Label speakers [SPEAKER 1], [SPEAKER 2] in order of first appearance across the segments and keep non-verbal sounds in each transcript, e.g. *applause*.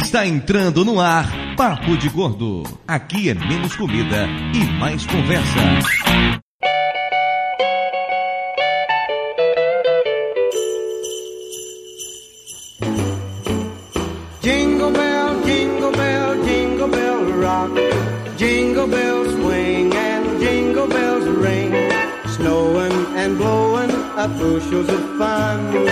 [SPEAKER 1] Está entrando no ar Papo de Gordo. Aqui é menos comida e mais conversa.
[SPEAKER 2] Jingle bell, jingle bell, jingle bell rock. Jingle bells swing and jingle bells ring. Snowing and blowing up bushels of fun.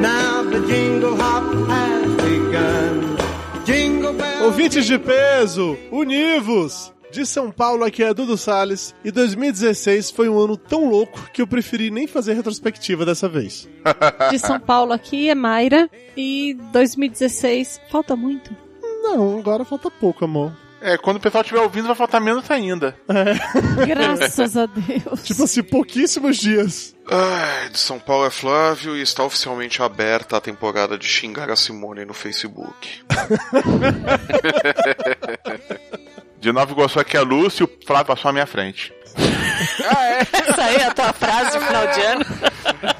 [SPEAKER 2] Now the jingle hop has begun. Jingle bell.
[SPEAKER 3] Ouvintes de peso, univos! De São Paulo, aqui é Dudu Salles, e 2016 foi um ano tão louco que eu preferi nem fazer retrospectiva dessa vez.
[SPEAKER 4] de São Paulo aqui é Mayra e 2016 falta muito.
[SPEAKER 3] Não, agora falta pouco, amor.
[SPEAKER 5] É, quando o pessoal estiver ouvindo, vai faltar menos ainda.
[SPEAKER 4] Graças a Deus.
[SPEAKER 3] Tipo assim, pouquíssimos dias.
[SPEAKER 6] Ai, de São Paulo é Flávio e está oficialmente aberta a temporada de xingar a Simone no Facebook.
[SPEAKER 5] De Nova Iguaçu aqui é Lúcio, o Flávio passou à minha
[SPEAKER 7] *laughs*
[SPEAKER 5] frente.
[SPEAKER 7] Ah,
[SPEAKER 8] Essa aí é a tua frase no final de ano.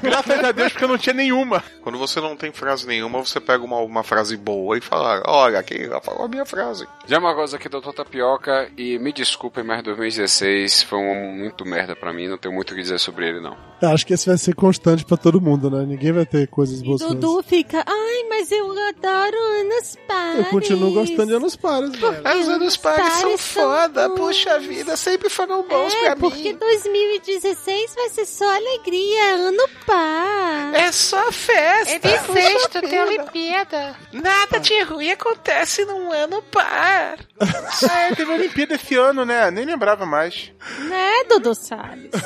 [SPEAKER 5] Graças a Deus, porque eu não tinha nenhuma.
[SPEAKER 6] Quando você não tem frase nenhuma, você pega uma, uma frase boa e fala: Olha, quem já falou a minha frase.
[SPEAKER 9] Jamagosa aqui, Doutor Tapioca, e me desculpem, mas 2016 foi um ano muito merda pra mim, não tenho muito o que dizer sobre ele, não.
[SPEAKER 3] Eu acho que esse vai ser constante pra todo mundo, né? Ninguém vai ter coisas boas. pra
[SPEAKER 4] Dudu fica, ai, mas eu adoro anos
[SPEAKER 3] nós.
[SPEAKER 4] pares.
[SPEAKER 3] Eu continuo gostando de anos pares, velho.
[SPEAKER 6] Os anos pares são
[SPEAKER 4] pares são
[SPEAKER 6] foda,
[SPEAKER 4] bons.
[SPEAKER 6] puxa vida, sempre foram bons
[SPEAKER 4] É,
[SPEAKER 6] pra
[SPEAKER 4] porque
[SPEAKER 6] mim.
[SPEAKER 4] 2016 vai ser só alegria, ano par.
[SPEAKER 6] É só festa.
[SPEAKER 10] Bissexto, tem Olimpíada.
[SPEAKER 6] Nada de ruim acontece num ano par.
[SPEAKER 5] É, teve Olimpíada esse ano, né? Nem lembrava mais.
[SPEAKER 4] Né, Dudu Salles?
[SPEAKER 6] *laughs*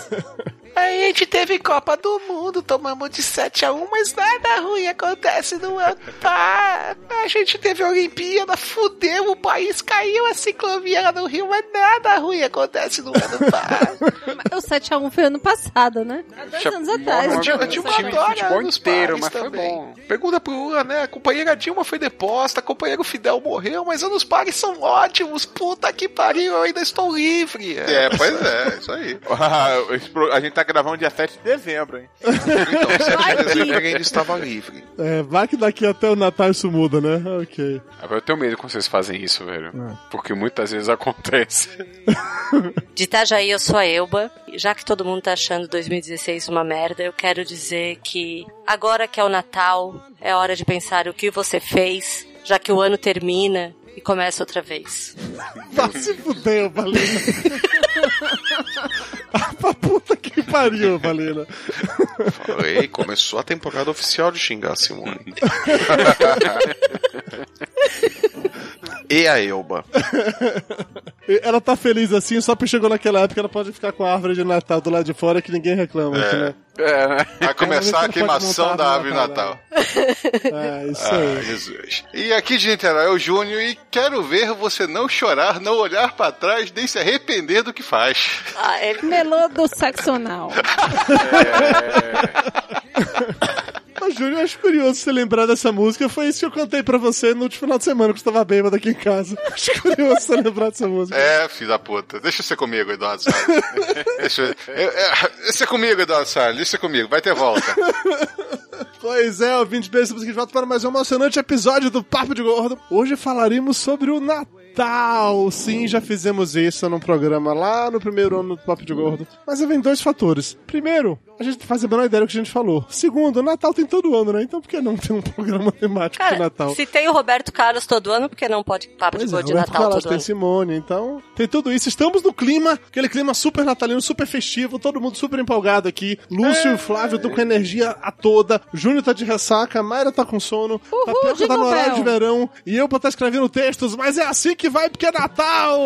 [SPEAKER 6] Aí a gente teve Copa do Mundo, tomamos de 7 a 1, mas nada ruim acontece no ano par. A gente teve a Olimpíada, fudeu, o país caiu, a ciclovia lá no Rio, mas nada ruim acontece no ano par.
[SPEAKER 4] *laughs* o 7x1 foi ano passado, né? Há dois
[SPEAKER 9] Tinha-
[SPEAKER 4] anos atrás.
[SPEAKER 9] Morra,
[SPEAKER 6] Tá, Eu tinha- eu
[SPEAKER 9] o time
[SPEAKER 6] tinha uma
[SPEAKER 9] de
[SPEAKER 6] dó, né,
[SPEAKER 9] futebol
[SPEAKER 6] dos
[SPEAKER 9] inteiro,
[SPEAKER 6] pares
[SPEAKER 9] mas foi
[SPEAKER 6] também.
[SPEAKER 9] bom.
[SPEAKER 6] Pergunta pro Lula, né? A companheira Dilma foi deposta, a companheiro Fidel morreu, mas anos pares são ótimos, puta que pariu, eu ainda estou livre. É, pois é, isso aí.
[SPEAKER 5] Ah, esse pro- A gente tá gravando dia 7 de dezembro, hein?
[SPEAKER 6] Então, 7
[SPEAKER 4] Vai
[SPEAKER 6] de
[SPEAKER 4] que-
[SPEAKER 6] dezembro ele ainda estava livre.
[SPEAKER 3] É, vai que daqui até o Natal isso muda, né? Ok.
[SPEAKER 9] Agora eu tenho medo quando vocês fazem isso, velho.
[SPEAKER 6] É.
[SPEAKER 9] Porque muitas vezes acontece.
[SPEAKER 8] De Itajaí, eu sou a Elba. E Já que todo mundo tá achando 2016 uma merda, eu quero dizer que agora que é o Natal, é hora de pensar o que você fez, já que o ano termina e começa outra vez.
[SPEAKER 3] Tá se fudeu, Valena. ah, *laughs* pra puta que pariu, Valena.
[SPEAKER 6] Falei, começou a temporada oficial de xingar a Simone. e a Elba?
[SPEAKER 3] Ela tá feliz assim, só porque chegou naquela época ela pode ficar com a árvore de Natal do lado de fora que ninguém reclama, né?
[SPEAKER 9] É, né?
[SPEAKER 6] Vai
[SPEAKER 3] começar a queimação da árvore de Natal.
[SPEAKER 6] né?
[SPEAKER 3] É, isso aí.
[SPEAKER 6] Jesus. E aqui de Niterói é o Júnior e quero ver você não chorar, não olhar para trás, nem se arrepender do que faz.
[SPEAKER 8] Ah, ele...
[SPEAKER 4] Melô do
[SPEAKER 6] *laughs*
[SPEAKER 4] saxonal.
[SPEAKER 3] Ô, Júnior, eu acho curioso você lembrar dessa música. Foi isso que eu cantei pra você no último final de semana, que eu estava bêbado aqui em casa. *laughs* Acho curioso você lembrar dessa música.
[SPEAKER 6] É, filho da puta. Deixa ser comigo, Eduardo Salles. Deixa eu... eu- é, isso é comigo, Eduardo Salles. Deixa comigo. Vai ter volta.
[SPEAKER 3] Pois é, ouvintes, bem, estamos aqui de volta para mais um emocionante episódio do Papo de Gordo. Hoje falaremos sobre o Natal. Sim, já fizemos isso num programa lá no primeiro ano do Papo de Gordo. Mas vem dois fatores. Primeiro, a gente faz a menor ideia do que a gente falou. Segundo, Natal tem todo ano, né? Então por que não ter um *laughs* programa temático de
[SPEAKER 8] Cara,
[SPEAKER 3] Natal?
[SPEAKER 8] se tem o Roberto Carlos todo ano, por que não pode papo de
[SPEAKER 3] Pois
[SPEAKER 8] gol
[SPEAKER 3] é,
[SPEAKER 8] Tipo, de
[SPEAKER 3] Roberto
[SPEAKER 8] Natal
[SPEAKER 3] Carlos,
[SPEAKER 8] todo
[SPEAKER 3] tem
[SPEAKER 8] ano?
[SPEAKER 3] Simone, então tem tudo isso. Estamos no clima, aquele clima super natalino, super festivo, todo mundo super empolgado aqui.
[SPEAKER 8] É.
[SPEAKER 3] Lúcio e Flávio estão com energia a toda, Júnior tá de ressaca, Mayra tá com sono,
[SPEAKER 4] Uhul,
[SPEAKER 3] Tapioca tá no
[SPEAKER 4] Jingle
[SPEAKER 3] horário de
[SPEAKER 4] Bell.
[SPEAKER 3] verão e eu pra estar escrevendo textos, mas é assim que vai porque
[SPEAKER 8] *laughs*
[SPEAKER 3] é Natal!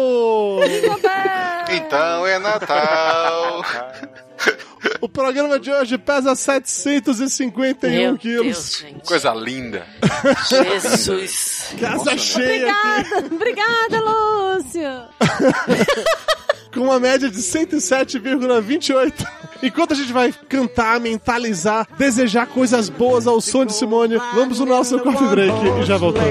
[SPEAKER 6] Então é Natal.
[SPEAKER 3] o programa de hoje pesa 751
[SPEAKER 8] Meu
[SPEAKER 3] quilos.
[SPEAKER 8] Deus, gente.
[SPEAKER 9] Coisa linda.
[SPEAKER 8] Jesus.
[SPEAKER 3] Casa cheia aqui,
[SPEAKER 4] Obrigada, obrigada, Lúcio.
[SPEAKER 3] com uma média de 107,28. Enquanto a gente vai cantar, mentalizar, desejar coisas boas ao som de Simone, vamos no nosso coffee break e já voltamos.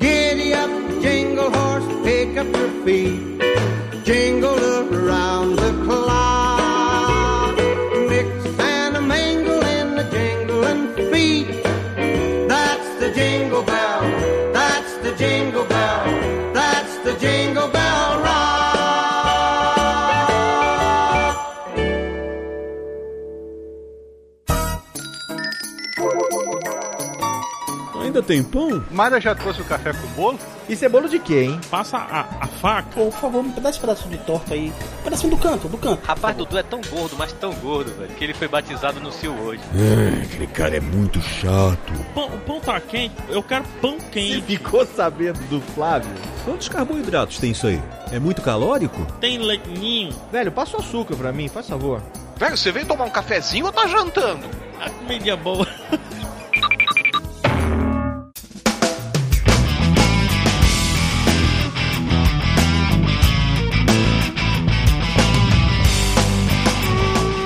[SPEAKER 2] Giddy up, jingle horse, pick up your feet. Jingle around the clock. Mix and a mingle in the jingling feet. That's the jingle bell. That's the
[SPEAKER 11] Ainda tem pão?
[SPEAKER 12] Mara já trouxe o café com bolo?
[SPEAKER 13] Isso é bolo de quê, hein?
[SPEAKER 12] Passa a, a faca.
[SPEAKER 14] Pô, por favor, me dá esse pedaço de torta aí. Um pedacinho do canto, do canto.
[SPEAKER 12] Rapaz, Dudu é tão gordo, mas tão gordo, velho, que ele foi batizado no seu hoje.
[SPEAKER 15] É, aquele cara é muito chato.
[SPEAKER 12] Pão, o pão tá quente? Eu quero pão quente.
[SPEAKER 13] Você ficou sabendo do Flávio?
[SPEAKER 11] Quantos carboidratos tem isso aí? É muito calórico?
[SPEAKER 12] Tem leitinho.
[SPEAKER 13] Velho, passa o açúcar pra mim, faz favor.
[SPEAKER 14] Velho, você veio tomar um cafezinho ou tá jantando?
[SPEAKER 12] A comida é boa.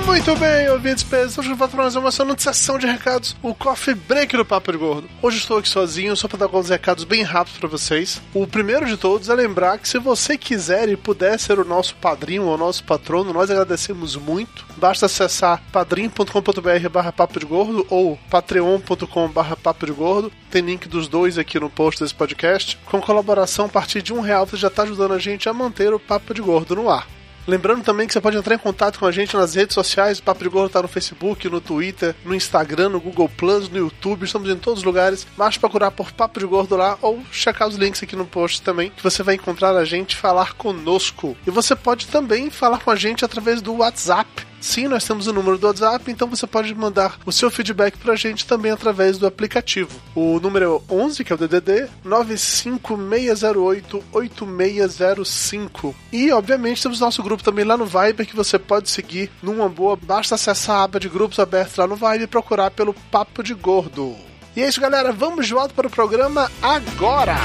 [SPEAKER 3] Muito bem, ouvintes, pessoas, hoje eu vou trazer uma notícia de recados, o Coffee Break do Papo de Gordo. Hoje estou aqui sozinho, só para dar alguns recados bem rápidos para vocês. O primeiro de todos é lembrar que se você quiser e puder ser o nosso padrinho ou nosso patrono, nós agradecemos muito. Basta acessar padrim.com.br barra papo de gordo ou patreon.com barra papo de gordo. Tem link dos dois aqui no post desse podcast. Com colaboração a partir de um real, você já está ajudando a gente a manter o Papo de Gordo no ar. Lembrando também que você pode entrar em contato com a gente nas redes sociais. O Papo de Gordo tá no Facebook, no Twitter, no Instagram, no Google Plus, no YouTube. Estamos em todos os lugares. Basta procurar por Papo de Gordo lá ou checar os links aqui no post também, que você vai encontrar a gente falar conosco. E você pode também falar com a gente através do WhatsApp. Sim, nós temos o número do WhatsApp, então você pode mandar o seu feedback pra gente também através do aplicativo. O número é 11, que é o DDD, 956088605. E, obviamente, temos nosso grupo também lá no Viber, que você pode seguir numa boa. Basta acessar a aba de grupos abertos lá no Viber e procurar pelo Papo de Gordo. E é isso, galera. Vamos de volta para o programa agora!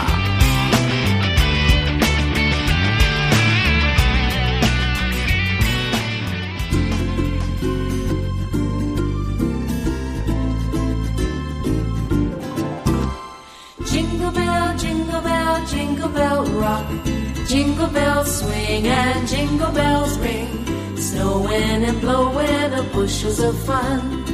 [SPEAKER 16] Jingle bell, jingle bell, jingle bell rock. Jingle bells swing and jingle bells ring. Snowing and blowing are bushels of fun.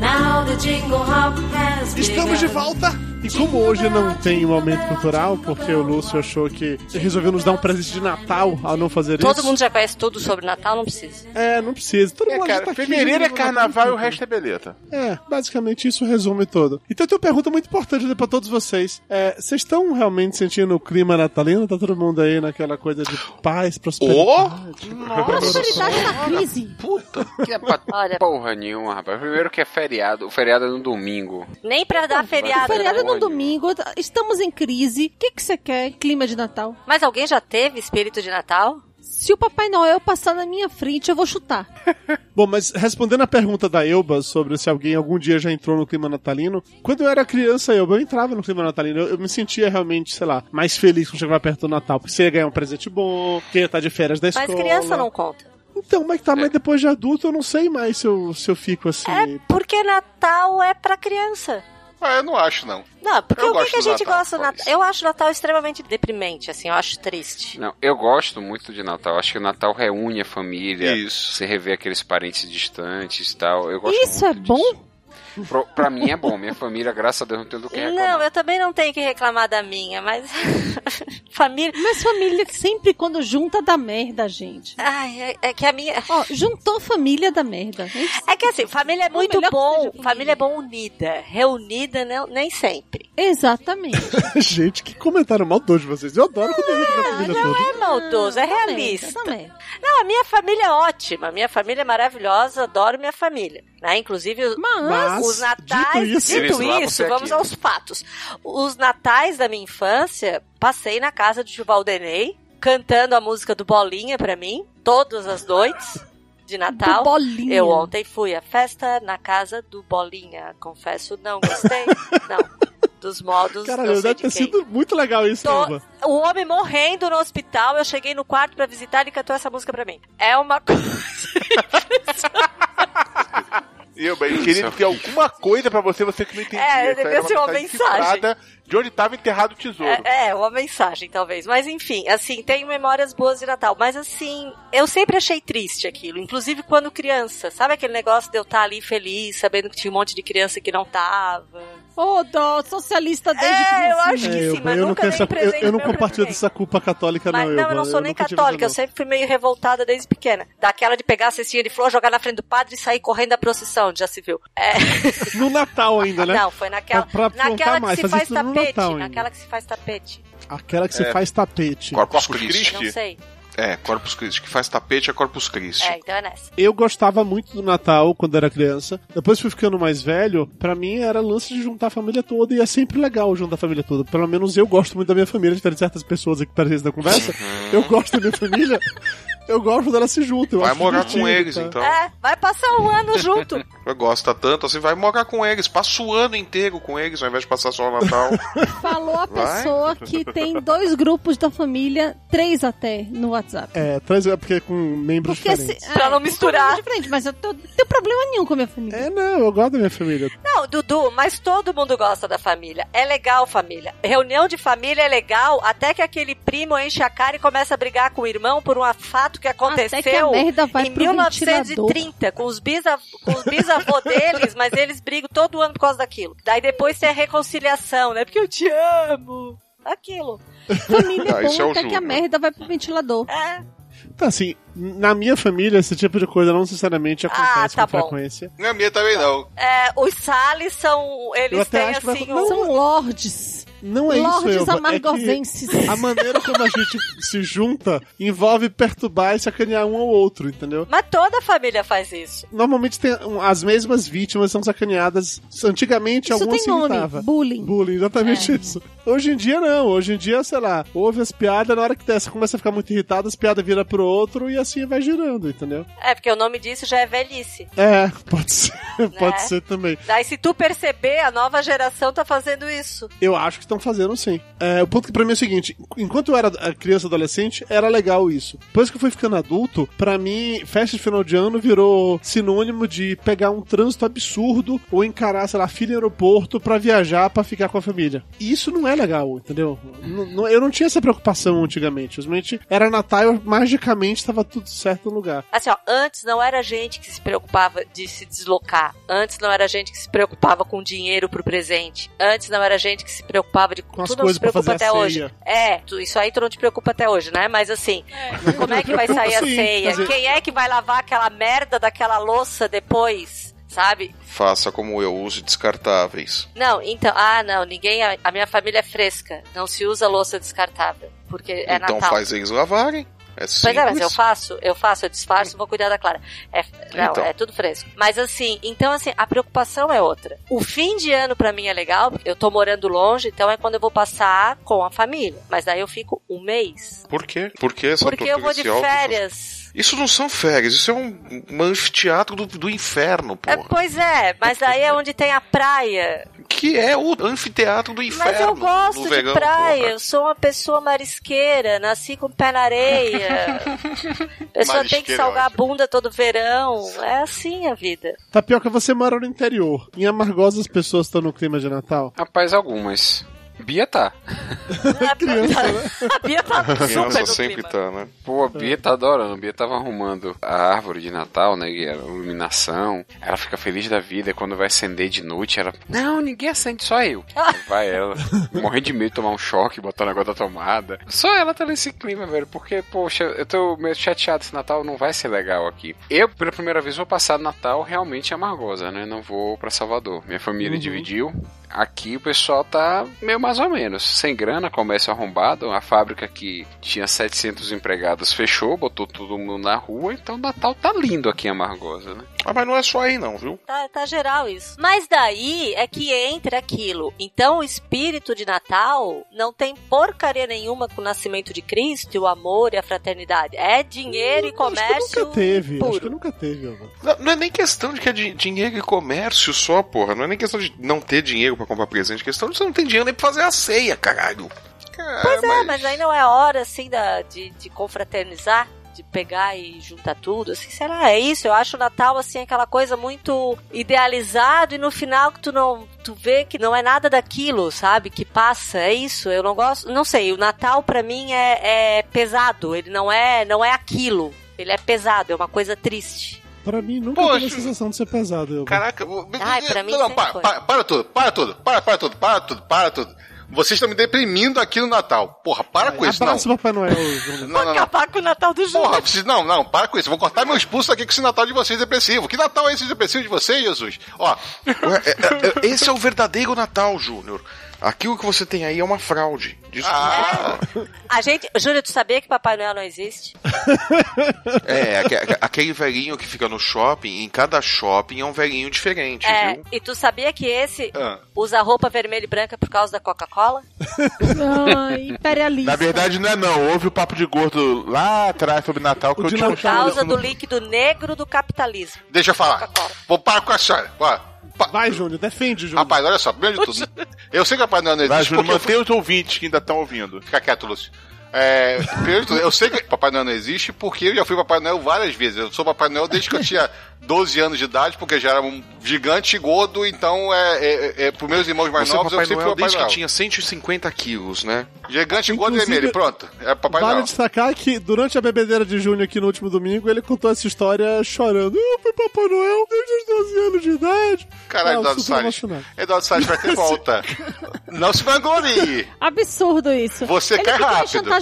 [SPEAKER 16] Now the jingle hop has
[SPEAKER 3] Estamos de
[SPEAKER 16] begun.
[SPEAKER 3] volta! E como hoje não tem momento cultural, porque o Lúcio achou que resolveu nos dar um presente de Natal ao não fazer
[SPEAKER 8] Todo
[SPEAKER 3] isso.
[SPEAKER 8] mundo já conhece tudo sobre Natal, não precisa.
[SPEAKER 3] É, não precisa. Todo
[SPEAKER 7] É,
[SPEAKER 3] mundo
[SPEAKER 7] cara,
[SPEAKER 3] já tá aqui,
[SPEAKER 7] fevereiro
[SPEAKER 12] né?
[SPEAKER 7] é
[SPEAKER 3] todo mundo já tá
[SPEAKER 7] carnaval e o
[SPEAKER 3] aqui.
[SPEAKER 7] resto é beleza.
[SPEAKER 3] É, basicamente isso resume todo. Então eu tenho uma pergunta muito importante para todos vocês. É, Vocês estão realmente sentindo o clima natalino? Tá todo mundo aí naquela coisa de paz, prosperidade?
[SPEAKER 4] Nossa, ele tá na crise.
[SPEAKER 9] Puta. Que é pra porra nenhuma, rapaz. Primeiro que é feriado. O feriado é no domingo. é
[SPEAKER 8] Nem pra
[SPEAKER 16] Tá
[SPEAKER 8] dar feriado. né?
[SPEAKER 4] Feriado no domingo, tá, estamos em crise. O que que você quer? Clima de Natal.
[SPEAKER 8] Mas alguém já teve espírito de Natal?
[SPEAKER 4] Se o Papai Noel passar na minha frente, eu vou chutar.
[SPEAKER 3] Bom, mas respondendo a pergunta da Elba sobre se alguém algum dia já entrou no clima natalino, quando eu era criança, Elba, eu entrava no clima natalino. Eu, eu me sentia realmente, sei lá, mais feliz quando chegava perto do Natal, porque você ia ganhar um presente bom, que ia estar de férias da escola.
[SPEAKER 8] Mas criança não conta.
[SPEAKER 3] Então, mas tá, mas depois de adulto eu não sei mais se eu, se eu fico assim.
[SPEAKER 8] É
[SPEAKER 3] *laughs*
[SPEAKER 8] Porque Natal é pra criança.
[SPEAKER 7] Ah, eu não acho, não.
[SPEAKER 8] Não, é porque
[SPEAKER 7] Eu
[SPEAKER 8] o que,
[SPEAKER 7] gosto
[SPEAKER 8] que a
[SPEAKER 7] do
[SPEAKER 8] gente
[SPEAKER 7] Natal,
[SPEAKER 8] gosta do Natal? Eu acho o Natal extremamente deprimente, assim, eu acho triste.
[SPEAKER 9] Não, eu gosto muito de Natal. Acho que o Natal reúne a família. Isso. Você revê aqueles parentes distantes e tal. Eu gosto
[SPEAKER 4] Isso é bom?
[SPEAKER 9] muito. Pro- Pra, mim é bom. Minha família, graças a Deus, não tem do que reclamar.
[SPEAKER 8] Não, eu também não tenho que reclamar da minha, mas. *laughs* família.
[SPEAKER 4] Mas família sempre quando junta dá merda, gente.
[SPEAKER 8] Ai, é, é que a minha.
[SPEAKER 4] Ó, juntou família da merda.
[SPEAKER 8] É que assim, família é muito bom. Família é bom unida. Reunida, não, nem sempre.
[SPEAKER 4] Exatamente.
[SPEAKER 3] gente, que comentário maldoso de vocês. Eu adoro quando eu entro na família
[SPEAKER 8] Não
[SPEAKER 3] toda.
[SPEAKER 8] é maldoso, é realista. Não, a minha família é ótima. A minha família é maravilhosa, adoro minha família. Né? Inclusive, os-
[SPEAKER 4] Mas,
[SPEAKER 8] os natais.
[SPEAKER 4] dito isso-
[SPEAKER 8] dito
[SPEAKER 4] Eles lá,
[SPEAKER 8] isso,
[SPEAKER 4] você
[SPEAKER 8] vamos
[SPEAKER 4] aqui.
[SPEAKER 8] aos fatos. Os natais da minha infância, passei na casa de Valdenei, cantando a música do Bolinha pra mim, todas as noites. De Natal.
[SPEAKER 4] Do Bolinha.
[SPEAKER 8] Eu ontem fui à festa na casa do Bolinha. Confesso,
[SPEAKER 4] *laughs*
[SPEAKER 8] não gostei. não. Dos modos.
[SPEAKER 3] Caralho,
[SPEAKER 8] não sei
[SPEAKER 3] deve
[SPEAKER 8] de
[SPEAKER 3] ter
[SPEAKER 8] quem.
[SPEAKER 3] sido muito legal isso, Elba.
[SPEAKER 8] O homem morrendo no hospital, eu cheguei no quarto pra visitar e cantou essa música pra mim. É uma coisa.
[SPEAKER 7] Eu, bem, eu
[SPEAKER 5] é
[SPEAKER 7] queria ter alguma coisa pra você, você que não entendia.
[SPEAKER 8] É, devia
[SPEAKER 7] Essa era
[SPEAKER 8] ser uma mensagem.
[SPEAKER 7] cifrada De onde tava enterrado o tesouro.
[SPEAKER 8] É, é, uma mensagem, talvez. Mas enfim, assim, tenho memórias boas de Natal. Mas assim, eu sempre achei triste aquilo. Inclusive tá quando criança. Sabe aquele negócio de eu estar ali feliz, sabendo que tinha um monte de criança que não tava?
[SPEAKER 4] Ô, dó, socialista desde
[SPEAKER 8] É, eu acho
[SPEAKER 4] criancinha.
[SPEAKER 8] que sim, mas
[SPEAKER 3] eu não,
[SPEAKER 8] nunca
[SPEAKER 3] tenho
[SPEAKER 8] nem
[SPEAKER 3] essa- eu,
[SPEAKER 8] prezei
[SPEAKER 3] eu
[SPEAKER 8] no
[SPEAKER 3] não
[SPEAKER 8] meu
[SPEAKER 3] compartilho
[SPEAKER 8] presente.
[SPEAKER 3] dessa culpa católica,
[SPEAKER 8] Mas
[SPEAKER 3] Ah, não.
[SPEAKER 8] não, eu não sou nem
[SPEAKER 3] nunca tive
[SPEAKER 8] católica, eu
[SPEAKER 3] essa,
[SPEAKER 8] sempre fui meio revoltada desde pequena. Daquela de pegar a cestinha de flor, jogar na frente do padre e sair correndo da procissão, já se viu. É,
[SPEAKER 3] não. No Natal ainda, né?
[SPEAKER 8] *laughs* Não, foi naquela,
[SPEAKER 3] Pra- pra aprontar
[SPEAKER 8] naquela que
[SPEAKER 3] mais,
[SPEAKER 8] se
[SPEAKER 3] fazer
[SPEAKER 8] faz
[SPEAKER 3] isso no
[SPEAKER 8] tapete,
[SPEAKER 3] Natal ainda.
[SPEAKER 8] naquela que se faz tapete.
[SPEAKER 3] Aquela que você
[SPEAKER 7] É.
[SPEAKER 3] faz tapete.
[SPEAKER 7] Corpus
[SPEAKER 8] Não sei.
[SPEAKER 7] É, Corpus Christi. Que faz tapete é Corpus Christi.
[SPEAKER 8] É, então é nessa.
[SPEAKER 3] Eu gostava muito do Natal quando era criança. Depois fui ficando mais velho. Pra mim era lance de juntar a família toda e é sempre legal juntar a família toda. Pelo menos eu gosto muito da minha família, diferente de certas pessoas aqui presentes na conversa.
[SPEAKER 7] Uhum.
[SPEAKER 3] Eu gosto da minha família. Eu gosto quando elas se juntam. eu
[SPEAKER 7] Vai
[SPEAKER 3] acho
[SPEAKER 7] morar com
[SPEAKER 3] divertido,
[SPEAKER 7] eles,
[SPEAKER 3] tá?
[SPEAKER 7] então.
[SPEAKER 8] É, vai passar um ano
[SPEAKER 3] *laughs*
[SPEAKER 8] junto.
[SPEAKER 7] Gosta tanto, assim, vai morar com eles. Passa o ano inteiro com eles, ao invés de passar só o Natal.
[SPEAKER 4] Falou a
[SPEAKER 7] Vai?
[SPEAKER 4] pessoa que tem dois grupos da família, três até, no WhatsApp.
[SPEAKER 3] É, traz é porque é com membros
[SPEAKER 4] Porque se,
[SPEAKER 3] diferentes.
[SPEAKER 4] pra não misturar. é Diferente, mas eu tô- não tenho problema nenhum com a minha família.
[SPEAKER 3] É, não, eu gosto da minha família.
[SPEAKER 8] Não, Dudu, mas todo mundo gosta da família. É legal família. Reunião de família é legal até que aquele primo enche a cara e começa a brigar com o irmão por um fato que aconteceu
[SPEAKER 4] Até que a merda vai
[SPEAKER 8] em
[SPEAKER 4] pro
[SPEAKER 8] 1930 com os, bisa, com os bisavô deles, mas eles brigam todo ano por causa daquilo. Daí depois tem a reconciliação, né? Porque eu te amo. Aquilo.
[SPEAKER 4] Família
[SPEAKER 3] Ah,
[SPEAKER 4] é bom
[SPEAKER 3] isso é o
[SPEAKER 4] até que a
[SPEAKER 3] Júnior.
[SPEAKER 4] merda vai pro ventilador.
[SPEAKER 8] É.
[SPEAKER 3] Então, assim, na minha família, esse tipo de coisa não necessariamente acontece
[SPEAKER 8] tá
[SPEAKER 3] com
[SPEAKER 8] bom.
[SPEAKER 3] frequência.
[SPEAKER 7] Na minha também não.
[SPEAKER 8] É, os Salles são.
[SPEAKER 3] Eu
[SPEAKER 8] Eles
[SPEAKER 3] até
[SPEAKER 8] têm
[SPEAKER 3] acho que vai-
[SPEAKER 8] assim.
[SPEAKER 3] não,
[SPEAKER 8] um-
[SPEAKER 4] São lordes.
[SPEAKER 3] Não é
[SPEAKER 4] lordes
[SPEAKER 3] isso, Elba, é que
[SPEAKER 4] amargovenses.
[SPEAKER 3] A maneira como a gente se junta envolve perturbar e sacanear um ao outro, entendeu?
[SPEAKER 8] Mas toda família faz isso.
[SPEAKER 3] Normalmente tem um- as mesmas vítimas são sacaneadas. Antigamente
[SPEAKER 8] Isso
[SPEAKER 3] algumas
[SPEAKER 8] tem
[SPEAKER 3] se
[SPEAKER 8] nome, É.
[SPEAKER 3] irritava.
[SPEAKER 4] Bullying.
[SPEAKER 3] Bullying, exatamente isso. Hoje em dia não. Hoje em dia, sei lá, ouve as piadas, na hora que você começa a ficar muito irritado, as piadas viram pro outro e assim vai girando, entendeu?
[SPEAKER 8] É, porque o nome disso já é velhice.
[SPEAKER 3] É, pode ser, *laughs*
[SPEAKER 8] Né?
[SPEAKER 3] pode ser também.
[SPEAKER 8] Daí, se tu perceber, a nova geração tá fazendo isso.
[SPEAKER 3] Eu acho que estão fazendo sim. É, o ponto que pra mim é o seguinte: enquanto eu era eh, criança adolescente, era legal isso. Depois que eu fui ficando adulto, pra mim, festa de final de ano virou sinônimo de pegar um trânsito absurdo ou encarar, sei lá, filho em aeroporto pra viajar pra ficar com a família. E isso não é legal, entendeu? N- n- eu não tinha essa preocupação antigamente. Simplesmente era Natal e eu, magicamente tava tudo certo no lugar.
[SPEAKER 8] Assim, ó, antes não era gente que se preocupava de se deslocar. Antes não era gente que se preocupava com dinheiro pro presente. Antes não era gente que se preocupava de.
[SPEAKER 3] as
[SPEAKER 8] tu não
[SPEAKER 3] coisas
[SPEAKER 8] se preocupa
[SPEAKER 3] pra fazer
[SPEAKER 8] até
[SPEAKER 3] a
[SPEAKER 8] hoje.
[SPEAKER 3] ceia.
[SPEAKER 8] É, tu- isso aí tu não te preocupa até hoje, né? Mas assim, como é que vai sair a
[SPEAKER 3] *laughs* Sim,
[SPEAKER 8] ceia?
[SPEAKER 3] quer dizer-
[SPEAKER 8] Quem é que vai lavar aquela merda daquela louça depois? Sabe?
[SPEAKER 7] Faça como eu, use descartáveis.
[SPEAKER 8] Não, então, ah, não, ninguém. A, a minha família é fresca. Não se usa louça descartável. Porque é
[SPEAKER 7] então
[SPEAKER 8] Natal.
[SPEAKER 7] faz eles lavarem. É
[SPEAKER 8] Pois
[SPEAKER 7] simples.
[SPEAKER 8] é, mas eu faço, eu faço, eu disfarço, vou cuidar da Clara. É, não,
[SPEAKER 7] Então.
[SPEAKER 8] é tudo fresco. Mas assim, então assim, a preocupação é outra. O fim de ano pra mim é legal, porque eu tô morando longe, então é quando eu vou passar com a família. Mas daí eu fico um mês.
[SPEAKER 7] Por quê? Por que essa
[SPEAKER 8] porque eu
[SPEAKER 7] tortura
[SPEAKER 8] vou de
[SPEAKER 7] esse álcool?
[SPEAKER 8] férias.
[SPEAKER 7] Isso não são férias, isso é um um anfiteatro do, do inferno, pô.
[SPEAKER 8] É, pois é, mas daí é onde tem a praia.
[SPEAKER 7] Que é o anfiteatro do inferno.
[SPEAKER 8] Mas eu gosto
[SPEAKER 7] no
[SPEAKER 8] de
[SPEAKER 7] verão,
[SPEAKER 8] praia,
[SPEAKER 7] porra.
[SPEAKER 8] eu sou uma pessoa marisqueira, nasci com o pé na
[SPEAKER 7] *laughs*
[SPEAKER 8] areia. A pessoa tem que
[SPEAKER 3] Marisqueira é
[SPEAKER 8] salgar a bunda todo verão. É assim a vida.
[SPEAKER 3] Tapioca, você mora no interior. Em Amargosa as pessoas estão no clima de Natal?
[SPEAKER 9] Rapaz, algumas. Bia tá.
[SPEAKER 8] A Bia tá
[SPEAKER 7] A
[SPEAKER 9] super
[SPEAKER 7] criança
[SPEAKER 9] no
[SPEAKER 7] sempre tá, né?
[SPEAKER 9] Pô, a Bia tá adorando. A Bia tava arrumando a árvore de Natal, né? e A iluminação. Ela fica feliz da vida. Quando vai acender de noite, ela. Não, ninguém acende, só eu. Vai ela. Morrendo de medo de tomar um choque, botar o negócio da tomada. Só ela tá nesse clima, velho. Porque, poxa, eu tô meio chateado. Esse Natal não vai ser legal aqui. Eu, pela primeira vez, vou passar Natal realmente em amargosa, né? Não vou pra Salvador. Minha família
[SPEAKER 12] Uhum.
[SPEAKER 9] dividiu. Aqui o pessoal tá meio mais ou menos. Sem grana, comércio arrombado. A fábrica que tinha 700 empregados fechou, botou todo mundo na rua. Então Natal tá lindo aqui em Amargosa, né?
[SPEAKER 7] Ah, mas não é só aí não, viu?
[SPEAKER 8] Tá, tá geral isso. Mas daí é que entra aquilo. Então o espírito de Natal não tem porcaria nenhuma com o nascimento de Cristo, e o amor e a fraternidade. É dinheiro e comércio.
[SPEAKER 3] Nunca teve, acho
[SPEAKER 8] puro.
[SPEAKER 3] que nunca teve, Elba.
[SPEAKER 7] Não, não é nem questão de que é di- dinheiro e comércio só, porra. Não é nem questão de não ter dinheiro pra comprar presente. É questão de você não ter dinheiro nem pra fazer a ceia, caralho.
[SPEAKER 8] Pois é, mas aí não é hora assim da, de, de confraternizar, de pegar e juntar tudo. Assim, será? É isso? Eu acho o Natal assim aquela coisa muito idealizado e no final que tu não tu vê que não é nada daquilo, sabe? Que passa, é isso. Eu não gosto, não sei. O Natal pra mim é, é pesado. Ele não é não é aquilo. Ele é pesado. É uma coisa triste.
[SPEAKER 3] Pra mim nunca
[SPEAKER 7] Poxa.
[SPEAKER 3] teve a sensação de ser pesado. Eu...
[SPEAKER 7] Caraca, eu-
[SPEAKER 8] Ai, pra mim
[SPEAKER 7] não, não,
[SPEAKER 8] sempre
[SPEAKER 7] para,
[SPEAKER 8] foi.
[SPEAKER 7] para, para tudo, para tudo, para, para tudo, para tudo, para tudo. Vocês estão me deprimindo aqui no Natal. Porra, para com isso, não.
[SPEAKER 3] Abraço, Papai Noel.
[SPEAKER 7] *laughs* Não, não, não.
[SPEAKER 8] acabar com o Natal do
[SPEAKER 7] Porra, vocês- não, não, para com isso. Eu vou cortar meus pulsos aqui com esse Natal de vocês depressivo. Que Natal é esse depressivo de vocês, Jesus? Ó, é- é- é- esse é o verdadeiro Natal, Júnior. Aquilo que você tem aí é uma fraude. Desculpa.
[SPEAKER 8] A gente. Júlio, tu sabia que Papai Noel não existe?
[SPEAKER 7] É, aque- aque- aquele velhinho que fica no shopping, em cada shopping é um velhinho diferente,
[SPEAKER 8] é.
[SPEAKER 7] viu?
[SPEAKER 8] E tu sabia que esse
[SPEAKER 7] Ah.
[SPEAKER 8] usa roupa vermelha e branca por causa da Coca-Cola?
[SPEAKER 6] Na
[SPEAKER 3] Ah,
[SPEAKER 4] imperialista.
[SPEAKER 6] verdade, não é não. Houve o papo de gordo lá atrás sobre Natal que eu tinha
[SPEAKER 8] Por causa é do líquido negro do capitalismo.
[SPEAKER 7] Deixa eu falar. Vou parar com a senhora. Vai,
[SPEAKER 3] Júnior, defende,
[SPEAKER 7] Júnior. Rapaz, olha só, primeiro de tudo. né? Eu sei que o Papai Noel não existe.
[SPEAKER 6] Vai, Júnior,
[SPEAKER 7] porque eu fui-
[SPEAKER 6] mantém os ouvintes que ainda estão ouvindo.
[SPEAKER 7] Fica quieto, Lúcio. É, primeiro de tudo, eu sei que Papai Noel não existe porque eu já fui Papai Noel várias vezes. Eu sou Papai Noel desde que eu tinha 12 anos de idade, porque eu já era um gigante e gordo, então é, é, é, pros meus irmãos mais
[SPEAKER 3] Você é
[SPEAKER 7] novos
[SPEAKER 3] Papai
[SPEAKER 7] eu sempre
[SPEAKER 3] Noel
[SPEAKER 7] fui Papai
[SPEAKER 3] desde que
[SPEAKER 7] Noel.
[SPEAKER 3] tinha
[SPEAKER 7] 150 quilos, né? Gigante, gordo e
[SPEAKER 3] Inclusive,
[SPEAKER 7] vermelho, pronto. É Papai
[SPEAKER 3] Vale
[SPEAKER 7] Noel.
[SPEAKER 3] destacar que durante a bebedeira de Júnior aqui no último domingo, ele contou essa história chorando. Eu fui Papai Noel desde os 12 anos de idade.
[SPEAKER 7] Caralho,
[SPEAKER 3] Ah, eu
[SPEAKER 7] Eduardo
[SPEAKER 3] super
[SPEAKER 7] Salles.
[SPEAKER 3] emocionado.
[SPEAKER 7] Eduardo Salles vai ter volta. Não se vanglorie.
[SPEAKER 4] Absurdo isso.
[SPEAKER 7] Você
[SPEAKER 4] ele
[SPEAKER 7] quer
[SPEAKER 4] fica
[SPEAKER 7] rápido.
[SPEAKER 4] me chantageando.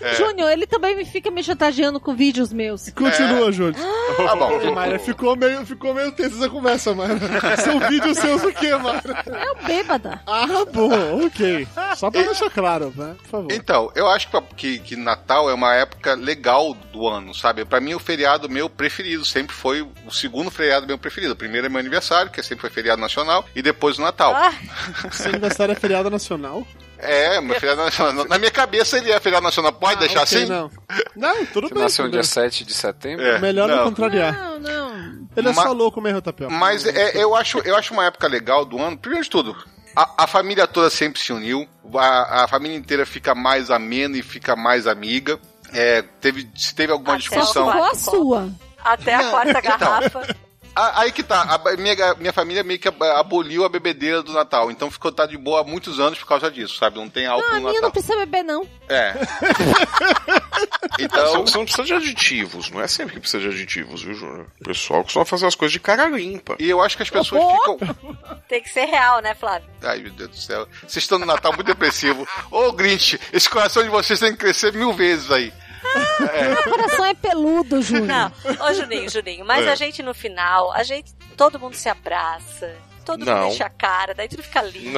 [SPEAKER 7] É.
[SPEAKER 4] Júnior, ele também me fica me chantageando com vídeos meus.
[SPEAKER 3] Continua, Júlio.
[SPEAKER 7] Tá bom.
[SPEAKER 3] Mayra, ficou meio, ficou meio tensa essa conversa,
[SPEAKER 7] *laughs*
[SPEAKER 3] Mayra. São vídeos seus o quê, Mayra?
[SPEAKER 4] É bêbada.
[SPEAKER 3] Ah, bom, ok. Só
[SPEAKER 7] É.
[SPEAKER 3] pra deixar claro, né? Por favor.
[SPEAKER 7] Então, eu acho que, que, que Natal é uma época legal do ano, sabe? Pra mim, o feriado meu preferido sempre foi o segundo feriado meu preferido. O primeiro é meu aniversário, que sempre foi feriado nacional, e depois o Natal.
[SPEAKER 3] Ah.
[SPEAKER 8] Ah,
[SPEAKER 3] Seu aniversário é feriado nacional?
[SPEAKER 7] É, meu feriado nacional. Na minha cabeça ele é feriado nacional. Pode deixar
[SPEAKER 3] Ah, ok,
[SPEAKER 7] assim?
[SPEAKER 3] não. Não, tudo
[SPEAKER 7] Você
[SPEAKER 3] bem.
[SPEAKER 7] nasceu um
[SPEAKER 3] tudo
[SPEAKER 7] dia
[SPEAKER 3] bem.
[SPEAKER 9] 7 de setembro?
[SPEAKER 7] É,
[SPEAKER 3] Melhor não,
[SPEAKER 7] não.
[SPEAKER 3] contrariar.
[SPEAKER 4] Não, não.
[SPEAKER 3] Ele é
[SPEAKER 7] Ma-
[SPEAKER 3] só louco mesmo, Tapioca.
[SPEAKER 7] Mas é, eu, acho, eu acho uma época legal do ano, primeiro de tudo. A, a família toda sempre se uniu, a, a família inteira fica mais amena e fica mais amiga. É, teve, se teve alguma
[SPEAKER 4] Só
[SPEAKER 7] discussão.
[SPEAKER 4] ficou a sua.
[SPEAKER 8] Até a
[SPEAKER 7] Então.
[SPEAKER 8] quarta garrafa.
[SPEAKER 7] A- Aí que tá, a minha, minha família meio que ab- aboliu a bebedeira do Natal, então ficou tá de boa há muitos anos por causa disso, sabe? Não tem álcool
[SPEAKER 4] Não, a
[SPEAKER 7] no
[SPEAKER 4] minha não
[SPEAKER 7] Natal.
[SPEAKER 4] precisa beber, não.
[SPEAKER 7] É. então,
[SPEAKER 12] São-
[SPEAKER 7] não precisa de aditivos, não é sempre que precisa de aditivos, viu, Júnior? O pessoal costuma fazer as coisas de cara limpa. E eu acho que as pessoas
[SPEAKER 3] é
[SPEAKER 7] ficam.
[SPEAKER 8] Tem que ser real, né, Flávio?
[SPEAKER 7] Ai, meu Deus do céu. Vocês estão no Natal muito depressivo. Ô, Grinch, esse coração de vocês tem que crescer mil vezes aí.
[SPEAKER 4] Meu coração é peludo, Júnior.
[SPEAKER 8] Não, ô Juninho, Juninho, mas
[SPEAKER 7] É.
[SPEAKER 8] a gente no final, a gente, todo mundo se abraça, todo
[SPEAKER 7] Não.
[SPEAKER 8] mundo enche a cara, daí tudo fica lindo.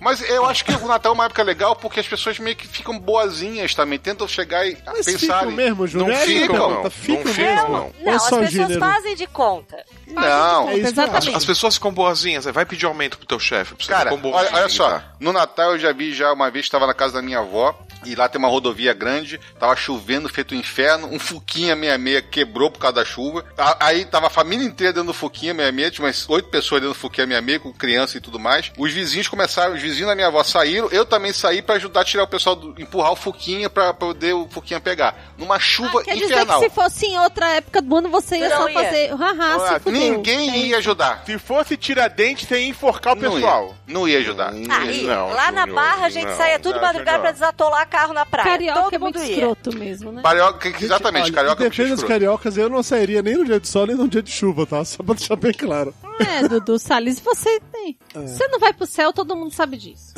[SPEAKER 7] Mas eu acho que o Natal é uma época legal porque as pessoas meio que ficam boazinhas também, tentam chegar e
[SPEAKER 3] Mas
[SPEAKER 7] pensarem.
[SPEAKER 3] ficam mesmo, Júnior?
[SPEAKER 7] Não
[SPEAKER 3] É,
[SPEAKER 7] ficam,
[SPEAKER 3] então,
[SPEAKER 7] não.
[SPEAKER 3] tá- ficam
[SPEAKER 7] não
[SPEAKER 3] mesmo?
[SPEAKER 7] ficam, não.
[SPEAKER 8] Não,
[SPEAKER 3] Olha
[SPEAKER 8] as
[SPEAKER 3] só o
[SPEAKER 8] pessoas
[SPEAKER 3] gênero.
[SPEAKER 8] fazem de conta.
[SPEAKER 7] Não,
[SPEAKER 8] É isso mesmo.
[SPEAKER 7] as,
[SPEAKER 8] Exatamente.
[SPEAKER 7] as pessoas ficam boazinhas, né? vai pedir aumento pro teu chefe. Cara, olha, olha só, no Natal eu já vi já uma vez, estava na casa da minha avó, e lá tem uma rodovia grande, tava chovendo, feito um inferno, um Fuquinha 66 quebrou por causa da chuva. A- Aí tava a família inteira dentro do Fuquinha 66, tinha umas oito pessoas dentro do Fuquinha 66, com criança e tudo mais. Os vizinhos começaram, os vizinhos da minha avó saíram, eu também saí pra ajudar a tirar o pessoal, do, empurrar o Fuquinha pra poder o Fuquinha pegar. Numa chuva
[SPEAKER 4] Ah, Quer dizer
[SPEAKER 7] infernal.
[SPEAKER 4] que se fosse em outra época do ano, você ia
[SPEAKER 7] Não
[SPEAKER 4] só
[SPEAKER 7] ia.
[SPEAKER 4] fazer. Haha, se fudeu.
[SPEAKER 7] Ah, Ninguém ia ajudar.
[SPEAKER 6] Se fosse Tiradentes, você ia enforcar o pessoal.
[SPEAKER 7] Não ia ajudar.
[SPEAKER 8] Tá Aí, lá na barra a gente saía tudo madrugada pra desatolar carro na praia.
[SPEAKER 4] Carioca
[SPEAKER 8] Todo
[SPEAKER 4] é
[SPEAKER 8] mundo
[SPEAKER 4] muito
[SPEAKER 8] ia.
[SPEAKER 4] escroto mesmo, né?
[SPEAKER 7] Carioca, exatamente,
[SPEAKER 3] Olha,
[SPEAKER 7] carioca
[SPEAKER 3] em
[SPEAKER 7] é um bicho
[SPEAKER 3] defesa dos
[SPEAKER 7] escroto.
[SPEAKER 3] cariocas, eu não sairia nem no dia de sol, nem no dia de chuva, tá? *laughs* Só pra deixar bem claro.
[SPEAKER 4] É, Dudu Salles, você tem. Você não vai pro céu, todo mundo sabe disso.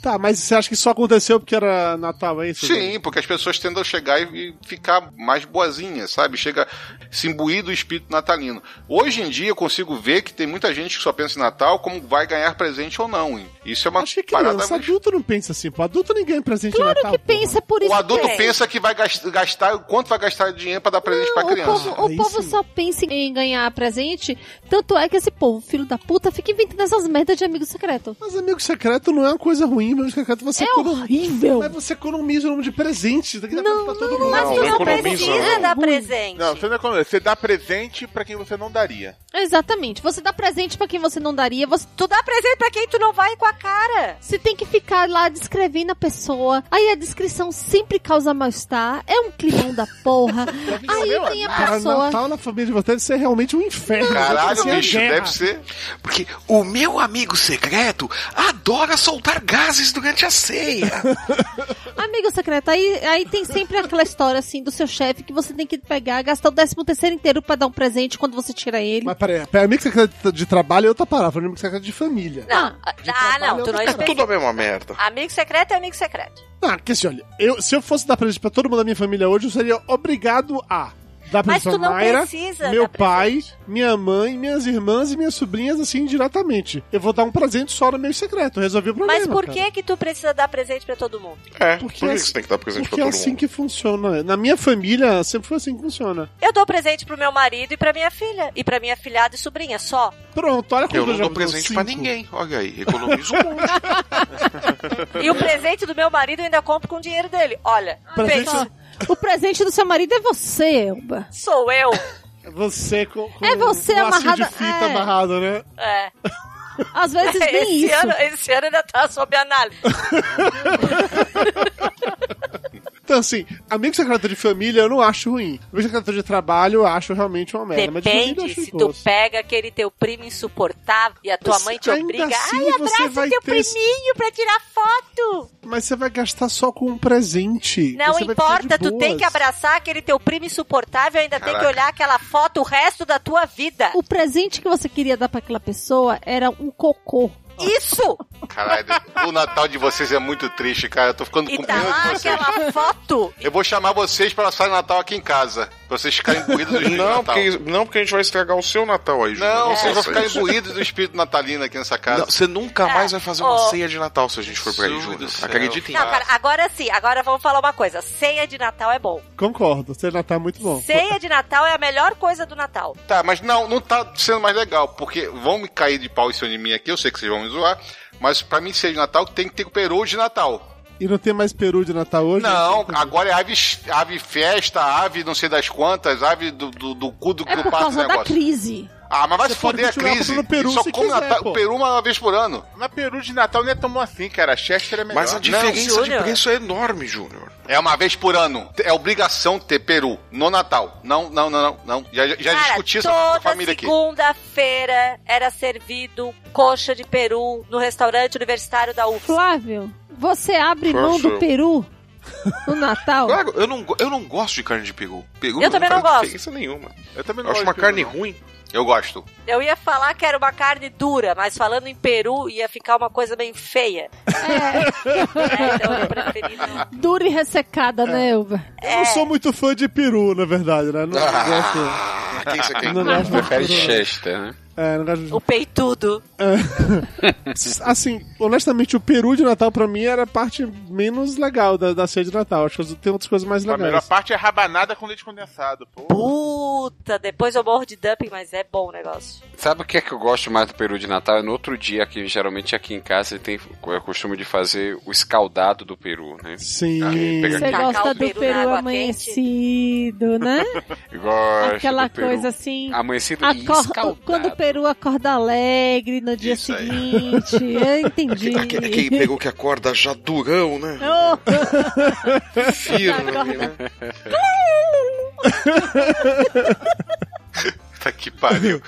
[SPEAKER 3] Tá, mas você acha que isso aconteceu porque era Natal, é isso?
[SPEAKER 7] Sim, porque as pessoas tendem a chegar e e ficar mais boazinhas, sabe? Chega se imbuir do espírito natalino. Hoje em dia eu consigo ver que tem muita gente que só pensa em Natal como vai ganhar presente ou não. hein? Isso é uma parada
[SPEAKER 3] Criança,
[SPEAKER 7] mais...
[SPEAKER 3] adulto não pensa assim, pô. Adulto ninguém presente
[SPEAKER 4] Claro
[SPEAKER 3] em Natal.
[SPEAKER 4] que pensa por isso.
[SPEAKER 7] O adulto
[SPEAKER 4] que é.
[SPEAKER 7] pensa que vai gas- gastar, o quanto vai gastar de dinheiro pra dar presente pra
[SPEAKER 4] O
[SPEAKER 7] criança.
[SPEAKER 4] povo, o povo só pensa em ganhar presente, tanto é que esse povo, filho da puta, fica inventando essas merdas de amigo secreto.
[SPEAKER 3] Mas amigo secreto não é uma coisa ruim, mas amigo secreto você
[SPEAKER 4] É
[SPEAKER 3] economiza.
[SPEAKER 4] horrível.
[SPEAKER 3] Mas você economiza o nome de presente. Daqui dá pra todo mundo.
[SPEAKER 6] mas Não, você não economiza, precisa
[SPEAKER 8] né?
[SPEAKER 6] não. dar
[SPEAKER 8] presente.
[SPEAKER 6] Não, você não economiza. Você dá presente pra quem você não daria.
[SPEAKER 4] Exatamente. Você dá presente pra quem você não daria, você
[SPEAKER 8] Tu dá presente pra quem tu não vai com a cara.
[SPEAKER 4] Você tem que ficar lá descrevendo a pessoa. Aí a descrição sempre causa mal-estar. É um climão da porra. Aí tem a
[SPEAKER 3] Cara,
[SPEAKER 4] pessoa.
[SPEAKER 3] Natal na família de vocês deve ser realmente um inferno.
[SPEAKER 7] Caralho,
[SPEAKER 3] Deve ser
[SPEAKER 7] bicho,
[SPEAKER 3] uma guerra.
[SPEAKER 7] deve ser.
[SPEAKER 8] É.
[SPEAKER 17] Porque o meu amigo secreto adora soltar gases durante a ceia.
[SPEAKER 4] Amigo secreto, aí, aí tem sempre aquela história assim do seu chefe que você tem que pegar, gastar o décimo terceiro inteiro pra dar um presente quando você tira ele.
[SPEAKER 3] Mas peraí, peraí, amigo secreto de trabalho é outra parada, falando amigo secreto de família.
[SPEAKER 8] Não, ah, não, tu não
[SPEAKER 7] É *laughs* tudo
[SPEAKER 8] especifica.
[SPEAKER 7] a mesma merda.
[SPEAKER 8] Amigo secreto é amigo secreto.
[SPEAKER 3] Ah, porque assim, olha, eu, se eu fosse dar presente pra todo mundo da minha família hoje, eu seria obrigado a dar
[SPEAKER 8] Mas
[SPEAKER 3] presente pra
[SPEAKER 8] tu não
[SPEAKER 3] Mayra,
[SPEAKER 8] precisa
[SPEAKER 3] meu
[SPEAKER 8] dar
[SPEAKER 3] pai, minha mãe, minhas irmãs e minhas sobrinhas, assim, diretamente. Eu vou dar um presente só no meio secreto, resolvi o problema.
[SPEAKER 8] Mas por
[SPEAKER 7] Um
[SPEAKER 3] cara.
[SPEAKER 8] que que tu precisa dar presente pra todo mundo?
[SPEAKER 7] É,
[SPEAKER 3] Porque
[SPEAKER 7] por que
[SPEAKER 3] é
[SPEAKER 7] que você tem que dar presente pra
[SPEAKER 3] Porque é
[SPEAKER 7] todo
[SPEAKER 3] assim
[SPEAKER 7] mundo?
[SPEAKER 3] que funciona. Na minha família, sempre foi assim que funciona.
[SPEAKER 8] Eu dou presente pro meu marido e pra minha filha. E pra minha filhada e sobrinha, só.
[SPEAKER 3] Pronto, olha como
[SPEAKER 7] Eu não
[SPEAKER 3] já
[SPEAKER 7] dou
[SPEAKER 3] me
[SPEAKER 7] presente
[SPEAKER 3] cinco.
[SPEAKER 7] pra ninguém. Olha aí, economizo um monte.
[SPEAKER 8] E o presente do meu marido eu ainda compro com o dinheiro dele. Olha,
[SPEAKER 3] Ah, Presente-
[SPEAKER 8] pensa,
[SPEAKER 4] O presente do seu marido é você, Elba.
[SPEAKER 8] sou eu.
[SPEAKER 3] é Você com, com
[SPEAKER 4] É você
[SPEAKER 3] um lacinho
[SPEAKER 4] amarrada-
[SPEAKER 3] de fita
[SPEAKER 4] é.
[SPEAKER 3] amarrado, né?
[SPEAKER 8] É.
[SPEAKER 4] Às
[SPEAKER 3] é
[SPEAKER 8] *laughs*
[SPEAKER 4] vezes nem
[SPEAKER 8] esse
[SPEAKER 4] isso.
[SPEAKER 8] Ano, esse ano ainda tá sob análise.
[SPEAKER 3] *laughs* Então, assim, amigo secreto de família eu não acho ruim. Amigo secreto de trabalho eu acho realmente uma merda. É, mas de família eu
[SPEAKER 8] Depende
[SPEAKER 3] acho
[SPEAKER 8] se tu
[SPEAKER 3] gosto.
[SPEAKER 8] pega aquele teu primo insuportável e a tua
[SPEAKER 3] Mas
[SPEAKER 8] mãe te
[SPEAKER 3] ainda
[SPEAKER 8] obriga.
[SPEAKER 3] assim
[SPEAKER 8] Ai,
[SPEAKER 3] você
[SPEAKER 8] abraça
[SPEAKER 3] vai
[SPEAKER 8] o teu
[SPEAKER 3] ter esse-
[SPEAKER 8] priminho pra tirar foto.
[SPEAKER 3] Mas você vai gastar só com um presente.
[SPEAKER 8] Não
[SPEAKER 3] Você vai ficar de
[SPEAKER 8] importa, tu tem
[SPEAKER 3] boas.
[SPEAKER 8] que abraçar aquele teu primo insuportável e ainda tem que
[SPEAKER 3] Caraca.
[SPEAKER 8] olhar aquela foto o resto da tua vida.
[SPEAKER 4] O presente que você queria dar pra aquela pessoa era um cocô.
[SPEAKER 8] Isso!
[SPEAKER 7] Caralho, o Natal de vocês é muito triste, cara. Eu tô ficando
[SPEAKER 8] tá.
[SPEAKER 7] com pena de vocês.
[SPEAKER 8] aquela foto.
[SPEAKER 7] Eu vou chamar vocês pra passar Natal aqui em casa. Pra vocês ficarem imbuídos
[SPEAKER 6] *laughs*
[SPEAKER 7] do espírito
[SPEAKER 6] Não
[SPEAKER 7] Natal.
[SPEAKER 6] porque, não, porque a gente vai estragar o seu Natal aí, Júnior.
[SPEAKER 7] Não,
[SPEAKER 6] Não,
[SPEAKER 7] vocês vão
[SPEAKER 6] faça
[SPEAKER 7] ficar
[SPEAKER 6] isso.
[SPEAKER 7] imbuídos do espírito natalino aqui nessa casa.
[SPEAKER 6] Não, você nunca mais vai fazer uma
[SPEAKER 8] Ah, ó.
[SPEAKER 6] ceia de Natal se a gente for pra aí, Júnior. Acredita em
[SPEAKER 8] Não, Então, cara, agora sim, agora vamos falar uma coisa. Ceia de Natal é bom.
[SPEAKER 3] Concordo, você já tá muito bom.
[SPEAKER 8] Ceia de Natal é a melhor coisa do Natal.
[SPEAKER 7] Tá, mas não, não tá sendo mais legal, porque vão me cair de pau em cima de mim aqui, eu sei que vocês vão me zoar, mas pra mim ser de Natal tem que ter o peru de Natal.
[SPEAKER 3] E não tem mais peru de Natal hoje?
[SPEAKER 7] Não, agora é ave, ave festa, ave não sei das quantas, ave do, do, do cu do
[SPEAKER 4] É
[SPEAKER 7] que
[SPEAKER 4] por
[SPEAKER 7] eu passo
[SPEAKER 4] causa
[SPEAKER 7] negócio.
[SPEAKER 4] da crise.
[SPEAKER 7] Ah, mas vai
[SPEAKER 4] Você
[SPEAKER 7] se foder a
[SPEAKER 4] pode continuar
[SPEAKER 7] crise.
[SPEAKER 4] comendo peru
[SPEAKER 7] Ele só
[SPEAKER 4] se
[SPEAKER 7] come
[SPEAKER 4] quiser,
[SPEAKER 7] Natal-
[SPEAKER 4] pô.
[SPEAKER 7] peru uma vez por ano.
[SPEAKER 6] Mas peru de Natal não é tão assim, cara. Chester é melhor. Mas a diferença de preço é enorme, Júnior.
[SPEAKER 7] É uma vez por ano. É obrigação ter peru no Natal. Não, não, não, não. não. Já, já discuti isso com a
[SPEAKER 8] Toda
[SPEAKER 7] família aqui.
[SPEAKER 8] segunda-feira era servido coxa de peru no restaurante universitário da UFS.
[SPEAKER 4] Flávio, você abre mão
[SPEAKER 6] Poxa.
[SPEAKER 4] do peru no Natal?
[SPEAKER 6] Claro, eu não, go- eu não gosto de carne de peru. peru
[SPEAKER 8] Eu também não
[SPEAKER 6] faz
[SPEAKER 8] gosto.
[SPEAKER 6] diferença nenhuma. Eu também
[SPEAKER 7] não
[SPEAKER 6] acho
[SPEAKER 7] gosto
[SPEAKER 6] uma
[SPEAKER 7] de peru,
[SPEAKER 6] carne ruim.
[SPEAKER 7] Eu gosto.
[SPEAKER 8] Eu ia falar que era uma carne dura, mas falando em peru ia ficar uma coisa bem feia. *laughs* É, então
[SPEAKER 4] Dura e ressecada, né, Elba?
[SPEAKER 3] Eu
[SPEAKER 8] É.
[SPEAKER 3] não sou muito fã de peru, na verdade, né? Não gosto.
[SPEAKER 9] Ah, quem você quer?
[SPEAKER 3] Não gosto de
[SPEAKER 9] Prefere
[SPEAKER 3] peru, não.
[SPEAKER 9] Chester, né?
[SPEAKER 3] É, não gosto de...
[SPEAKER 8] O peitudo.
[SPEAKER 3] assim, honestamente, o peru de Natal pra mim era a parte menos legal da, da ceia de Natal. Acho que tem outras coisas mais
[SPEAKER 6] A melhor
[SPEAKER 3] legais.
[SPEAKER 6] parte é rabanada com leite condensado, pô.
[SPEAKER 8] Puta, depois eu morro de dumping, mas é bom o negócio.
[SPEAKER 9] Sabe o que é que eu gosto mais do peru de Natal? É no outro dia, que geralmente aqui em casa tem eu costumo de fazer o escaldado do peru, né?
[SPEAKER 3] Sim.
[SPEAKER 4] Você gosta do peru, amanhecido, né?
[SPEAKER 9] Eu gosto
[SPEAKER 4] Aquela
[SPEAKER 9] do peru
[SPEAKER 4] coisa assim.
[SPEAKER 9] Amanhecido e
[SPEAKER 4] acor-
[SPEAKER 9] escaldado.
[SPEAKER 4] Quando o peru acorda alegre no dia seguinte. Eu entendi.
[SPEAKER 18] Aquele, aquele pegou que acorda já durão, né?
[SPEAKER 4] *laughs* Oh.
[SPEAKER 18] Firme,
[SPEAKER 4] Acorda-
[SPEAKER 18] né?
[SPEAKER 7] Tá que pariu.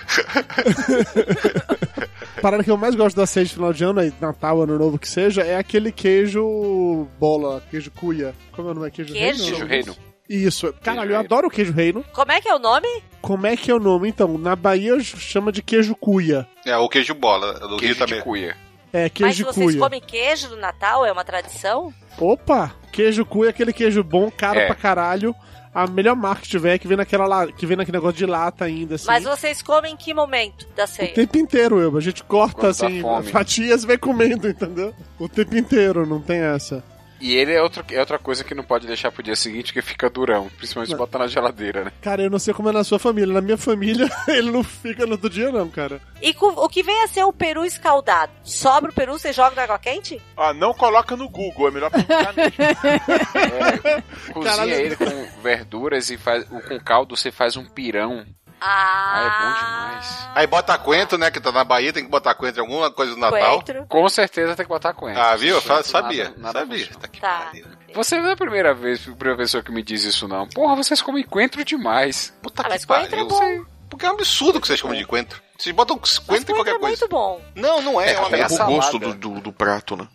[SPEAKER 3] A parada que eu mais gosto da ceia de final de ano, aí, Natal, Ano Novo que seja, é aquele queijo bola, queijo cuia. Como é o nome? É Queijo,
[SPEAKER 8] Queijo?
[SPEAKER 3] reino?
[SPEAKER 8] Queijo
[SPEAKER 9] reino.
[SPEAKER 3] Isso. Caralho, eu adoro o queijo reino.
[SPEAKER 8] Como é que é o nome?
[SPEAKER 3] Como é que é o nome? Então, na Bahia chama de queijo cuia.
[SPEAKER 7] É, o queijo bola, do Rio também.
[SPEAKER 9] cuia.
[SPEAKER 3] É,
[SPEAKER 8] mas
[SPEAKER 3] queijo
[SPEAKER 8] vocês
[SPEAKER 3] cuia.
[SPEAKER 8] comem queijo no Natal? É uma tradição?
[SPEAKER 3] Opa! Queijo cu é aquele queijo bom, caro
[SPEAKER 9] É.
[SPEAKER 3] pra caralho. A melhor marca que tiver, que vem naquela la- que vem naquele negócio de lata ainda, assim.
[SPEAKER 8] Mas vocês comem em que momento da
[SPEAKER 3] O
[SPEAKER 8] ceia?
[SPEAKER 3] tempo inteiro, Elba. A gente corta,
[SPEAKER 9] Quando dá
[SPEAKER 3] assim,
[SPEAKER 9] fome.
[SPEAKER 3] fatias e vai comendo, entendeu? O tempo inteiro, não tem essa.
[SPEAKER 9] E ele é, outro, é outra coisa que não pode deixar pro dia seguinte, que fica durão. Principalmente se botar na geladeira, né?
[SPEAKER 3] Cara, eu não sei como é na sua família. Na minha família, *laughs* ele não fica no outro dia, não, cara.
[SPEAKER 8] E com- o que vem a ser o peru escaldado? Sobra o peru, você joga na água quente?
[SPEAKER 6] Ó, Ah, não coloca no Google, é melhor perguntar mesmo.
[SPEAKER 9] Cozinha
[SPEAKER 6] É. Caralho.
[SPEAKER 9] ele com verduras e faz, com caldo você faz um pirão.
[SPEAKER 7] é
[SPEAKER 9] Ah,
[SPEAKER 7] Aí bota coentro, né? Que tá na Bahia, tem que botar coentro em alguma coisa do Natal.
[SPEAKER 9] é bom demais. Com certeza tem que botar coentro.
[SPEAKER 7] Ah, viu? Eu fa-
[SPEAKER 9] Nada-
[SPEAKER 7] sabia,
[SPEAKER 9] nada
[SPEAKER 7] sabia.
[SPEAKER 9] funciona.
[SPEAKER 8] Tá.
[SPEAKER 9] Você não é a primeira vez, a primeira pessoa que me diz isso, não. Porra, vocês comem coentro demais.
[SPEAKER 8] Ah,
[SPEAKER 7] Puta que pariu. Porque é um absurdo que vocês chamam de coentro. Vocês botam coentro em qualquer coisa.
[SPEAKER 8] Muito bom.
[SPEAKER 7] Não, não é.
[SPEAKER 6] É,
[SPEAKER 7] é uma
[SPEAKER 6] pega
[SPEAKER 7] merda.
[SPEAKER 6] o gosto do, do, do prato, né?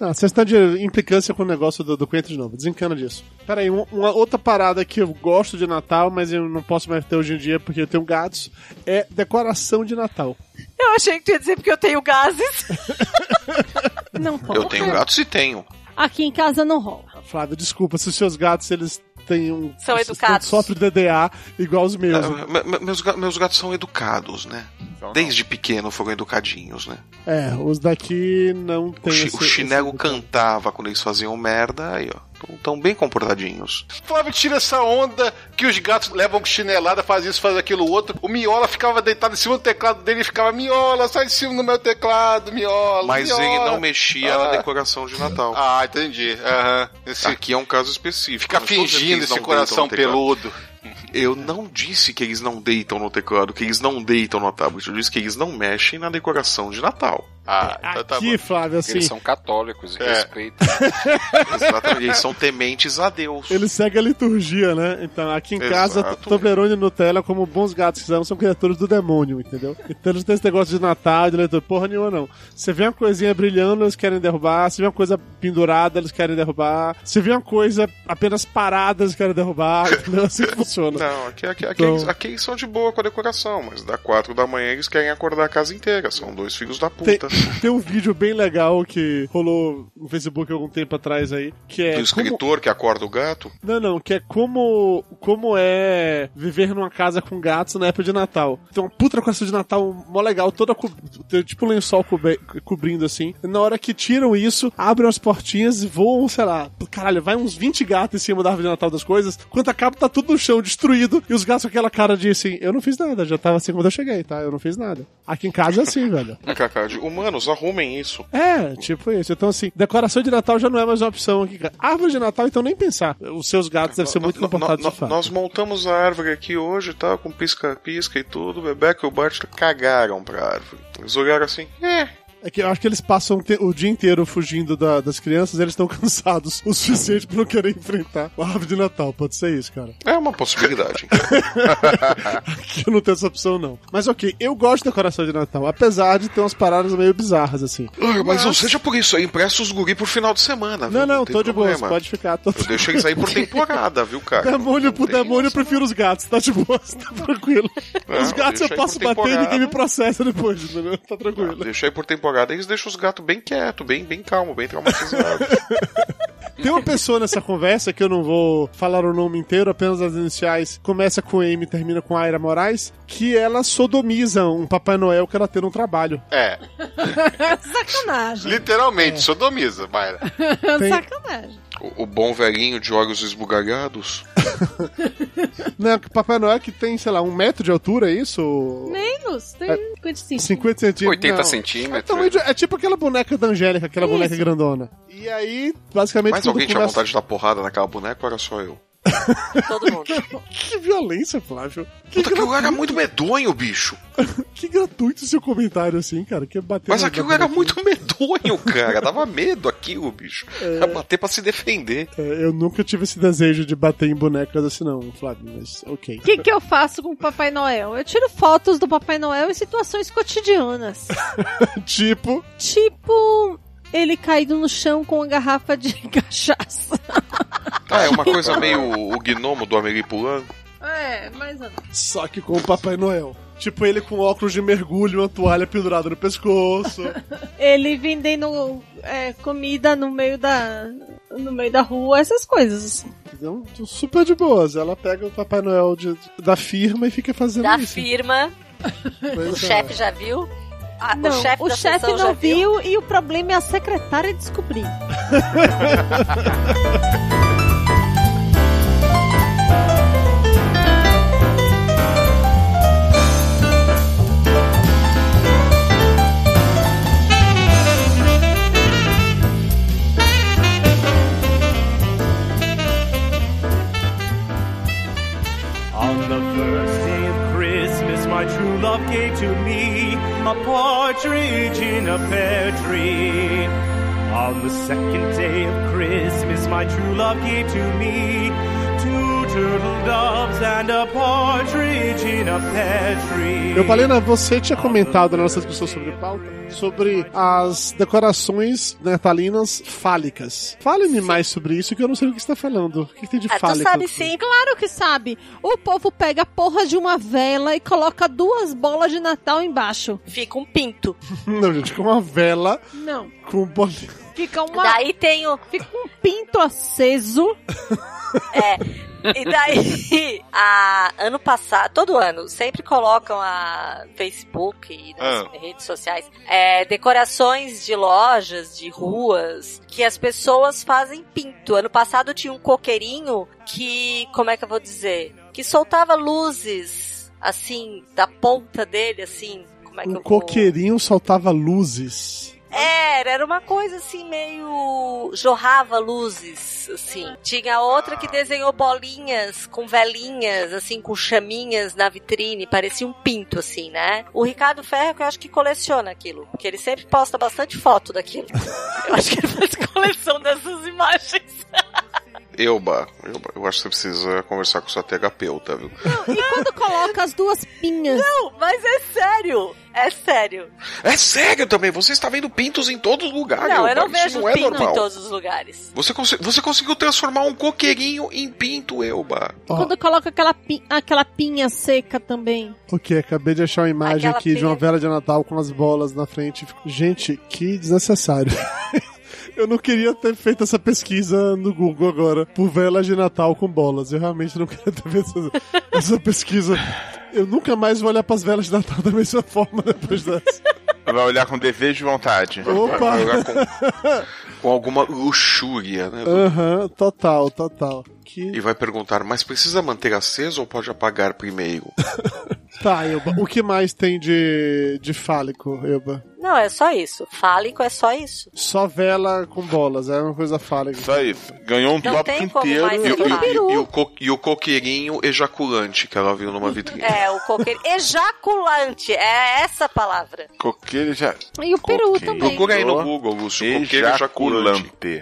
[SPEAKER 3] Ah, vocês estão de implicância com o negócio do, do coentro de novo. Desencana disso. Pera aí, um- uma outra parada que eu gosto de Natal, mas eu não posso mais ter hoje em dia porque eu tenho gatos, é decoração de Natal.
[SPEAKER 19] Eu achei que tu ia dizer porque eu tenho
[SPEAKER 8] *laughs*
[SPEAKER 19] gases.
[SPEAKER 4] Não
[SPEAKER 6] Eu tenho
[SPEAKER 9] é?
[SPEAKER 6] gatos e tenho.
[SPEAKER 4] Aqui em casa não rola.
[SPEAKER 3] Flávio, desculpa, se os seus gatos, eles têm um...
[SPEAKER 4] São
[SPEAKER 3] eles
[SPEAKER 4] educados.
[SPEAKER 3] Sofrem DDA igual os meus. né?
[SPEAKER 6] Ah, me- me- meus, ga- meus gatos são educados, né?
[SPEAKER 9] Então
[SPEAKER 6] Desde pequeno foram educadinhos, né?
[SPEAKER 3] É, os daqui não
[SPEAKER 6] O,
[SPEAKER 3] tem
[SPEAKER 6] chi,
[SPEAKER 3] esse-
[SPEAKER 6] o chinelo cantava quando eles faziam merda, aí, ó. Tão, tão bem comportadinhos.
[SPEAKER 7] Flávio tira essa onda que os gatos levam com chinelada, faz isso, faz aquilo outro. O Miola ficava deitado em cima do teclado dele e ficava: Miola, sai de cima do meu teclado, Miola.
[SPEAKER 6] Mas
[SPEAKER 7] Miola."
[SPEAKER 6] ele não mexia
[SPEAKER 7] assim, Ah.
[SPEAKER 6] na decoração de Natal.
[SPEAKER 7] Ah, entendi. Aham. Esse-
[SPEAKER 6] Aqui é um caso específico.
[SPEAKER 7] Fica
[SPEAKER 6] Não estou dizendo
[SPEAKER 7] fingindo
[SPEAKER 6] que eles
[SPEAKER 7] esse
[SPEAKER 6] não
[SPEAKER 7] coração
[SPEAKER 6] deitam no
[SPEAKER 7] peludo.
[SPEAKER 6] teclado. Eu não disse que eles não deitam no teclado, que eles não deitam no tablet. Eu disse que eles não mexem na decoração de Natal.
[SPEAKER 7] Ah, então tá
[SPEAKER 3] Aqui, Flávio, assim...
[SPEAKER 9] Eles são católicos,
[SPEAKER 6] É.
[SPEAKER 9] respeitam.
[SPEAKER 6] *laughs* Exatamente. Eles são tementes a Deus.
[SPEAKER 3] Ele segue a liturgia, né? Então, aqui em casa,
[SPEAKER 6] Exato.
[SPEAKER 3] Toblerone e Nutella, como bons gatos que são, são criaturas do demônio, entendeu? Então eles não têm esse negócio de Natal, de leitor, porra nenhuma, não. Você vê uma coisinha brilhando, eles querem derrubar. Se vê uma coisa pendurada, eles querem derrubar. Se vê uma coisa apenas parada, eles querem
[SPEAKER 6] *laughs*
[SPEAKER 3] derrubar. Não é assim que funciona.
[SPEAKER 6] Não, aqui, aqui, aqui,
[SPEAKER 3] Então-
[SPEAKER 6] eles, aqui eles são de boa com a decoração, mas da quatro da manhã eles querem acordar a casa inteira. São dois filhos da
[SPEAKER 3] Tem,
[SPEAKER 6] puta.
[SPEAKER 3] tem um vídeo bem legal que rolou no Facebook algum tempo atrás aí, que é...
[SPEAKER 6] Do
[SPEAKER 3] como-
[SPEAKER 6] escritor que acorda o gato.
[SPEAKER 3] Não, não, que é como, como é viver numa casa com gatos na época de Natal. Tem uma puta decoração de Natal mó legal, toda co- tem tipo um lençol cobe- cobrindo assim. E na hora que tiram isso, abrem as portinhas e voam, sei lá, pô, caralho, vai uns 20 gatos em cima da árvore de Natal das coisas. Quando acaba, tá tudo no chão, destruído. E os gatos com aquela cara de assim, eu não fiz nada, já tava assim quando eu cheguei, tá? Eu não fiz nada. Aqui em casa é assim, *laughs* velho.
[SPEAKER 6] Cacá, de humanos, arrumem isso.
[SPEAKER 3] É, tipo isso. Então, assim, decoração de Natal já não é mais uma opção aqui. cara. Árvore de Natal, então nem pensar. Os seus gatos devem ser muito comportados de fato.
[SPEAKER 6] Nós montamos a árvore aqui hoje, tá? Com pisca-pisca e tudo. O Bebeca e o Bart cagaram pra árvore. Eles olharam assim. É.
[SPEAKER 3] É que eu acho que eles passam o te- o dia inteiro fugindo da- das crianças, eles estão *laughs* cansados o suficiente pra não querer enfrentar a árvore de Natal. Pode ser isso, cara. *laughs*
[SPEAKER 6] É uma possibilidade.
[SPEAKER 3] Que eu não tenho essa opção, não. Mas ok, eu gosto da decoração de Natal, apesar de ter umas paradas meio bizarras, assim.
[SPEAKER 6] Ah, mas não seja por isso aí, empresta os guri pro final de semana.
[SPEAKER 3] Não, não,
[SPEAKER 6] tem
[SPEAKER 3] tô de boa,
[SPEAKER 6] problema.
[SPEAKER 3] você pode Tá ficar. Tô... *laughs*
[SPEAKER 6] Eu deixo eles aí por temporada, viu, cara?
[SPEAKER 3] Demônio pro demônio, eu prefiro os gatos, tá de boa, você tá tranquilo.
[SPEAKER 6] Não,
[SPEAKER 3] os gatos
[SPEAKER 6] deixa
[SPEAKER 3] eu
[SPEAKER 6] aí
[SPEAKER 3] posso
[SPEAKER 6] por
[SPEAKER 3] bater e ninguém me
[SPEAKER 6] temporada.
[SPEAKER 3] processa depois, entendeu? Tá tranquilo.
[SPEAKER 6] Ah, Deixa aí por temporada, eles deixam os gatos bem quieto, bem, bem calmo,
[SPEAKER 3] *laughs*
[SPEAKER 6] bem traumatizados.
[SPEAKER 3] Tem uma pessoa nessa conversa que eu não vou falar o nome inteiro, apenas as iniciais. Começa com M, termina com Aira Moraes, que ela sodomiza um Papai Noel que ela tem no trabalho. *laughs*
[SPEAKER 7] É,
[SPEAKER 4] Sacanagem.
[SPEAKER 7] literalmente, sodomiza, Mayra.
[SPEAKER 4] Sacanagem.
[SPEAKER 6] o, o bom velhinho de olhos esbugalhados.
[SPEAKER 3] Não, Né, que Papai Noel que tem, sei lá, um metro de altura, é isso?
[SPEAKER 4] Menos, tem assim.
[SPEAKER 3] É.
[SPEAKER 4] 55.
[SPEAKER 3] 50 centímetros.
[SPEAKER 9] 80
[SPEAKER 3] não.
[SPEAKER 9] centímetros.
[SPEAKER 3] É,
[SPEAKER 7] Tá
[SPEAKER 3] tamanho de- é tipo aquela boneca da Angélica, aquela
[SPEAKER 4] Isso.
[SPEAKER 3] boneca grandona. E aí, basicamente.
[SPEAKER 6] Mas
[SPEAKER 3] tudo
[SPEAKER 6] alguém tinha
[SPEAKER 3] começa-
[SPEAKER 6] vontade de dar porrada naquela boneca ou era só eu?
[SPEAKER 3] *laughs* Que violência, Flávio. Que,
[SPEAKER 6] Puta, aquilo era muito medonho, bicho.
[SPEAKER 3] que gratuito seu comentário assim, cara. Que bater
[SPEAKER 6] Mas
[SPEAKER 3] na-
[SPEAKER 6] aquilo
[SPEAKER 3] na-
[SPEAKER 6] era muito *laughs* medonho, cara. Dava medo aquilo, bicho. Era bater pra se defender.
[SPEAKER 3] É, Eu nunca tive esse desejo de bater em bonecas assim, não, Flávio, mas ok. *laughs*
[SPEAKER 4] O que, que eu faço com o Papai Noel? Eu tiro fotos do Papai Noel em situações cotidianas.
[SPEAKER 3] tipo.
[SPEAKER 4] tipo, ele caído no chão com uma garrafa de *laughs* cachaça.
[SPEAKER 6] Ah, é uma coisa meio o gnomo do Ameripulan.
[SPEAKER 4] É, mais ou menos.
[SPEAKER 3] Só que com o Papai Noel. Tipo ele com óculos de mergulho, uma toalha pendurada no *laughs* pescoço.
[SPEAKER 4] Ele vendendo é, comida no meio da no meio da rua, essas coisas. assim.
[SPEAKER 3] Entendeu? Super de boas. Ela pega o Papai Noel de- da firma e fica fazendo
[SPEAKER 8] Da
[SPEAKER 3] isso. é.
[SPEAKER 8] firma. o chefe já viu? A-
[SPEAKER 4] Não,
[SPEAKER 8] o chefe
[SPEAKER 4] Ah, o
[SPEAKER 8] da
[SPEAKER 4] chefe
[SPEAKER 8] sessão já
[SPEAKER 4] não viu e o problema é a secretária descobrir.
[SPEAKER 20] On the first day of Christmas, my true love gave to me a partridge in a pear tree. On the second day of Christmas, my true love gave to me two turtle doves and a partridge in a pear tree.
[SPEAKER 3] Eu falei, né, você tinha comentado nas nossas pessoas sobre pauta, sobre as decorações né, natalinas fálicas. Fale-me mais sobre isso, que eu não sei o que você está falando. O que, que tem de
[SPEAKER 4] Ah,
[SPEAKER 3] fálico?
[SPEAKER 4] sim. Claro que sabe. O povo pega a porra de uma vela e coloca duas bolas de Natal embaixo.
[SPEAKER 8] Fica um pinto.
[SPEAKER 3] *laughs* Não, gente, com uma vela
[SPEAKER 4] Não.
[SPEAKER 3] com um bolinha.
[SPEAKER 4] Fica uma.
[SPEAKER 8] Daí tem o.
[SPEAKER 4] Fica um pinto aceso.
[SPEAKER 8] E daí, *laughs* a- ano passado, todo ano, sempre colocam a Facebook e nas
[SPEAKER 4] Ah.
[SPEAKER 8] redes sociais é, decorações de lojas, de ruas, que as pessoas fazem pinto. Ano passado tinha um coqueirinho que, como é que eu vou dizer? Que soltava luzes, assim, da ponta dele, assim. Como é que
[SPEAKER 3] Um
[SPEAKER 8] eu vou-
[SPEAKER 3] coqueirinho soltava luzes.
[SPEAKER 8] Era, era uma coisa assim meio. jorrava luzes, assim. Tinha outra que desenhou bolinhas com velinhas, assim, com chaminhas na vitrine, parecia um pinto, assim, né? O Ricardo Ferro, que eu acho que coleciona aquilo, porque ele sempre posta bastante foto daquilo. Eu acho que ele faz coleção dessas imagens.
[SPEAKER 6] Euba, Euba, eu acho que você precisa conversar com sua terapeuta, viu?
[SPEAKER 4] E quando coloca as duas pinhas?
[SPEAKER 8] Não, mas é sério. É sério.
[SPEAKER 6] É sério também, você está vendo pintos em todos os lugares.
[SPEAKER 8] não, eu
[SPEAKER 6] Euba,
[SPEAKER 8] não
[SPEAKER 6] isso
[SPEAKER 8] vejo
[SPEAKER 6] não é
[SPEAKER 8] pinto
[SPEAKER 6] normal.
[SPEAKER 8] em todos os lugares.
[SPEAKER 6] Você, conse- você conseguiu transformar um coqueirinho em pinto, Euba.
[SPEAKER 4] Quando coloca aquela, pi- aquela pinha seca também.
[SPEAKER 3] Ok, acabei de achar uma imagem
[SPEAKER 4] Aquela
[SPEAKER 3] aqui de uma
[SPEAKER 4] pedra.
[SPEAKER 3] vela de Natal com as bolas na frente. Gente, que desnecessário. *laughs* Eu não queria ter feito essa pesquisa no Google agora, por velas de Natal com bolas. Eu realmente não *laughs* queria ter feito essa, essa pesquisa. Eu nunca mais vou olhar pras velas de Natal da mesma forma depois dessa.
[SPEAKER 5] Vai olhar com desejo e vontade.
[SPEAKER 3] Opa!
[SPEAKER 5] Vai olhar com-
[SPEAKER 6] Com alguma luxúria, né?
[SPEAKER 3] Aham, total, total. Que
[SPEAKER 6] E vai perguntar, mas precisa manter aceso ou pode apagar primeiro?
[SPEAKER 3] Tá, Elba, o que mais tem de, de fálico, Elba?
[SPEAKER 8] Não, é só isso. Fálico é só isso.
[SPEAKER 3] Só vela com bolas, é uma coisa fálica.
[SPEAKER 5] Só isso. Ganhou um
[SPEAKER 8] Não
[SPEAKER 5] tópico
[SPEAKER 8] tem como mais
[SPEAKER 5] inteiro.
[SPEAKER 6] E,
[SPEAKER 8] Eu- eu- eu-
[SPEAKER 6] e- e o co- e o coqueirinho ejaculante que ela viu numa vitrine.
[SPEAKER 8] É, o coqueiro. Ejaculante, é essa a palavra.
[SPEAKER 5] Coqueiro já.
[SPEAKER 4] E o peru também.
[SPEAKER 6] Procura aí no Google, Lúcio. Coqueiro
[SPEAKER 5] ejaculante.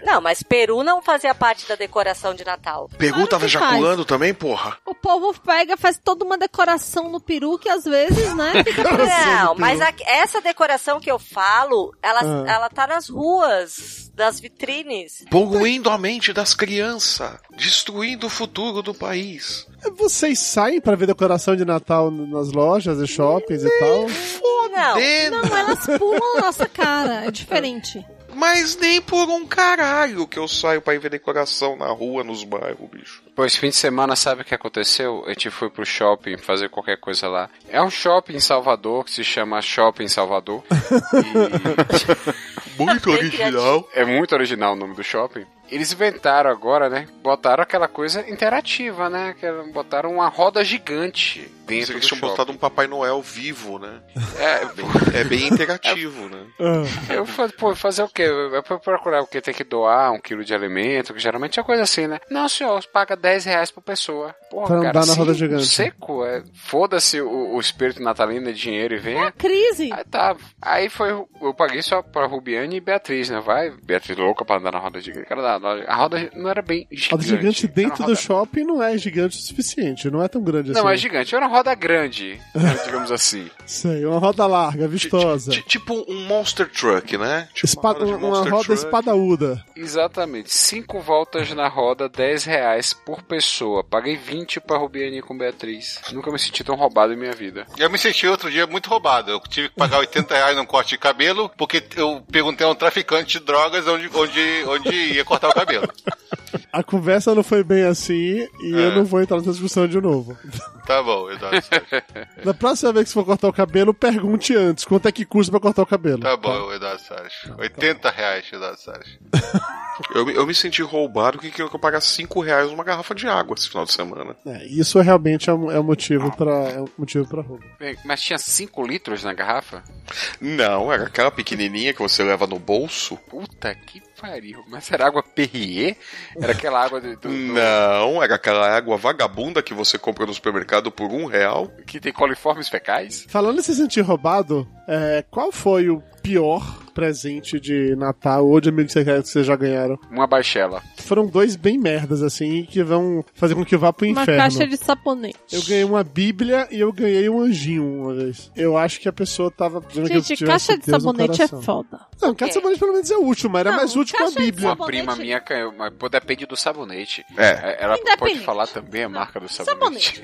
[SPEAKER 8] Não, mas Peru não fazia parte da decoração de Natal.
[SPEAKER 6] Peru tava
[SPEAKER 4] que faz.
[SPEAKER 6] ejaculando também, porra?
[SPEAKER 4] O povo pega, faz toda uma decoração no peru que às vezes, né?
[SPEAKER 6] *laughs*
[SPEAKER 4] Fica
[SPEAKER 8] Não, mas a- essa decoração que eu falo, ela,
[SPEAKER 6] Ah.
[SPEAKER 8] ela tá nas ruas, das vitrines.
[SPEAKER 6] Poluindo a mente das crianças, destruindo o futuro do país.
[SPEAKER 3] Vocês saem pra ver decoração de Natal n- nas lojas e shoppings e tal?
[SPEAKER 8] Não,
[SPEAKER 4] não, elas pulam a nossa cara. É diferente.
[SPEAKER 6] Mas nem por um caralho que eu saio pra ir ver decoração na rua, nos bairros, bicho.
[SPEAKER 9] Pô, esse fim de semana, sabe o que aconteceu? A gente foi pro shopping fazer qualquer coisa lá. É um shopping em Salvador que se chama Shopping Salvador. E-
[SPEAKER 6] muito original.
[SPEAKER 9] É muito original o nome do shopping. Eles inventaram agora, né? Botaram aquela coisa interativa, né? Aquela- Botaram uma roda gigante dentro
[SPEAKER 6] Eles
[SPEAKER 9] do
[SPEAKER 6] tinham
[SPEAKER 9] shopping.
[SPEAKER 6] botado um Papai Noel vivo, né?
[SPEAKER 9] É,
[SPEAKER 6] *laughs* bem, é bem interativo, né?
[SPEAKER 9] Eu falei, pô, fazer o quê? Eu fui procurar o quê? Tem que doar um quilo de alimento, que geralmente é coisa assim, né? Não, senhor, paga 10 reais por pessoa. Porra,
[SPEAKER 3] Pra
[SPEAKER 9] cara,
[SPEAKER 3] andar na roda
[SPEAKER 9] sim,
[SPEAKER 3] gigante.
[SPEAKER 9] Seco, é. Foda-se o, o espírito natalino é dinheiro e venha.
[SPEAKER 4] Crise.
[SPEAKER 9] Aí tá. Aí foi. Eu paguei só pra Rubiane e Beatriz, né? Vai, Beatriz louca pra andar na roda gigante. Cara, na- na- a roda não era bem
[SPEAKER 3] A
[SPEAKER 9] gigante.
[SPEAKER 3] do gigante
[SPEAKER 9] Era uma
[SPEAKER 3] dentro do
[SPEAKER 9] roda-
[SPEAKER 3] shopping não é gigante o suficiente, não é tão grande assim.
[SPEAKER 9] Não, é gigante. Era uma roda
[SPEAKER 3] *laughs*
[SPEAKER 9] grande, né, digamos assim.
[SPEAKER 3] Sei, uma roda larga, vistosa.
[SPEAKER 6] Tipo um monster truck, né? Tipo
[SPEAKER 3] Espada-
[SPEAKER 6] de
[SPEAKER 3] uma
[SPEAKER 6] monster
[SPEAKER 3] roda
[SPEAKER 6] truck.
[SPEAKER 3] espadaúda.
[SPEAKER 9] Exatamente. Cinco voltas na roda, 10 reais por pessoa. Paguei 20 pra Rubiane com Beatriz. Nunca me senti tão roubado em minha vida.
[SPEAKER 7] Eu me senti outro dia muito roubado. Eu tive que pagar 80 reais num corte de cabelo, porque eu perguntei a um traficante de drogas onde, onde, onde ia cortar o cabelo.
[SPEAKER 3] A conversa não foi bem assim e
[SPEAKER 7] É.
[SPEAKER 3] eu não vou entrar nessa discussão de novo.
[SPEAKER 7] Tá bom, Eduardo.
[SPEAKER 3] Na próxima vez que você for cortar o cabelo, pergunte antes quanto é que custa pra cortar o cabelo.
[SPEAKER 7] Tá bom, Eduardo Salles. 80 reais, Eduardo Salles.
[SPEAKER 6] Eu, me- eu me senti roubado que queria que eu pagasse 5 reais numa garrafa de água esse final de semana.
[SPEAKER 3] É, isso realmente é um, é um motivo pra é um motivo para roubo.
[SPEAKER 9] Bem, Mas tinha 5 litros na garrafa?
[SPEAKER 6] Não, era aquela pequenininha que você leva no bolso.
[SPEAKER 9] Puta que pariu. Mas era água Perrier? Era aquela água do, do- do-
[SPEAKER 6] Não, era aquela água vagabunda que você compra no supermercado por um real.
[SPEAKER 9] que tem coliformes fecais?
[SPEAKER 3] Falando em se sentir roubado, é, qual foi o pior presente de Natal ou de amigo secreto que vocês já ganharam?
[SPEAKER 9] Uma baixela.
[SPEAKER 3] Foram dois bem merdas, assim, que vão fazer com que vá pro
[SPEAKER 4] Uma
[SPEAKER 3] inferno.
[SPEAKER 4] caixa de saponete.
[SPEAKER 3] Eu ganhei um uma bíblia e eu ganhei um anjinho uma vez. Eu acho que a pessoa tava... dizendo que eu
[SPEAKER 4] Gente,
[SPEAKER 3] tivesse
[SPEAKER 4] caixa de
[SPEAKER 3] Deus no
[SPEAKER 4] sabonete é
[SPEAKER 3] coração.
[SPEAKER 4] foda.
[SPEAKER 3] Não, caixa de sabonete pelo menos é útil, mas era mais útil com a bíblia.
[SPEAKER 9] Uma prima minha caiu, mas pô, depende do sabonete.
[SPEAKER 5] É.
[SPEAKER 9] Ela pode
[SPEAKER 4] Independente.
[SPEAKER 9] falar também a marca do sabonete.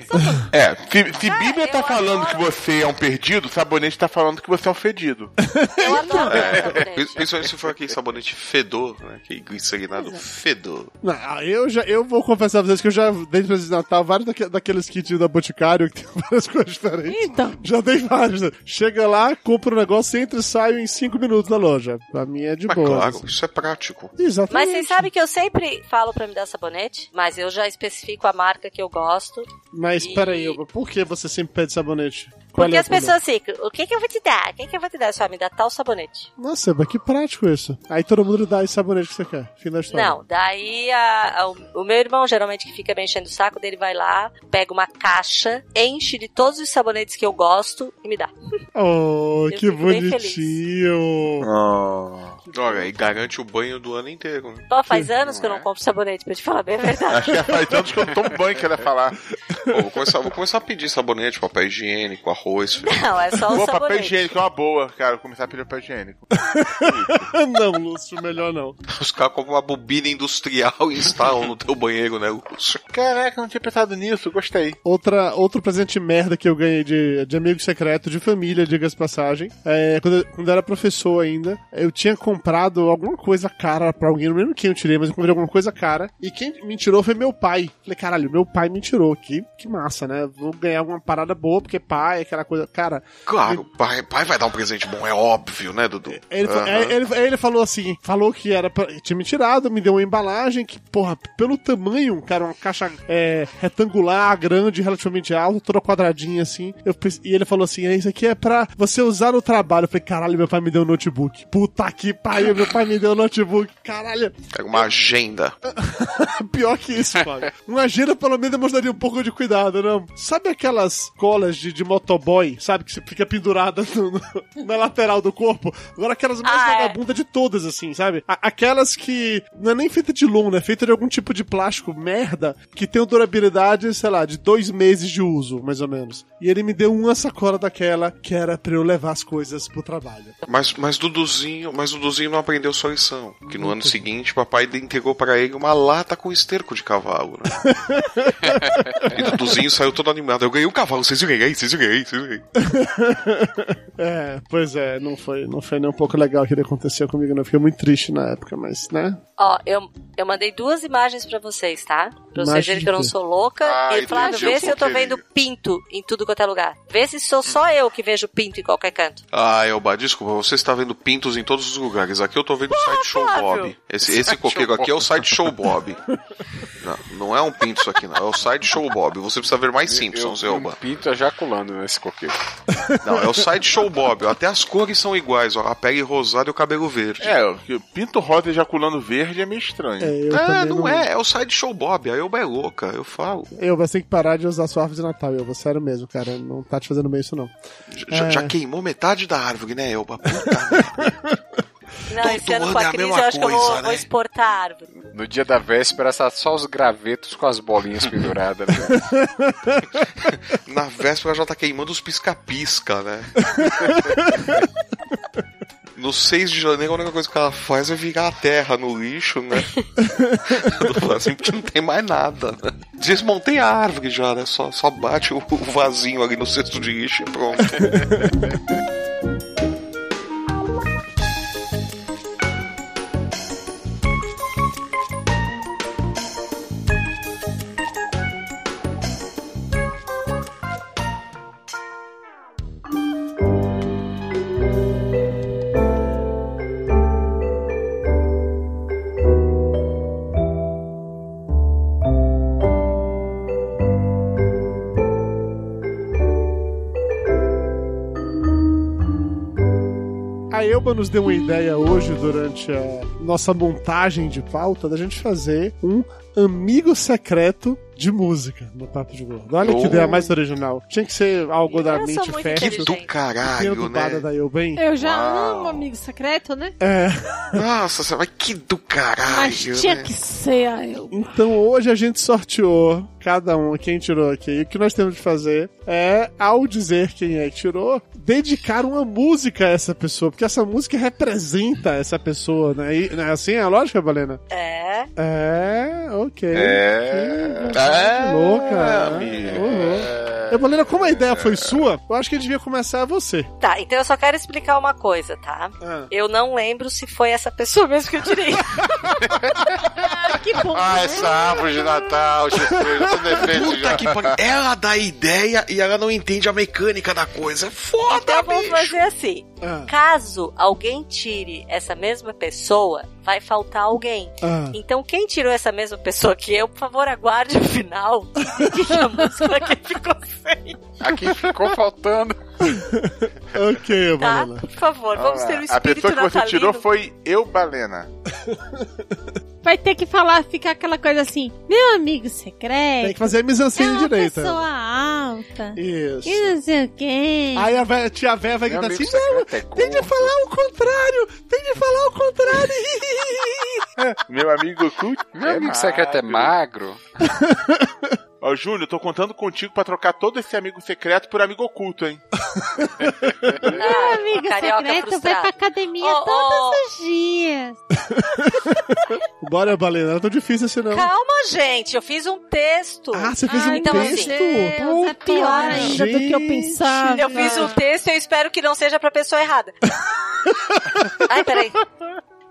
[SPEAKER 5] É, se, se Bíblia tá falando que você é um perdido, sabonete tá falando que você é um fedido.
[SPEAKER 6] É, principalmente se for aquele sabonete fedor, né? Aquele glicerinado fedor.
[SPEAKER 3] Não, eu já eu vou confessar pra vocês que eu já dei de presente de Natal vários daque- daqueles kits da Boticário que tem *laughs* várias coisas diferentes.
[SPEAKER 4] Então.
[SPEAKER 3] Já dei vários. né? Chega lá, compra o negócio, entra e sai em 5 minutos da loja. Pra mim é de
[SPEAKER 6] Mas
[SPEAKER 3] boa.
[SPEAKER 6] claro, isso é prático.
[SPEAKER 3] Exatamente.
[SPEAKER 8] Mas vocês sabem que eu sempre falo pra me dar sabonete, mas eu já especifico a marca que eu gosto.
[SPEAKER 3] Mas peraí, Elba, por que você sempre pede sabonete? Qual
[SPEAKER 8] Porque
[SPEAKER 3] é o
[SPEAKER 8] as
[SPEAKER 3] problema?
[SPEAKER 8] pessoas ficam, o que que eu vou te dar? O que que eu vou te dar? Só me dá tal sabonete.
[SPEAKER 3] Nossa, mas que prático isso. Aí todo mundo dá esse sabonete que você quer. Fim da história.
[SPEAKER 8] Não, daí a- a- o, o meu irmão, geralmente, que fica me enchendo o saco dele, vai lá, pega uma caixa, enche de todos os sabonetes que eu gosto e me dá.
[SPEAKER 3] Oh,
[SPEAKER 8] Eu
[SPEAKER 3] que
[SPEAKER 8] fico bem
[SPEAKER 3] bonitinho.
[SPEAKER 6] Olha, e garante o banho do ano inteiro. né?
[SPEAKER 8] Ó, faz anos que eu não compro sabonete, pra te falar bem a verdade.
[SPEAKER 6] Faz anos que eu
[SPEAKER 5] um
[SPEAKER 6] tomo banho que ela ia
[SPEAKER 5] *laughs*
[SPEAKER 6] falar. Pô, vou, começar, vou começar a pedir sabonete, papel higiênico, arroz. feijão.
[SPEAKER 8] Não, é só o
[SPEAKER 5] Pô, papel
[SPEAKER 8] sabonete.
[SPEAKER 5] higiênico é uma boa, cara. Vou começar a pedir papel higiênico.
[SPEAKER 6] Ah.
[SPEAKER 3] *laughs* não, Lúcio, melhor não.
[SPEAKER 6] Os caras compram uma bobina industrial e instalam no teu banheiro, né, Lúcio?
[SPEAKER 5] Caraca, não tinha pensado nisso, gostei.
[SPEAKER 3] Outra, outro presente merda que eu ganhei de, de amigo secreto, de família, diga-se de passagem. É, quando, eu- quando eu era professor ainda, eu tinha comprado alguma coisa cara pra alguém, não lembro quem eu tirei, mas eu comprei alguma coisa cara. E quem me tirou foi meu pai. Falei, caralho, meu pai me tirou, que, que massa, né? Vou ganhar alguma parada boa, porque pai, aquela coisa. Cara,
[SPEAKER 6] Claro, pai, pai vai dar um presente bom, é óbvio, né, Dudu?
[SPEAKER 3] Ele, fa- é,
[SPEAKER 6] Aham.
[SPEAKER 3] aí ele- aí ele falou assim, falou que era pra, tinha me tirado, me deu uma embalagem que, porra, pelo tamanho, cara, uma caixa é, retangular, grande, relativamente alta, toda quadradinha assim. Eu pens- e ele falou assim, "É, isso aqui é pra você usar no trabalho. Eu falei, caralho, meu pai me deu um notebook. Puta que pariu, meu pai me deu um notebook. Caralho,
[SPEAKER 6] Pega uma agenda.
[SPEAKER 3] *laughs* pior que isso, Fábio. Uma agenda pelo menos demonstraria um pouco de cuidado, não? Sabe aquelas colas de, de motoboy, sabe, que você fica pendurada no- no- na lateral do corpo? Agora aquelas mais vagabundas de todas, assim, sabe? A- aquelas que não é nem feita de lona, é feita de algum tipo de plástico merda, que tem uma durabilidade, sei lá, de dois meses de uso, mais ou menos. E ele me deu uma sacola daquela que era pra eu levar as coisas pro trabalho.
[SPEAKER 6] Mas, mas Duduzinho, mas Duduzinho não aprendeu sua lição. Que no ano seguinte, papai entregou pra ele uma lata com esterco de cavalo, né?
[SPEAKER 3] *laughs*
[SPEAKER 6] e Duduzinho saiu todo animado. Eu ganhei um cavalo, vocês viram aí, vocês viram aí, vocês viram aí.
[SPEAKER 3] É, pois é, não foi, não foi nem um pouco legal o que aconteceu comigo, não. Eu fiquei muito triste na época, mas, né?
[SPEAKER 8] Ó, eu, eu mandei duas imagens pra vocês, tá? Pra
[SPEAKER 3] Imagem
[SPEAKER 8] vocês verem
[SPEAKER 3] de
[SPEAKER 8] que eu não
[SPEAKER 3] quê?
[SPEAKER 8] sou louca.
[SPEAKER 3] Ah,
[SPEAKER 8] e Flávio,
[SPEAKER 3] entendi
[SPEAKER 8] vê
[SPEAKER 3] o
[SPEAKER 8] se eu tô
[SPEAKER 6] porquê,
[SPEAKER 8] vendo pinto em tudo quanto é lugar. Vê se sou só eu que vejo pinto em qualquer canto.
[SPEAKER 6] Ah, Elba, desculpa, você está vendo pintos em todos os lugares. Aqui eu tô vendo o site Show
[SPEAKER 8] Flávio!
[SPEAKER 6] Bob. Esse, esse
[SPEAKER 8] Site
[SPEAKER 6] coqueiro
[SPEAKER 8] Show
[SPEAKER 6] aqui é o
[SPEAKER 8] Bob.
[SPEAKER 6] site Show Bob. Não, não é um pinto isso aqui, não. É o site Show Bob. Você precisa ver mais Simpsons,
[SPEAKER 9] um
[SPEAKER 6] Elba.
[SPEAKER 9] Pinto ejaculando nesse coqueiro.
[SPEAKER 6] Não, é o site Show Bob. ó. Até as cores são iguais, ó. A pele rosada e o cabelo verde.
[SPEAKER 5] É, o que- pinto rosa ejaculando verde é meio estranho.
[SPEAKER 6] ah, não, é, é o site Show Bob. A Elba é louca, eu falo.
[SPEAKER 3] Eu, você tem que parar de usar sua árvore de Natal, eu, você sério mesmo, cara. Não tá te fazendo bem isso, não.
[SPEAKER 6] Já,
[SPEAKER 3] É.
[SPEAKER 6] já queimou metade da árvore, né, Elba? Puta
[SPEAKER 8] Não,
[SPEAKER 6] Todo
[SPEAKER 8] esse ano
[SPEAKER 6] ano
[SPEAKER 8] com
[SPEAKER 6] é
[SPEAKER 8] a
[SPEAKER 6] a
[SPEAKER 8] crise
[SPEAKER 6] mesma
[SPEAKER 8] eu acho que eu vou,
[SPEAKER 6] coisa, né?
[SPEAKER 8] vou exportar a árvore.
[SPEAKER 9] No dia da véspera, tá só os gravetos com as bolinhas penduradas.
[SPEAKER 4] *laughs*
[SPEAKER 9] Né?
[SPEAKER 6] Na véspera já tá queimando os pisca-pisca, né? No 6 de janeiro, a única coisa que ela faz é virar a terra no lixo, né? *laughs* Do vazio, porque não tem mais nada, né? Desmontei a árvore já, né? Só, só bate o, o vasinho ali no cesto de lixo e pronto.
[SPEAKER 3] A Elba nos deu uma ideia hoje, durante a nossa montagem de pauta, da gente fazer um amigo secreto de música no Papo de Gordo. Olha que ideia mais original. Tinha que ser algo da
[SPEAKER 4] Eu sou
[SPEAKER 3] mente
[SPEAKER 4] muito
[SPEAKER 3] fértil.
[SPEAKER 4] inteligente. Que do
[SPEAKER 3] Tem a
[SPEAKER 6] caralho,
[SPEAKER 3] dubada
[SPEAKER 6] né?
[SPEAKER 3] da Elben.
[SPEAKER 4] Eu já amo Amigo Secreto, né?
[SPEAKER 8] Tá
[SPEAKER 3] É.
[SPEAKER 6] Nossa, você vai que do caralho.
[SPEAKER 4] Mas tinha
[SPEAKER 6] né?
[SPEAKER 4] que ser a
[SPEAKER 8] *laughs*
[SPEAKER 4] Elba.
[SPEAKER 3] Então hoje a gente sorteou cada um quem tirou aqui. E o que nós temos de fazer é, ao dizer quem é que tirou, dedicar uma música a essa pessoa, porque essa música representa essa pessoa, né? E, não é assim é a lógica, Balena?
[SPEAKER 8] É.
[SPEAKER 3] É, ok.
[SPEAKER 6] É.
[SPEAKER 3] Que verdade
[SPEAKER 6] É,
[SPEAKER 3] louca. né?
[SPEAKER 6] amigo.
[SPEAKER 3] Ô, louco. E, Balena, como a ideia foi sua, eu acho que devia começar você. Ah,
[SPEAKER 8] Tá, então eu só quero explicar uma coisa, tá? Eu não lembro se foi essa pessoa *laughs* mesmo que eu
[SPEAKER 3] *laughs*
[SPEAKER 8] tirei.
[SPEAKER 4] que bom. né?
[SPEAKER 6] Ah, essa árvore de Natal, Jesus, tudo defeito
[SPEAKER 18] Puta
[SPEAKER 6] já.
[SPEAKER 18] que pariu. Ela dá ideia e ela não entende a mecânica da coisa. Foda,
[SPEAKER 8] Então vamos
[SPEAKER 18] bicho.
[SPEAKER 8] fazer assim.
[SPEAKER 3] Ah.
[SPEAKER 8] Caso alguém tire essa mesma pessoa, vai faltar alguém.
[SPEAKER 18] Ah.
[SPEAKER 8] Então quem tirou essa mesma pessoa que eu, por favor, aguarde o
[SPEAKER 3] *laughs*
[SPEAKER 8] final. e diga a música que ficou sem.
[SPEAKER 9] A quem ficou faltando.
[SPEAKER 3] ok,
[SPEAKER 8] Tá?
[SPEAKER 5] Balena.
[SPEAKER 8] Por favor, vamos ter um espírito
[SPEAKER 5] A pessoa que você
[SPEAKER 8] natalino.
[SPEAKER 5] tirou foi eu, Balena.
[SPEAKER 4] Vai ter que falar, ficar aquela coisa assim, meu amigo secreto.
[SPEAKER 3] Tem que fazer a misancine
[SPEAKER 4] é uma
[SPEAKER 3] direita.
[SPEAKER 4] pessoa alta.
[SPEAKER 3] Isso.
[SPEAKER 4] E não sei o quê.
[SPEAKER 3] Aí a véia- tia Véia vai
[SPEAKER 4] Meu
[SPEAKER 3] gritar
[SPEAKER 4] amigo
[SPEAKER 3] assim: Não, tem de falar o contrário! Tem de falar o contrário!
[SPEAKER 5] Meu amigo oculto.
[SPEAKER 9] Meu amigo secreto é magro.
[SPEAKER 5] Ó, Júlio, tô contando contigo pra trocar todo esse amigo secreto por amigo oculto, hein?
[SPEAKER 4] Meu amigo
[SPEAKER 8] Carioca
[SPEAKER 4] secreto vai
[SPEAKER 8] frustrado.
[SPEAKER 4] pra academia todos os dias.
[SPEAKER 3] *laughs* Bora, Balena, não é tão difícil assim não.
[SPEAKER 8] Calma, gente, eu fiz um texto.
[SPEAKER 3] Ah, você fez um
[SPEAKER 8] então,
[SPEAKER 3] texto?
[SPEAKER 8] Assim,
[SPEAKER 4] Deus, é pior ainda do que eu pensava.
[SPEAKER 8] Eu fiz um texto e eu espero que não seja pra pessoa errada. Ai, peraí.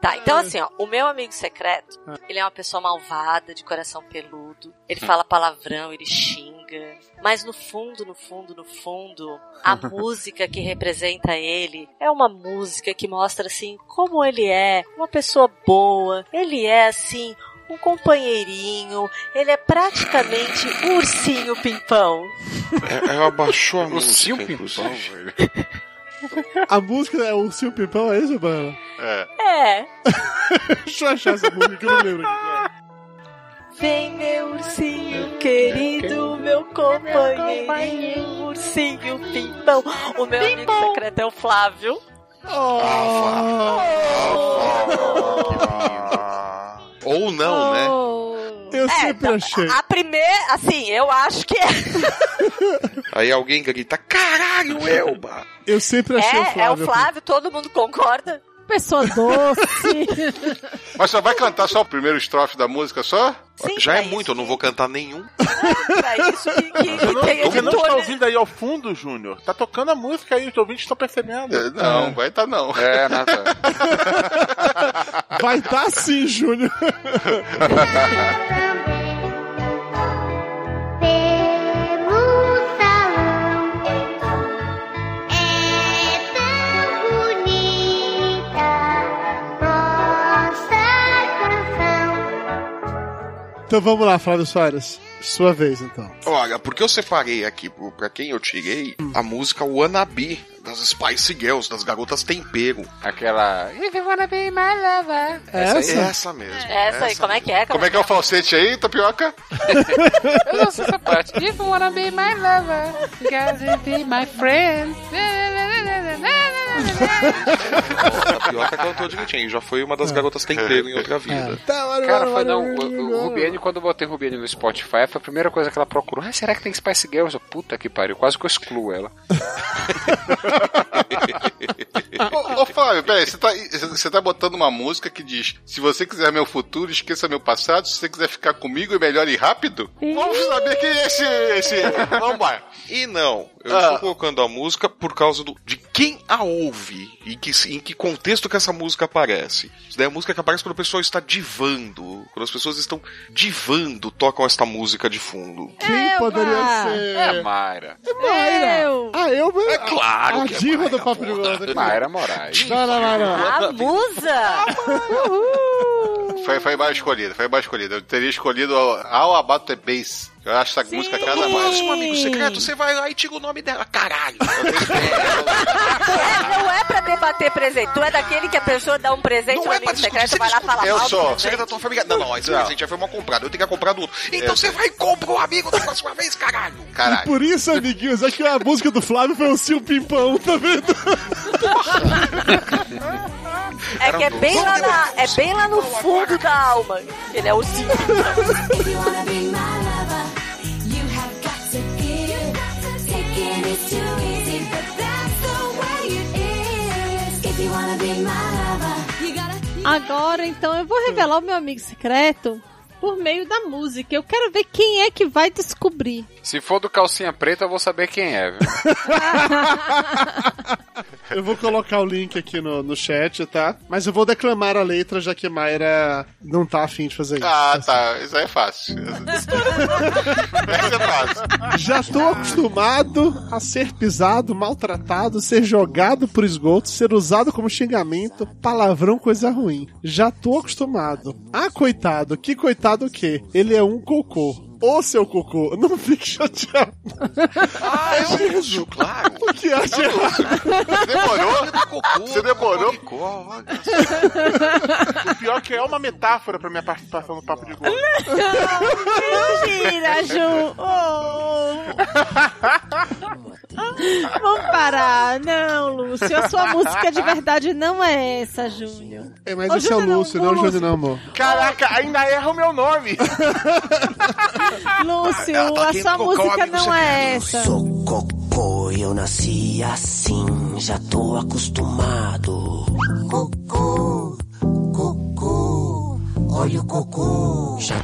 [SPEAKER 8] Tá, então assim, ó, o meu amigo secreto, ele é uma pessoa malvada, de coração peludo, ele fala palavrão, ele xinga, mas no fundo, no fundo, no fundo, a música que representa ele é uma música que mostra, assim, como ele é, uma pessoa boa, ele é, assim, um companheirinho, ele é praticamente um ursinho pimpão.
[SPEAKER 6] É- Ela baixou a
[SPEAKER 9] O
[SPEAKER 6] música.
[SPEAKER 9] Sil Pimpão,
[SPEAKER 6] inclusive. *laughs*
[SPEAKER 3] A música é o Sil Pimpão, é isso, Balena?
[SPEAKER 6] É.
[SPEAKER 8] É.
[SPEAKER 3] Deixa eu achar essa música que eu não lembro. *laughs*
[SPEAKER 8] Vem, meu ursinho querido, meu companheirinho, ursinho pimpão. O meu amigo secreto é o Flávio.
[SPEAKER 6] Ah,
[SPEAKER 3] Ah,
[SPEAKER 6] Ou não, né?
[SPEAKER 8] Oh.
[SPEAKER 3] Eu
[SPEAKER 8] sempre
[SPEAKER 3] achei.
[SPEAKER 8] É, A primeira, assim, eu acho que é.
[SPEAKER 6] Aí alguém grita, caralho, Elba!
[SPEAKER 3] Eu sempre
[SPEAKER 8] é, é o Flávio, todo mundo concorda?
[SPEAKER 4] Pessoa doce.
[SPEAKER 7] Mas só vai cantar só o primeiro estrofe da música só?
[SPEAKER 6] Já é muito, eu não vou cantar nenhum.
[SPEAKER 8] É isso que, que,
[SPEAKER 5] Você não,
[SPEAKER 6] tem
[SPEAKER 5] você não
[SPEAKER 6] editor,
[SPEAKER 5] está
[SPEAKER 6] né?
[SPEAKER 5] ouvindo aí ao fundo, Júnior? Tá tocando a música aí, os ouvintes estão percebendo.
[SPEAKER 7] É, Não, vai tá não.
[SPEAKER 9] É, nada.
[SPEAKER 3] Vai dar sim, Júnior.
[SPEAKER 16] Pelo salão é tão bonita nossa canção.
[SPEAKER 3] Então vamos lá, Flávio Soares. Sua vez, então.
[SPEAKER 6] Olha, porque eu separei aqui pro- pra quem eu tirei a música Wannabe, das Spice Girls, das Garotas Tempero.
[SPEAKER 9] Aquela.
[SPEAKER 10] If you wanna be my lover.
[SPEAKER 6] Essa,
[SPEAKER 7] Essa?
[SPEAKER 6] essa mesmo.
[SPEAKER 8] Essa aí, como é que é?
[SPEAKER 7] Como é que é o falsete aí, tapioca?
[SPEAKER 10] Eu não sei
[SPEAKER 9] Tá
[SPEAKER 10] essa parte. If you wanna be my lover, you gotta be my friend.
[SPEAKER 6] A pior é que cantou direitinho, já foi uma
[SPEAKER 5] É.
[SPEAKER 6] das Garotas Tempero em outra vida.
[SPEAKER 3] Tá,
[SPEAKER 9] Cara, foi um não. O, o Rubiane, quando eu botei Rubiane no Spotify, foi a primeira coisa que ela procurou. Ah, será que tem Spice Girls? Eu, Puta que pariu, quase que eu excluo ela.
[SPEAKER 7] ô, ô Flávio, peraí, você tá, você tá botando uma música que diz: se você quiser meu futuro, esqueça meu passado, se você quiser ficar comigo e melhor e rápido? Vamos saber quem é esse. esse... Vamos lá.
[SPEAKER 6] E não, eu
[SPEAKER 7] Ah.
[SPEAKER 6] estou colocando a música por causa do, de quem a ouve e que, em que contexto que essa música aparece. Isso daí é a música que aparece quando o pessoal está divando, quando as pessoas estão divando, tocam esta música de fundo.
[SPEAKER 3] *laughs* Quem poderia
[SPEAKER 4] ah,
[SPEAKER 3] ser?
[SPEAKER 9] É a Mayra.
[SPEAKER 3] É Mayra. Ah, eu... É
[SPEAKER 6] claro
[SPEAKER 3] A
[SPEAKER 6] que é
[SPEAKER 3] diva do Papo de Gordo.
[SPEAKER 9] Mayra Moraes.
[SPEAKER 3] Não, não, não, não.
[SPEAKER 8] A é? Ah, musa!
[SPEAKER 7] Foi, foi mal escolhida, foi mal escolhida. Eu teria escolhido Ao Abato é Bass. Eu acho essa música cada
[SPEAKER 6] Quando aparece
[SPEAKER 7] mais.
[SPEAKER 6] um *laughs* amigo secreto, você vai lá e tira o nome dela. Caralho!
[SPEAKER 8] Não é pra bater presente. Tu é daquele que a pessoa dá um presente,
[SPEAKER 7] é
[SPEAKER 8] um amigo secreto, vai lá falar
[SPEAKER 7] Eu
[SPEAKER 8] mal.
[SPEAKER 7] sou.
[SPEAKER 18] Chega da tua família. Não, é não, esse presente já foi mal comprado. Eu tenho que comprar do outro. Então
[SPEAKER 7] É.
[SPEAKER 18] você vai e compra um amigo da próxima vez, caralho.
[SPEAKER 3] E por isso, amiguinhos, é que a música do Flávio foi o Sil Pimpão, tá vendo?
[SPEAKER 8] É que é bem,
[SPEAKER 3] um
[SPEAKER 8] lá na- é bem lá no fundo da alma. Ele é
[SPEAKER 19] *laughs*
[SPEAKER 8] o sim.
[SPEAKER 16] If you wanna be my lover, you have got to give. Taking is too easy, but that's the way it is. If you wanna be my lover, you gotta.
[SPEAKER 4] Agora, então, eu vou revelar o meu amigo secreto por meio da música. Eu quero ver quem é que vai descobrir.
[SPEAKER 9] Se for do calcinha preta, eu vou saber quem é,
[SPEAKER 8] *laughs*
[SPEAKER 9] viu?
[SPEAKER 3] Eu vou colocar o link aqui no, no chat, tá? Mas eu vou declamar a letra, já que Mayra não tá afim de fazer isso.
[SPEAKER 7] Ah, tá. Isso aí é fácil. Essa é fácil.
[SPEAKER 3] Já tô acostumado a ser pisado, maltratado, ser jogado por esgoto, ser usado como xingamento, palavrão, coisa ruim. Já tô acostumado. Ah, coitado, que coitado o quê? Ele é um cocô. Ô seu cocô, não fique chateado.
[SPEAKER 18] Ah, eu uso, claro.
[SPEAKER 3] O que acha errado?
[SPEAKER 6] tá
[SPEAKER 18] Demorou?
[SPEAKER 5] Você demorou? O pior que é uma metáfora pra minha participação no Papo de Gordo.
[SPEAKER 4] Mentira, *laughs* Ju! Oh. Ah, Vamos parar. Não, Lúcio, a sua música de verdade não é essa, Júnior.
[SPEAKER 3] É, mas
[SPEAKER 4] Ô,
[SPEAKER 3] esse é o
[SPEAKER 4] Júnior,
[SPEAKER 3] Lúcio, não
[SPEAKER 4] não,
[SPEAKER 3] é o Júnior,
[SPEAKER 4] Lúcio.
[SPEAKER 3] não, amor.
[SPEAKER 5] Caraca, ainda erra o meu nome.
[SPEAKER 4] Lúcio,
[SPEAKER 7] tá
[SPEAKER 4] a sua música não é essa.
[SPEAKER 21] Cocô, eu nasci assim, já tô acostumado. Cocô, cocô, olha o cocô. Já...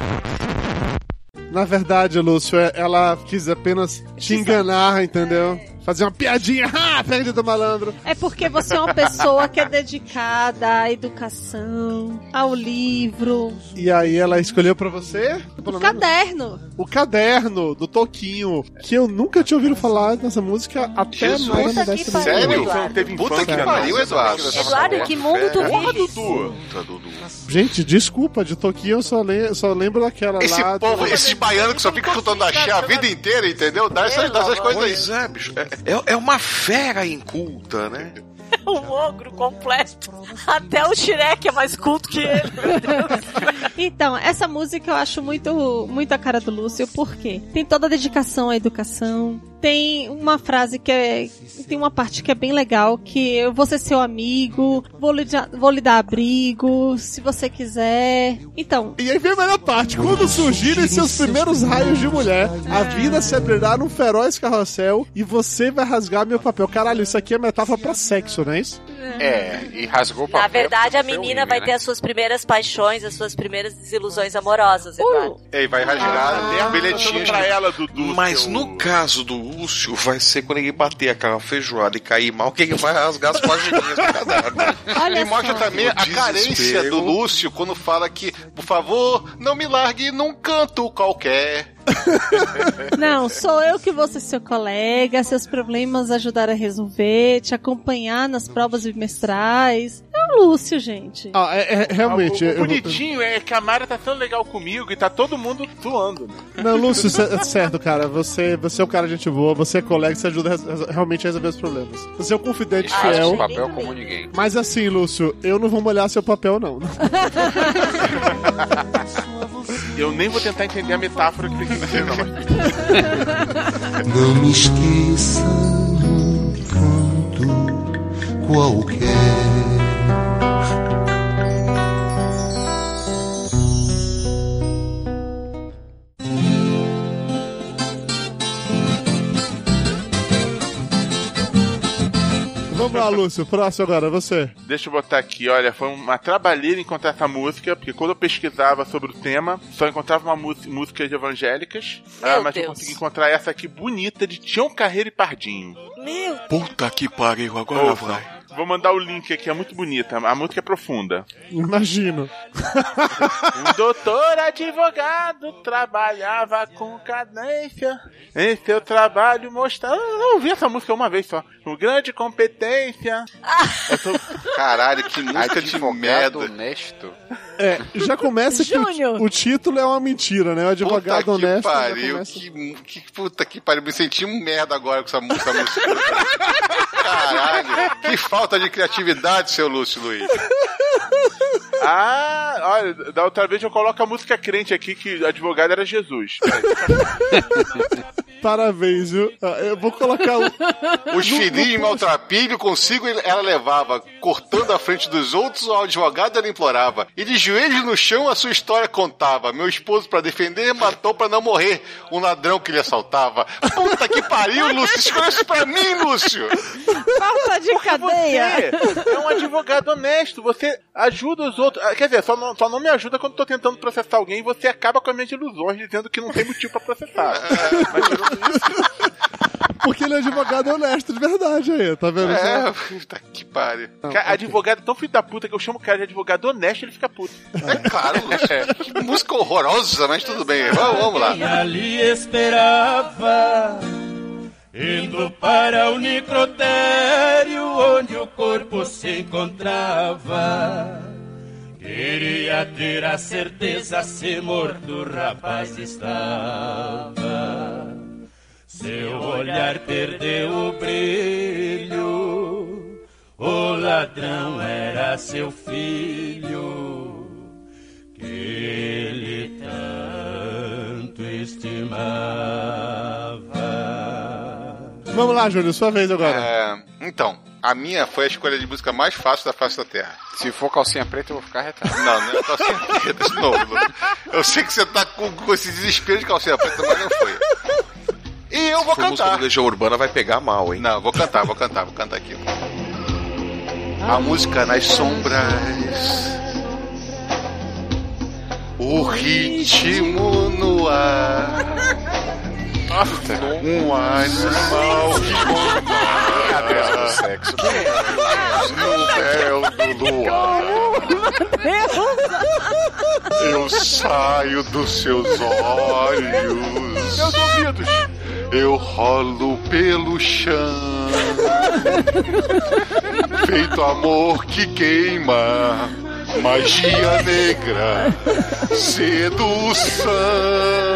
[SPEAKER 3] Na verdade, Lúcio, é- ela quis apenas te enganar, entendeu? Fazer uma piadinha *laughs* rápida do malandro.
[SPEAKER 4] É porque você é uma pessoa que é dedicada à educação, ao livro,
[SPEAKER 3] E aí ela escolheu pra você
[SPEAKER 4] ao caderno.
[SPEAKER 3] o caderno do Toquinho, que eu nunca tinha ouvido falar dessa música até
[SPEAKER 7] Jesus.
[SPEAKER 3] mais
[SPEAKER 7] Puta que pariu,
[SPEAKER 3] É
[SPEAKER 7] Sério? Eduardo. Puta que pariu, Eduardo. Eduardo, em que mundo tu
[SPEAKER 5] Porra,
[SPEAKER 7] vives?
[SPEAKER 5] Dudu.
[SPEAKER 3] Gente, desculpa, de Toquinho eu só, le- só lembro daquela
[SPEAKER 7] Esse
[SPEAKER 3] lá.
[SPEAKER 7] povo, esse baiano que só fica chutando axé a vida inteira, entendeu? Dá essas, dá essas coisas aí.
[SPEAKER 18] Pois é, bicho. É, é- é uma fera inculta, né?
[SPEAKER 19] Um ogro completo. Até o Shrek é mais culto que ele.
[SPEAKER 4] Então, essa música eu acho muito, muito a cara do Lúcio, porque tem toda a dedicação à educação, tem uma frase que é. Tem uma parte que é bem legal, que eu vou ser seu amigo, vou lhe, da- vou lhe dar abrigo, se você quiser. Então.
[SPEAKER 3] E aí vem a melhor parte, quando surgirem seus primeiros raios de mulher, a vida se abrirá num feroz carrossel e você vai rasgar meu papel. Caralho, isso aqui é metáfora pra sexo, não é isso?
[SPEAKER 9] É, e rasgou o papel.
[SPEAKER 8] Na verdade, a
[SPEAKER 9] porque foi
[SPEAKER 8] menina
[SPEAKER 9] horrível,
[SPEAKER 8] vai
[SPEAKER 9] né?
[SPEAKER 8] ter as suas primeiras paixões, as suas primeiras desilusões
[SPEAKER 19] Uh!
[SPEAKER 8] amorosas, Eduardo.
[SPEAKER 7] Ei, vai rasgar até a bilhetinha.
[SPEAKER 5] pra ela, Dudu.
[SPEAKER 18] Mas no caso do Lúcio, vai ser quando ele bater aquela feijoada e cair mal, que ele vai rasgar as páginas do caderno.
[SPEAKER 7] e mostra também
[SPEAKER 18] O
[SPEAKER 7] a carência
[SPEAKER 18] desespero.
[SPEAKER 7] do Lúcio quando fala que, por favor, não me largue num canto qualquer.
[SPEAKER 4] Não, sou eu que vou ser seu colega, seus problemas ajudar a resolver, te acompanhar nas provas bimestrais. É o Lúcio, gente.
[SPEAKER 3] Ah, é, é- realmente.
[SPEAKER 5] O
[SPEAKER 3] eu-
[SPEAKER 5] bonitinho é que a Mara tá tão legal comigo e tá todo mundo doando, né?
[SPEAKER 3] Não, Lúcio, cê- é certo, cara. Você, você é um cara de gente boa, você é colega, você ajuda a res- realmente a resolver os problemas. Você é um confidente
[SPEAKER 9] Rasga
[SPEAKER 3] fiel.
[SPEAKER 9] o papel como ninguém.
[SPEAKER 3] Mas assim, Lúcio, eu não vou molhar seu papel, não. *laughs*
[SPEAKER 5] Eu nem vou tentar entender a metáfora que tem que dizer, não. mas-
[SPEAKER 15] Não me esqueça num canto qualquer.
[SPEAKER 3] Vamos lá, Lúcio, próximo agora, você.
[SPEAKER 5] Deixa eu botar aqui, olha, foi uma trabalheira encontrar essa música, porque quando eu pesquisava sobre o tema, só encontrava uma música, músicas evangélicas. Ah, mas eu
[SPEAKER 19] Deus.
[SPEAKER 5] consegui encontrar essa aqui bonita de Tião Carreiro e Pardinho.
[SPEAKER 19] Meu
[SPEAKER 5] Puta que pariu, agora vai. Vou mandar o link aqui, é muito bonita. A música é profunda.
[SPEAKER 3] Imagino.
[SPEAKER 5] Um doutor advogado trabalhava com cadência em seu trabalho mostrava. Eu ouvi essa música uma vez só. Com grande competência.
[SPEAKER 9] Tá
[SPEAKER 7] Caralho, que música de merda.
[SPEAKER 9] Honesto.
[SPEAKER 3] É, já começa que o, o título é uma mentira, né? O advogado
[SPEAKER 7] Puta que
[SPEAKER 3] honesto. já
[SPEAKER 7] pariu,
[SPEAKER 3] começa-
[SPEAKER 7] que, que puta que pariu. Me senti um merda agora com essa música. essa *laughs* música. Caralho, que falta de criatividade, seu Lúcio Luiz.
[SPEAKER 5] Ah, olha, da outra vez eu coloco a música crente aqui que o advogado era Jesus.
[SPEAKER 3] Parabéns, viu? Ah, Eu vou colocar o.
[SPEAKER 7] Os
[SPEAKER 3] no-
[SPEAKER 7] filhinhos
[SPEAKER 3] no-
[SPEAKER 7] em maltrapilho, consigo ela levava, cortando a frente dos outros, ao advogado ela implorava. E de joelhos no chão a sua história contava. Meu esposo, pra defender, matou pra não morrer um ladrão que lhe assaltava. Puta que pariu, Lúcio! Escolha isso pra mim, Lúcio!
[SPEAKER 4] Falta de
[SPEAKER 5] cadeia. Você é um advogado honesto, você ajuda os outros. Ah, Quer dizer, só não, só não me ajuda quando eu tô tentando processar alguém e você acaba com as minhas ilusões dizendo que não tem motivo pra processar.
[SPEAKER 3] Porque ele é advogado honesto, de verdade aí, tá vendo?
[SPEAKER 5] É,
[SPEAKER 7] puta que pariu.
[SPEAKER 5] Cara, advogado é tão filho da puta que eu chamo o cara de advogado honesto ele fica puto.
[SPEAKER 7] É claro, Lúcio. Que música horrorosa, mas tudo bem. Vamos, vamos lá.
[SPEAKER 20] Quem ali esperava, indo para o necrotério onde o corpo se encontrava. Queria ter a certeza se morto o rapaz estava. Seu olhar perdeu o brilho, o ladrão era seu filho, que ele tanto estimava.
[SPEAKER 3] Vamos lá, Júlio, sua vez agora.
[SPEAKER 7] É, então, a minha foi a escolha de música mais fácil da face da Terra.
[SPEAKER 9] Se for calcinha preta, eu vou ficar retado.
[SPEAKER 7] Não, não é calcinha preta de novo. Lu. Eu sei que você tá com, com esse desespero de calcinha preta, mas não foi. E eu vou
[SPEAKER 6] Essa música
[SPEAKER 7] cantar.
[SPEAKER 6] do Legião Urbana vai pegar mal, hein?
[SPEAKER 7] Não, vou cantar, vou cantar, vou cantar aqui. A música nas sombras. O ritmo no ar. Um animal que manda. sexo. No véu do luar. Eu saio dos seus olhos. Meus ouvidos. Eu rolo pelo chão. Feito amor que queima. Magia negra. Sedução.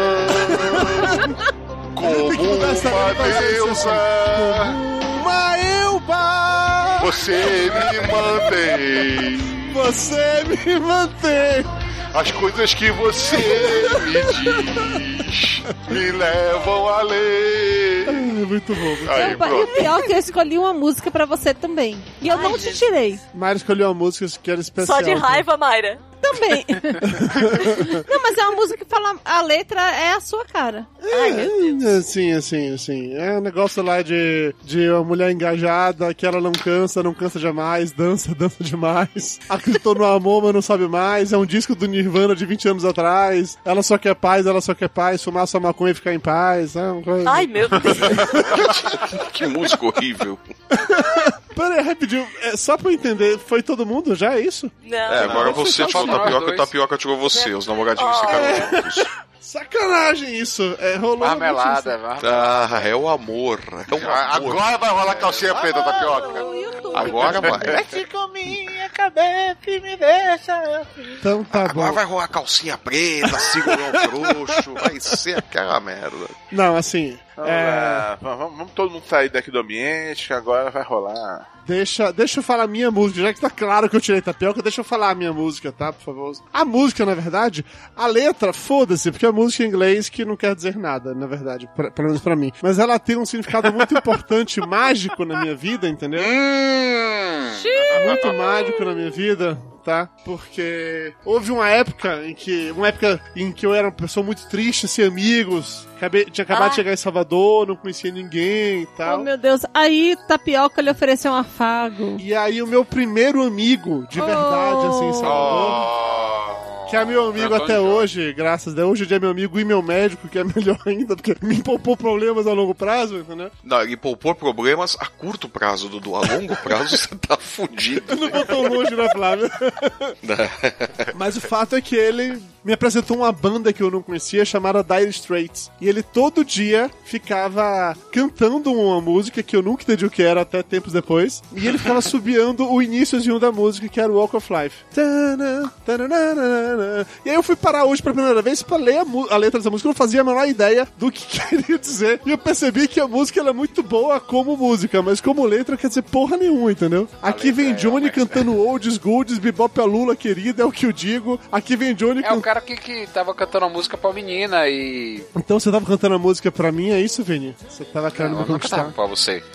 [SPEAKER 7] Como uma deusa.
[SPEAKER 3] Maelba!
[SPEAKER 7] Você me mantém.
[SPEAKER 3] Você me mantém.
[SPEAKER 7] As coisas que você me diz me levam a ler.
[SPEAKER 3] Muito bom. muito
[SPEAKER 7] Aí,
[SPEAKER 4] Opa, e o
[SPEAKER 7] pronto.
[SPEAKER 4] pior é que eu escolhi uma música pra você também. E eu não te tirei.
[SPEAKER 3] Mayra escolheu uma música que era especial.
[SPEAKER 4] Só de raiva,
[SPEAKER 19] Mayra.
[SPEAKER 4] Também. *laughs* não, mas é uma música que fala. A letra é a sua cara.
[SPEAKER 3] É, assim, assim, assim. É um negócio lá de, de uma mulher engajada, que ela não cansa, não cansa jamais, dança, *laughs* dança demais. Acreditou no amor, mas não sabe mais. É um disco do Nirvana de 20 anos atrás. Ela só quer paz, ela só quer paz, fumar sua maconha e ficar em paz. É uma coisa...
[SPEAKER 19] Ai, meu
[SPEAKER 3] *laughs*
[SPEAKER 19] Deus.
[SPEAKER 3] É.
[SPEAKER 6] que música horrível.
[SPEAKER 3] assim. Pera aí, rapidinho. É, só pra eu entender, foi todo mundo? Já é isso?
[SPEAKER 6] É, agora você tirou o tapioca e o tapioca tirou você. Os namoradinhos ficaram tipo, juntos.
[SPEAKER 3] Sacanagem isso. É, rolou
[SPEAKER 9] Marmelada,
[SPEAKER 3] muito isso.
[SPEAKER 6] Ah, é o amor. É o amor.
[SPEAKER 7] Ah, Agora vai rolar calcinha preta, tapioca.
[SPEAKER 6] Agora
[SPEAKER 9] é,
[SPEAKER 6] vai.
[SPEAKER 17] Mexe com minha cabeça e me deixa.
[SPEAKER 3] Então tá
[SPEAKER 6] Agora
[SPEAKER 3] bom.
[SPEAKER 6] vai rolar calcinha preta, segurão frouxo, vai ser aquela merda.
[SPEAKER 3] Não, assim.
[SPEAKER 5] Vamos,
[SPEAKER 3] é,
[SPEAKER 5] lá, vamos- vamos, vamos todo mundo sair daqui do ambiente, que agora vai rolar.
[SPEAKER 3] Deixa, deixa eu falar a minha música, já que tá claro que eu tirei tapioca, deixa eu falar a minha música, tá? Por favor. A música, na verdade, a letra, foda-se, porque é música em inglês que não quer dizer nada, na verdade, pra- pelo menos pra mim. Mas ela tem um significado muito importante, *laughs* mágico na minha vida, entendeu? muito mágico na minha vida, tá? Porque houve uma época em que. Uma época em que eu era uma pessoa muito triste, sem amigos. acabei- tinha acabado de chegar em Salvador, não conhecia ninguém e
[SPEAKER 4] Oh,
[SPEAKER 3] tal.
[SPEAKER 4] meu Deus. Aí, Tapioca lhe ofereceu um afago.
[SPEAKER 3] E aí, o meu primeiro amigo, de verdade, assim, em Salvador. Que é meu amigo até hoje, graças a Deus. Hoje em dia é meu amigo e meu médico, que é *laughs* melhor ainda, porque me poupou problemas a longo prazo, entendeu?
[SPEAKER 6] Não, ele poupou problemas a curto prazo, Dudu. A longo prazo você tá fudido.
[SPEAKER 3] Eu não vou tão longe, né, Flávio?
[SPEAKER 6] Né?
[SPEAKER 3] Mas o fato é que ele me apresentou uma banda que eu não conhecia chamada Dire Straits. E ele todo dia ficava cantando uma música que eu nunca entendi o que era até tempos depois. E ele ficava subiando o iníciozinho da música, que era Walk of Life. Tanã, tananana. E aí eu fui parar hoje pela primeira vez pra ler a, mu- a letra dessa música. Eu não fazia a menor ideia do que *laughs* queria dizer. E eu percebi que a música ela é muito boa como música, mas como letra quer dizer porra nenhuma, entendeu? Aqui
[SPEAKER 9] é
[SPEAKER 3] vem
[SPEAKER 9] *laughs*
[SPEAKER 3] Johnny cantando Olds, Golds, Bebop a Lula querida, é o que eu digo. Aqui vem Johnny
[SPEAKER 9] É o cara que, que tava cantando a música pra menina e.
[SPEAKER 3] Então você tava cantando a música pra mim, é isso, Vini? Você tava querendo
[SPEAKER 9] Não,
[SPEAKER 3] me
[SPEAKER 9] eu nunca
[SPEAKER 3] conquistar.
[SPEAKER 9] tava pra você. *laughs*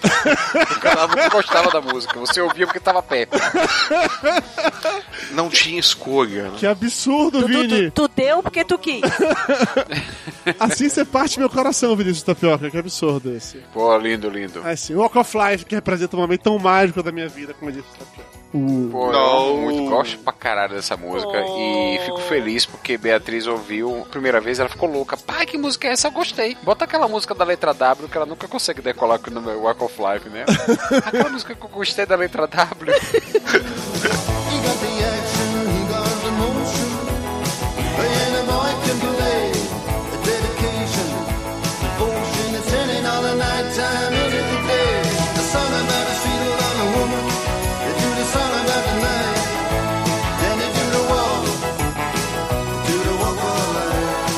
[SPEAKER 9] O cara nunca gostava da música, você ouvia porque tava perto.
[SPEAKER 6] Não tinha escolha, né?
[SPEAKER 3] Que absurdo,
[SPEAKER 9] *laughs*
[SPEAKER 3] Vini!
[SPEAKER 19] Tu deu porque tu quis.
[SPEAKER 3] Assim você parte meu coração, Vinícius Tapioca. Que absurdo esse.
[SPEAKER 9] Pô, lindo, lindo.
[SPEAKER 3] É assim, Walk of Life, que representa um momento tão mágico da minha vida, como eu disse.
[SPEAKER 9] Pô, eu amo muito, gosto pra caralho dessa música e fico feliz porque Beatriz ouviu a primeira vez ela ficou louca. Pai, que música é essa? Eu gostei. Bota aquela música da letra W que ela nunca consegue decolar com o número Walk of Life, né? aquela música que eu gostei da letra W.
[SPEAKER 15] He got the action, he got the motion. The boy can play. The dedication, devotion, it's in and all the night time, in and the day. The sun about the street and on the woman. They do the sun about the night. Then they do the walk, do the walk all night.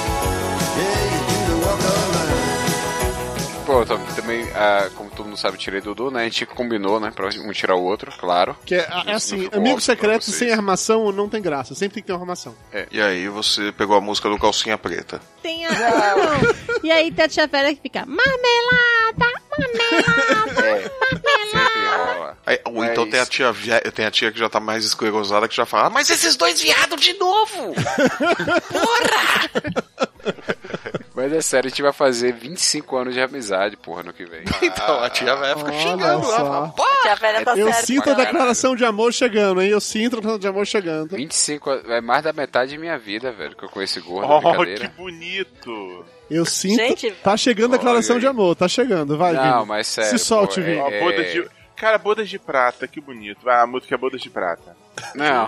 [SPEAKER 15] Yeah, you do the walk all night.
[SPEAKER 9] Pô, tam- também, ah, como todo mundo sabe, tirei Dudu, né? A gente combinou, né? Pra um tirar o outro, claro.
[SPEAKER 3] Que é, é assim, amigo secreto sem armação não tem graça. Sempre tem que ter uma armação.
[SPEAKER 6] E aí você pegou a música do Calcinha Preta.
[SPEAKER 4] Tem a. Não. E aí tem a tia Vera que fica marmelada,
[SPEAKER 6] Aí, ou então
[SPEAKER 5] É
[SPEAKER 6] tem
[SPEAKER 5] *laughs*
[SPEAKER 6] a tia vie- tem a tia que já tá mais esclerosada que já fala, ah, mas esses dois viados de novo!
[SPEAKER 9] Mas é sério, a gente vai fazer 25 anos de amizade, porra, no que vem.
[SPEAKER 6] *laughs* Então, a tia vai ficar
[SPEAKER 3] xingando lá, fala,
[SPEAKER 19] Tia velha tá
[SPEAKER 3] Eu
[SPEAKER 19] certa.
[SPEAKER 3] sinto a
[SPEAKER 8] né?
[SPEAKER 3] declaração de amor chegando, hein? Eu sinto a declaração de amor chegando.
[SPEAKER 9] 25 anos, é mais da metade de minha vida, velho, que eu conheci gordo,
[SPEAKER 12] Oh, que
[SPEAKER 9] brincadeira.
[SPEAKER 12] bonito!
[SPEAKER 3] Eu sinto. tá chegando a declaração de amor, tá chegando. Vai,
[SPEAKER 9] Não,
[SPEAKER 3] Vini.
[SPEAKER 9] mas sério,
[SPEAKER 3] Se solte,
[SPEAKER 9] pô, é
[SPEAKER 3] Vini.
[SPEAKER 18] É.
[SPEAKER 12] Ó, bodas de- Cara, bodas de prata, que bonito. Ah, a música é bodas de prata. *laughs*
[SPEAKER 9] Não,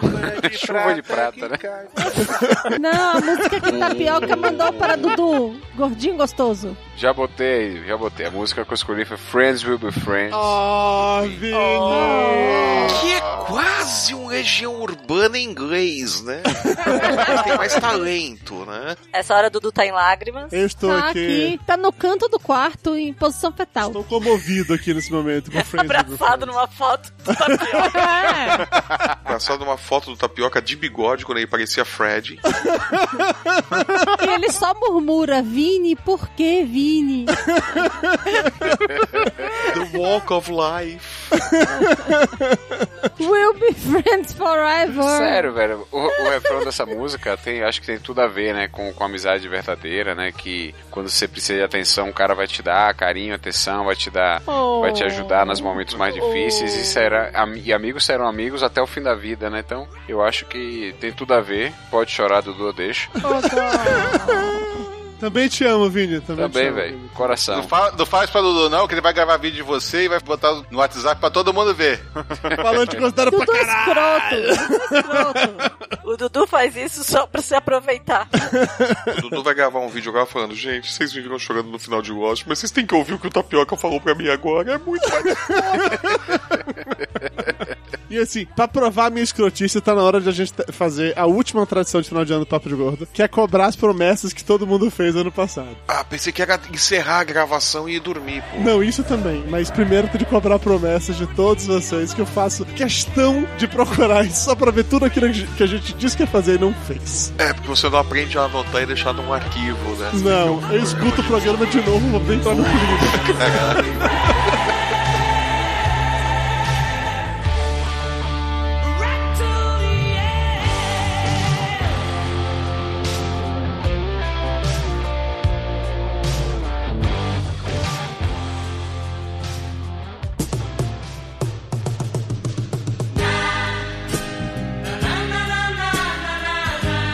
[SPEAKER 12] chuva É de prata, né?
[SPEAKER 3] É.
[SPEAKER 4] Não, a música
[SPEAKER 3] Hum.
[SPEAKER 4] que Tapioca mandou para Dudu. Gordinho gostoso.
[SPEAKER 9] Já botei, já botei. A música que eu escolhi foi Friends Will Be Friends.
[SPEAKER 3] Oh, Vini!
[SPEAKER 6] Que é quase um região urbana em inglês, né? *laughs* tem mais talento, né?
[SPEAKER 19] Essa hora Dudu tá em lágrimas.
[SPEAKER 3] Eu estou
[SPEAKER 4] tá
[SPEAKER 3] aqui.
[SPEAKER 4] tá no canto do quarto, em posição fetal. *laughs*
[SPEAKER 3] Estou comovido aqui nesse momento com o Friends.
[SPEAKER 19] Abraçado numa foto.
[SPEAKER 4] É.
[SPEAKER 6] Passado uma foto do tapioca de bigode quando ele parecia Fred.
[SPEAKER 4] E ele só murmura, Vini, por que
[SPEAKER 3] *laughs*
[SPEAKER 4] Vini?
[SPEAKER 6] The Walk of Life.
[SPEAKER 4] We'll be friends forever.
[SPEAKER 9] Sério, velho, o,
[SPEAKER 18] *laughs*
[SPEAKER 9] o refrão dessa música tem, acho que tem tudo a ver, né, com, com a amizade verdadeira, né, que quando você precisa de atenção, o cara vai te dar carinho, atenção, vai te dar,
[SPEAKER 4] Oh.
[SPEAKER 9] vai te ajudar nos momentos mais
[SPEAKER 18] Oh.
[SPEAKER 9] difíceis e será, am- e amigos serão amigos até o fim da vida, né, então eu acho que tem tudo a ver, pode chorar, Dudu,
[SPEAKER 18] *laughs*
[SPEAKER 9] eu deixo.
[SPEAKER 3] Também te amo, Vini. Também, te
[SPEAKER 9] Também,
[SPEAKER 3] amo.
[SPEAKER 9] velho, coração.
[SPEAKER 18] Então.
[SPEAKER 7] Não, fala, não faz pra Dudu, não, que ele vai gravar vídeo de você e vai botar no WhatsApp pra todo mundo ver.
[SPEAKER 3] Falando de gostando pra
[SPEAKER 19] O Dudu faz isso só pra se aproveitar.
[SPEAKER 6] O Dudu vai gravar um vídeo agora falando, gente, vocês viram eu chorando no final de Watch, mas vocês têm que ouvir o que o tapioca falou pra mim agora. É muito mais.
[SPEAKER 3] E assim, pra provar a minha escrotice, tá na hora de a gente te- fazer a última tradição de final de ano do Papo de Gordo, que é cobrar as promessas que todo mundo fez ano passado.
[SPEAKER 6] Ah, pensei que era encerrar a gravação e ir dormir, pô.
[SPEAKER 3] Não, isso também, mas primeiro tem de cobrar promessas de todos vocês que eu faço questão de procurar isso só pra ver tudo aquilo que a gente disse que ia fazer e não fez.
[SPEAKER 6] É, porque você não aprende a anotar e deixar num arquivo, né?
[SPEAKER 3] Não, eu escuto o programa de novo, vou entrar no clima.
[SPEAKER 16] Thank you.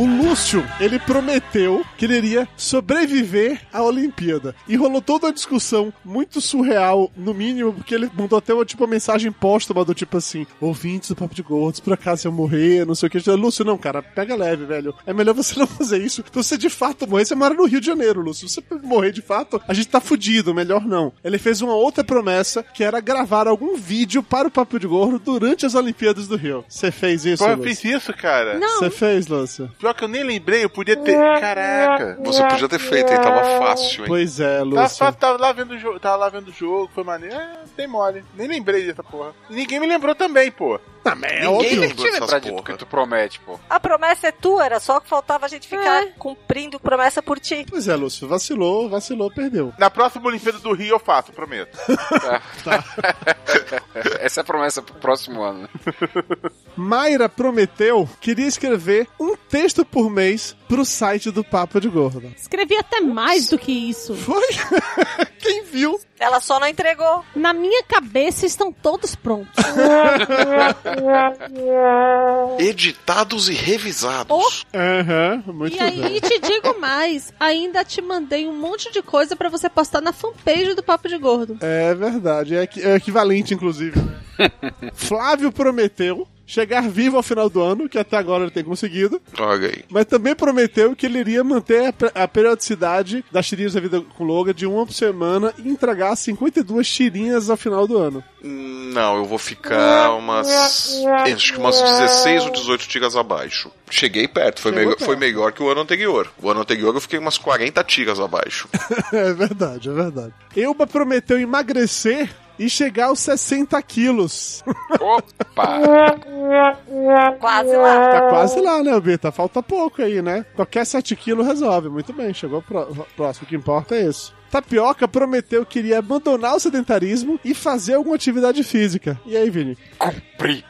[SPEAKER 3] O Lúcio, ele prometeu que ele iria sobreviver à Olimpíada. E rolou toda uma discussão muito surreal, no mínimo, porque ele mandou até uma, tipo, uma mensagem póstuma do tipo assim: ouvintes do Papo de Gordos, por acaso eu morrer, não sei o que. Eu falei, Lúcio, não, cara, pega leve, velho. É melhor você *laughs* não fazer isso. Se você de fato morrer, você mora no Rio de Janeiro, Lúcio. Se você morrer de fato, a gente tá fudido, melhor não. Ele fez uma outra promessa, que era gravar algum vídeo para o Papo de Gordo durante as Olimpíadas do Rio. Você fez isso,
[SPEAKER 6] Pô, eu
[SPEAKER 3] Lúcio?
[SPEAKER 6] fiz isso, cara.
[SPEAKER 3] Você fez, Lúcio?
[SPEAKER 6] Pior que eu nem lembrei, eu podia ter. Caraca.
[SPEAKER 18] Você podia ter feito, hein? Tava fácil, hein?
[SPEAKER 3] Pois é,
[SPEAKER 6] Tava,
[SPEAKER 3] Lúcio.
[SPEAKER 4] Tá,
[SPEAKER 6] só- tava lá vendo o jogo, tava lá vendo o jogo, foi maneiro. É, tem mole. Nem lembrei dessa porra. E ninguém me lembrou também, pô.
[SPEAKER 3] Ah, mas
[SPEAKER 6] é
[SPEAKER 9] Ninguém tem que te lembrar de tudo que tu promete, pô.
[SPEAKER 8] A promessa é tua, era só que faltava a gente ficar cumprindo promessa por ti.
[SPEAKER 3] Pois é, Lúcio, vacilou, vacilou, perdeu.
[SPEAKER 6] Na próxima Olimpíada do Rio eu faço, prometo.
[SPEAKER 9] Essa é a promessa pro próximo ano.
[SPEAKER 18] *laughs*
[SPEAKER 9] né?
[SPEAKER 3] Mayra prometeu que iria escrever um texto por mês pro site do Papo de Gordo.
[SPEAKER 4] Escrevi até mais do que isso.
[SPEAKER 3] Foi? *laughs* Quem viu?
[SPEAKER 8] Ela só não entregou.
[SPEAKER 4] Na minha cabeça estão todos prontos.
[SPEAKER 18] Editados e revisados.
[SPEAKER 3] Oh. Aham, muito
[SPEAKER 4] E aí, e te digo mais, ainda te mandei um monte de coisa pra você postar na fanpage do Papo de Gordo.
[SPEAKER 3] É verdade, é, equi- é equivalente, inclusive. Flávio prometeu chegar vivo ao final do ano, que até agora ele tem conseguido,
[SPEAKER 18] Droga aí.
[SPEAKER 3] mas também prometeu que ele iria manter a pre- a, periodicidade das tirinhas da vida com Loga de uma por semana e entregar 52 tirinhas ao final do ano.
[SPEAKER 18] Não, eu vou ficar umas. Acho que umas 16 ou 18 tiras abaixo. Cheguei perto, foi,
[SPEAKER 3] Chegou
[SPEAKER 18] melhor,
[SPEAKER 3] perto.
[SPEAKER 18] foi melhor que o ano anterior. O ano anterior eu fiquei umas 40 tiras abaixo.
[SPEAKER 3] *laughs* é verdade, é verdade. Elba prometeu emagrecer e chegar aos 60 quilos.
[SPEAKER 8] Quase lá.
[SPEAKER 3] Tá quase lá, né, Bita? Falta pouco aí, né? Qualquer 7 quilos resolve. Muito bem, chegou pró- próximo. O que importa é isso. Tapioca prometeu que iria abandonar o sedentarismo e fazer alguma atividade física. E aí, Vini?
[SPEAKER 9] Cumpri.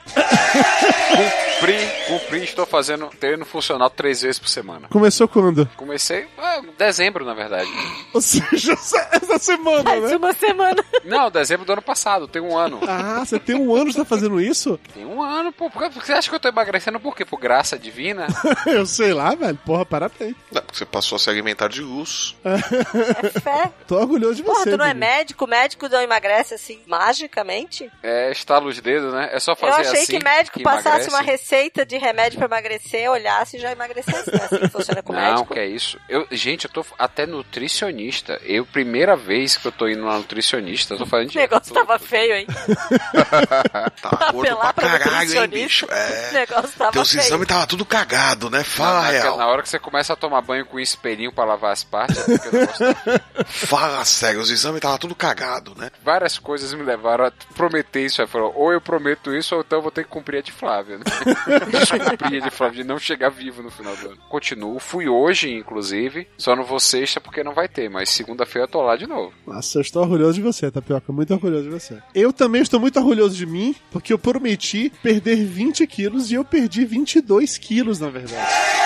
[SPEAKER 9] cumpri, cumpri. Estou fazendo treino funcional três vezes por semana.
[SPEAKER 3] Começou quando?
[SPEAKER 9] Comecei ah, em dezembro, na verdade.
[SPEAKER 3] Ou seja, essa semana, né?
[SPEAKER 8] uma semana.
[SPEAKER 9] Não, dezembro do ano passado, tem um ano.
[SPEAKER 3] Ah, você tem um ano que você tá fazendo isso? *laughs*
[SPEAKER 9] Tem um ano, pô. Por que- Você acha que eu tô emagrecendo por quê? Por graça divina?
[SPEAKER 3] Eu sei lá, velho. Porra, parabéns.
[SPEAKER 18] Não, porque você passou a se alimentar de luz. *laughs*
[SPEAKER 8] Fé.
[SPEAKER 3] Tô orgulhoso de
[SPEAKER 8] Porra,
[SPEAKER 3] você.
[SPEAKER 8] tu não é
[SPEAKER 3] Vini.
[SPEAKER 8] médico? Médico não emagrece assim, magicamente?
[SPEAKER 9] É, estala os dedos, né? É só
[SPEAKER 8] Eu
[SPEAKER 9] fazer assim.
[SPEAKER 8] achei que médico
[SPEAKER 9] emagrece.
[SPEAKER 8] passasse uma receita de remédio pra emagrecer, olhasse e já emagrecesse. Né? Assim que funciona com
[SPEAKER 9] Não,
[SPEAKER 8] médico.
[SPEAKER 9] que é isso. Eu, gente, eu tô até nutricionista. Eu, primeira vez que eu tô indo na nutricionista, eu tô falando
[SPEAKER 8] O
[SPEAKER 9] de.
[SPEAKER 8] negócio tava feio, hein?
[SPEAKER 18] *laughs* Tá gordo
[SPEAKER 8] Apelar
[SPEAKER 18] pra
[SPEAKER 8] pra
[SPEAKER 18] caralho, hein, bicho?
[SPEAKER 8] nutricionista.
[SPEAKER 18] É.
[SPEAKER 8] O negócio tava
[SPEAKER 18] Teus
[SPEAKER 8] feio.
[SPEAKER 18] exames tava tudo cagado,
[SPEAKER 6] é
[SPEAKER 18] né? Fala
[SPEAKER 9] na, na,
[SPEAKER 18] real.
[SPEAKER 9] na hora que você começa a tomar banho com um espelhinho pra lavar as partes, é porque eu não gosto
[SPEAKER 18] Fala sério, os exames tava tudo cagado, né?
[SPEAKER 9] várias coisas me levaram a prometer isso. Aí falou, ou eu prometo isso, ou então eu vou ter que cumprir a de
[SPEAKER 3] *laughs*
[SPEAKER 9] Flávia. Né? cumprir a de Flávia de não chegar vivo no final do ano. Continuo, fui hoje, inclusive, só não vou sexta porque não vai ter, mas segunda-feira eu tô lá de novo.
[SPEAKER 3] Nossa, eu estou orgulhoso de você, Tapioca. Muito orgulhoso de você. Eu também estou muito orgulhoso de mim, porque eu prometi perder 20 quilos e eu perdi 22 quilos, na verdade.
[SPEAKER 6] *laughs*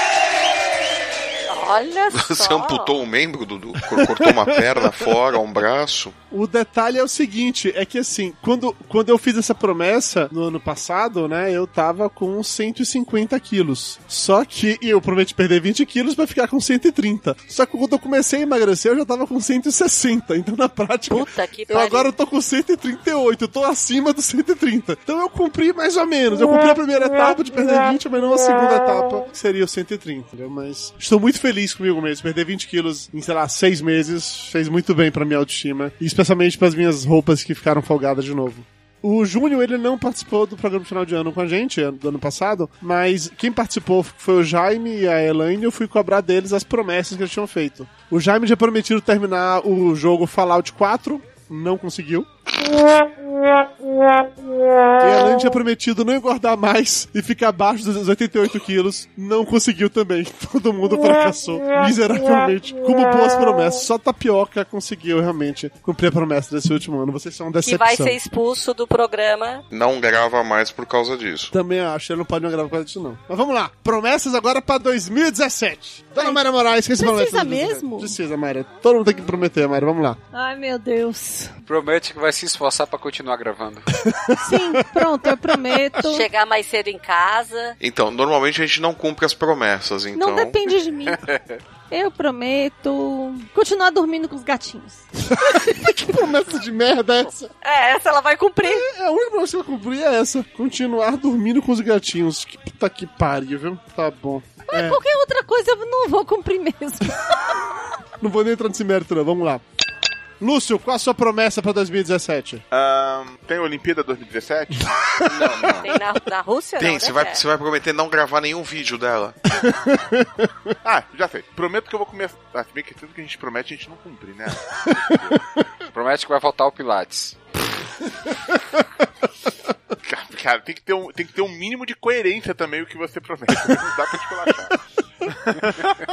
[SPEAKER 8] Olha só.
[SPEAKER 6] é
[SPEAKER 18] Você amputou um membro, Dudu? Cor- Cortou uma perna *laughs* fora, um braço?
[SPEAKER 3] O detalhe é o seguinte, é que assim, quando, quando eu fiz essa promessa no ano passado, né, eu tava com 150 quilos. Só que eu prometi perder 20 quilos pra ficar com 130. Só que quando eu comecei a emagrecer, eu já tava com 160. Então, na prática,
[SPEAKER 8] Puta que
[SPEAKER 3] eu
[SPEAKER 8] pariu.
[SPEAKER 3] agora tô com 138, eu tô acima dos 130. Então eu cumpri mais ou menos. Eu cumpri a primeira etapa de perder 20, mas não a segunda etapa, que seria o 130, entendeu? Mas estou muito feliz comigo mesmo. Perder 20 quilos em, sei lá, seis meses fez muito bem pra minha autoestima. E especialmente pras minhas roupas que ficaram folgadas de novo. O Júnior, ele não participou do programa de final de ano com a gente, ano- do ano passado, mas quem participou foi o Jaime e a Elaine, e eu fui cobrar deles as promessas que eles tinham feito. O Jaime já prometido terminar o jogo Fallout 4, não conseguiu. E a Elaine tinha prometido não engordar mais e ficar abaixo dos 88 quilos. Não conseguiu também. *laughs* Todo mundo fracassou miseravelmente. Como boas promessas. Só Tapioca conseguiu realmente cumprir a promessa desse último ano. Vocês são uma
[SPEAKER 8] Que
[SPEAKER 3] decepção.
[SPEAKER 8] vai ser expulso do programa.
[SPEAKER 18] Não grava mais por causa disso.
[SPEAKER 3] Também acho, ele não pode me gravar por causa disso, não. Mas vamos lá. Promessas agora pra 2017. Dona Mayra Moraes, que esse
[SPEAKER 4] Precisa
[SPEAKER 3] promessa?
[SPEAKER 4] mesmo?
[SPEAKER 3] Precisa, Mayra. Todo mundo tem que prometer, Mayra. Vamos lá.
[SPEAKER 4] Ai, meu Deus.
[SPEAKER 9] Promete que vai se se esforçar pra continuar gravando.
[SPEAKER 4] Sim, pronto, eu prometo.
[SPEAKER 8] Chegar mais cedo em casa.
[SPEAKER 6] Então, normalmente a gente não cumpre as promessas, então.
[SPEAKER 4] Não depende de mim. Eu prometo continuar dormindo com os gatinhos.
[SPEAKER 3] que promessa de merda é essa?
[SPEAKER 19] É, essa ela vai cumprir.
[SPEAKER 3] É, a única promessa que ela vai cumprir é essa. Continuar dormindo com os gatinhos. Que puta que pariu, viu? Tá bom.
[SPEAKER 4] Mas
[SPEAKER 3] É,
[SPEAKER 4] qualquer outra coisa eu não vou cumprir mesmo.
[SPEAKER 3] Não vou nem entrar nesse mérito, não. Vamos lá. Lúcio, qual a sua promessa pra 2017?
[SPEAKER 5] Ahn, tem Olimpíada 2017?
[SPEAKER 8] Tem na, na Rússia,
[SPEAKER 6] Tem,
[SPEAKER 8] não,
[SPEAKER 6] você
[SPEAKER 8] né,
[SPEAKER 6] vai,
[SPEAKER 8] Fer?
[SPEAKER 6] você vai prometer não gravar nenhum vídeo dela.
[SPEAKER 5] ah, já sei. Prometo que eu vou começar. Ah, se bem que tudo que a gente promete a gente não cumpre, né? *laughs*
[SPEAKER 9] Promete que vai voltar o Pilates.
[SPEAKER 5] Cara, cara, tem, que ter um, tem que ter um mínimo de coerência também o que você promete. Não dá pra descolachar.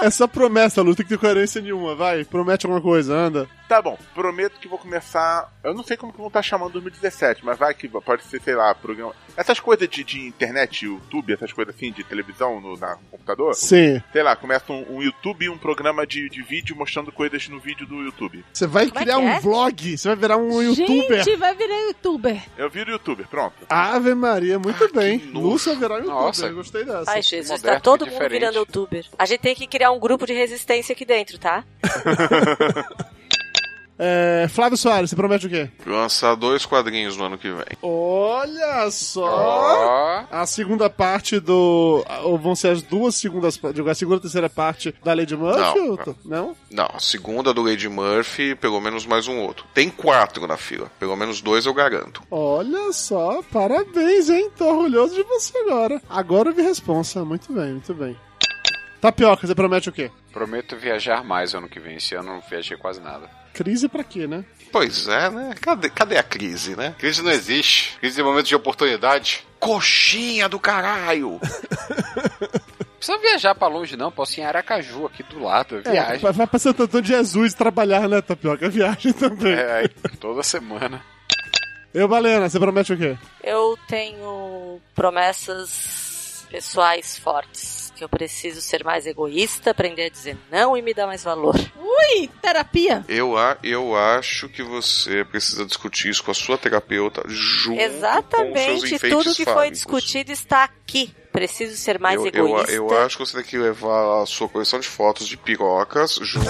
[SPEAKER 3] Essa promessa, Lúcio, tem que ter coerência nenhuma. Vai, promete alguma coisa, anda.
[SPEAKER 5] Tá bom, prometo que vou começar. Eu não sei como que vão estar chamando 2017, mas vai que pode ser, sei lá, programa. Essas coisas de, de internet, YouTube, essas coisas assim, de televisão no, na, no computador.
[SPEAKER 3] Sim.
[SPEAKER 5] Sei lá, começa um, um YouTube e um programa de, de vídeo mostrando coisas no vídeo do YouTube.
[SPEAKER 3] Você vai
[SPEAKER 4] Como é
[SPEAKER 3] criar
[SPEAKER 4] que
[SPEAKER 3] um
[SPEAKER 4] é?
[SPEAKER 3] vlog, você vai virar um youtuber.
[SPEAKER 4] Gente, vai virar youtuber.
[SPEAKER 5] Eu viro youtuber, pronto.
[SPEAKER 3] Ave Maria, muito bem. Lúcio vai virar um youtuber.
[SPEAKER 5] Nossa.
[SPEAKER 3] eu Gostei dessa.
[SPEAKER 8] Ai, Jesus, tá
[SPEAKER 5] Moderno,
[SPEAKER 8] todo mundo
[SPEAKER 5] diferente.
[SPEAKER 8] virando youtuber. A gente tem que criar um grupo de resistência aqui dentro, tá?
[SPEAKER 3] É, Flávio Soares, você promete o quê?
[SPEAKER 6] Lançar dois quadrinhos no ano que vem.
[SPEAKER 3] Olha
[SPEAKER 9] Oh.
[SPEAKER 3] só! A segunda parte do. Ou vão ser as duas segundas. A segunda e terceira parte da Lady Murphy?
[SPEAKER 6] Não.
[SPEAKER 3] Uto? Não?
[SPEAKER 6] Não, a segunda do Lady Murphy, pelo menos mais um outro. Tem quatro na fila. Pelo menos dois eu garanto.
[SPEAKER 3] Olha só, parabéns, hein? Tô orgulhoso de você agora. Agora eu vi responsa. Muito bem, muito bem. Tapioca, você promete o quê?
[SPEAKER 9] Prometo viajar mais ano que vem. Esse ano eu não viajei quase nada.
[SPEAKER 3] Crise pra quê, né?
[SPEAKER 6] Pois é, né? Cadê, cadê a crise, né?
[SPEAKER 7] Crise não existe. Crise é momento de oportunidade.
[SPEAKER 6] Coxinha do caralho! *laughs*
[SPEAKER 9] Não precisa viajar pra longe, não. Posso ir em Aracaju, aqui do lado. Eu
[SPEAKER 3] É,
[SPEAKER 9] viagem.
[SPEAKER 3] vai vai pra Santo Antônio de Jesus trabalhar, né, Tapioca? Viagem também.
[SPEAKER 9] É, toda semana.
[SPEAKER 3] Eu, Valena, você promete o quê?
[SPEAKER 8] Eu tenho promessas pessoais fortes. Que eu preciso ser mais egoísta, aprender a dizer não e me dar mais valor.
[SPEAKER 4] Ui, terapia.
[SPEAKER 6] Eu, a- eu acho que você precisa discutir isso com a sua terapeuta junto com os seus
[SPEAKER 8] Exatamente,
[SPEAKER 6] enfeites
[SPEAKER 8] tudo que foi
[SPEAKER 6] fálicos.
[SPEAKER 8] discutido está aqui. Preciso ser mais
[SPEAKER 6] Eu, eu,
[SPEAKER 8] egoísta.
[SPEAKER 6] eu acho que você tem que levar a sua coleção de fotos de pirocas junto *laughs*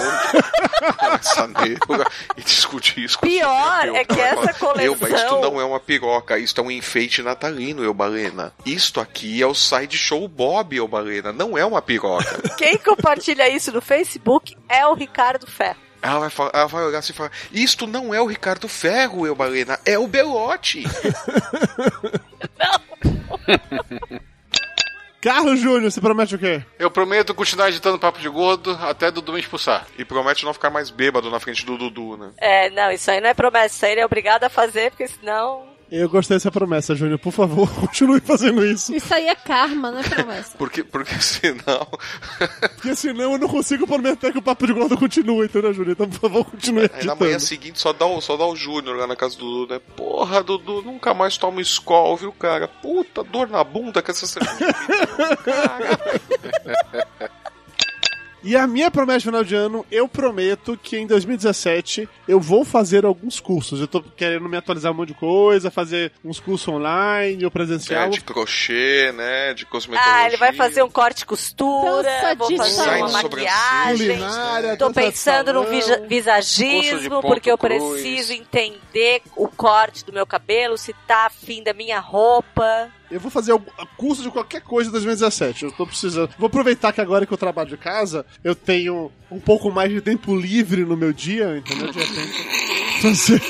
[SPEAKER 6] com essa negra e discutir isso com a sua
[SPEAKER 8] Pior é
[SPEAKER 6] terapeuta.
[SPEAKER 8] que
[SPEAKER 6] Ela
[SPEAKER 8] essa
[SPEAKER 6] fala, Eu, mas isto
[SPEAKER 8] coleção-
[SPEAKER 6] não é uma piroca, isto é um enfeite natalino, eu, Balena. Isto aqui é o side show Bob, eu, Balena. Não é
[SPEAKER 7] *laughs*
[SPEAKER 6] uma piroca.
[SPEAKER 8] Quem compartilha isso no Facebook é o Ricardo Ferro.
[SPEAKER 6] Ela vai, falar- ela vai olhar assim e falar: Isto não é o Ricardo Ferro, eu, Balena, é o Belote.
[SPEAKER 3] Carlos Júnior, você promete o quê?
[SPEAKER 7] *laughs* Eu prometo continuar editando papo de gordo até Dudu me expulsar.
[SPEAKER 6] E promete não ficar mais bêbado na frente do Dudu, né?
[SPEAKER 8] É, não, isso aí não é promessa, isso aí ele é obrigado a fazer, porque senão.
[SPEAKER 3] Eu gostei dessa promessa, Júnior. Por favor, *laughs* continue fazendo isso.
[SPEAKER 4] Isso aí é karma, não é promessa.
[SPEAKER 6] Porque, porque *laughs* senão
[SPEAKER 3] Porque senão eu não consigo prometer que o papo de gordo continue, entendeu, Júnior? Então, por favor, continue
[SPEAKER 6] Aí na manhã
[SPEAKER 3] editando.
[SPEAKER 6] seguinte só dá, o, só dá o Júnior lá na casa do Dudu, né? Porra, Dudu, nunca mais toma escol, viu, cara? Puta, dor na bunda com essa cerveja.
[SPEAKER 3] E a minha promessa de final de ano, eu prometo que em 2017 eu vou fazer alguns cursos. Eu tô querendo me atualizar um monte de coisa, fazer uns cursos online um ou presencial.
[SPEAKER 6] É, de *laughs* crochê, né? De cosmetologia.
[SPEAKER 8] Ah, ele vai fazer um corte e costura,
[SPEAKER 4] Dança
[SPEAKER 8] vou
[SPEAKER 4] de
[SPEAKER 8] fazer
[SPEAKER 6] salão.
[SPEAKER 8] uma
[SPEAKER 6] Design de
[SPEAKER 8] maquiagem.
[SPEAKER 3] Culinária,
[SPEAKER 8] Tô
[SPEAKER 3] dança de
[SPEAKER 8] pensando no
[SPEAKER 3] salão.
[SPEAKER 8] visa-
[SPEAKER 9] Curso de
[SPEAKER 8] visagismo,
[SPEAKER 9] ponto
[SPEAKER 8] porque eu
[SPEAKER 9] cruz.
[SPEAKER 8] preciso entender o corte do meu cabelo, se tá afim da minha roupa.
[SPEAKER 3] Eu vou fazer o curso de qualquer coisa em 2017. Eu tô precisando. Vou aproveitar que agora que eu trabalho de casa, eu tenho um pouco mais de tempo livre no meu dia, entendeu? De repente. fazer-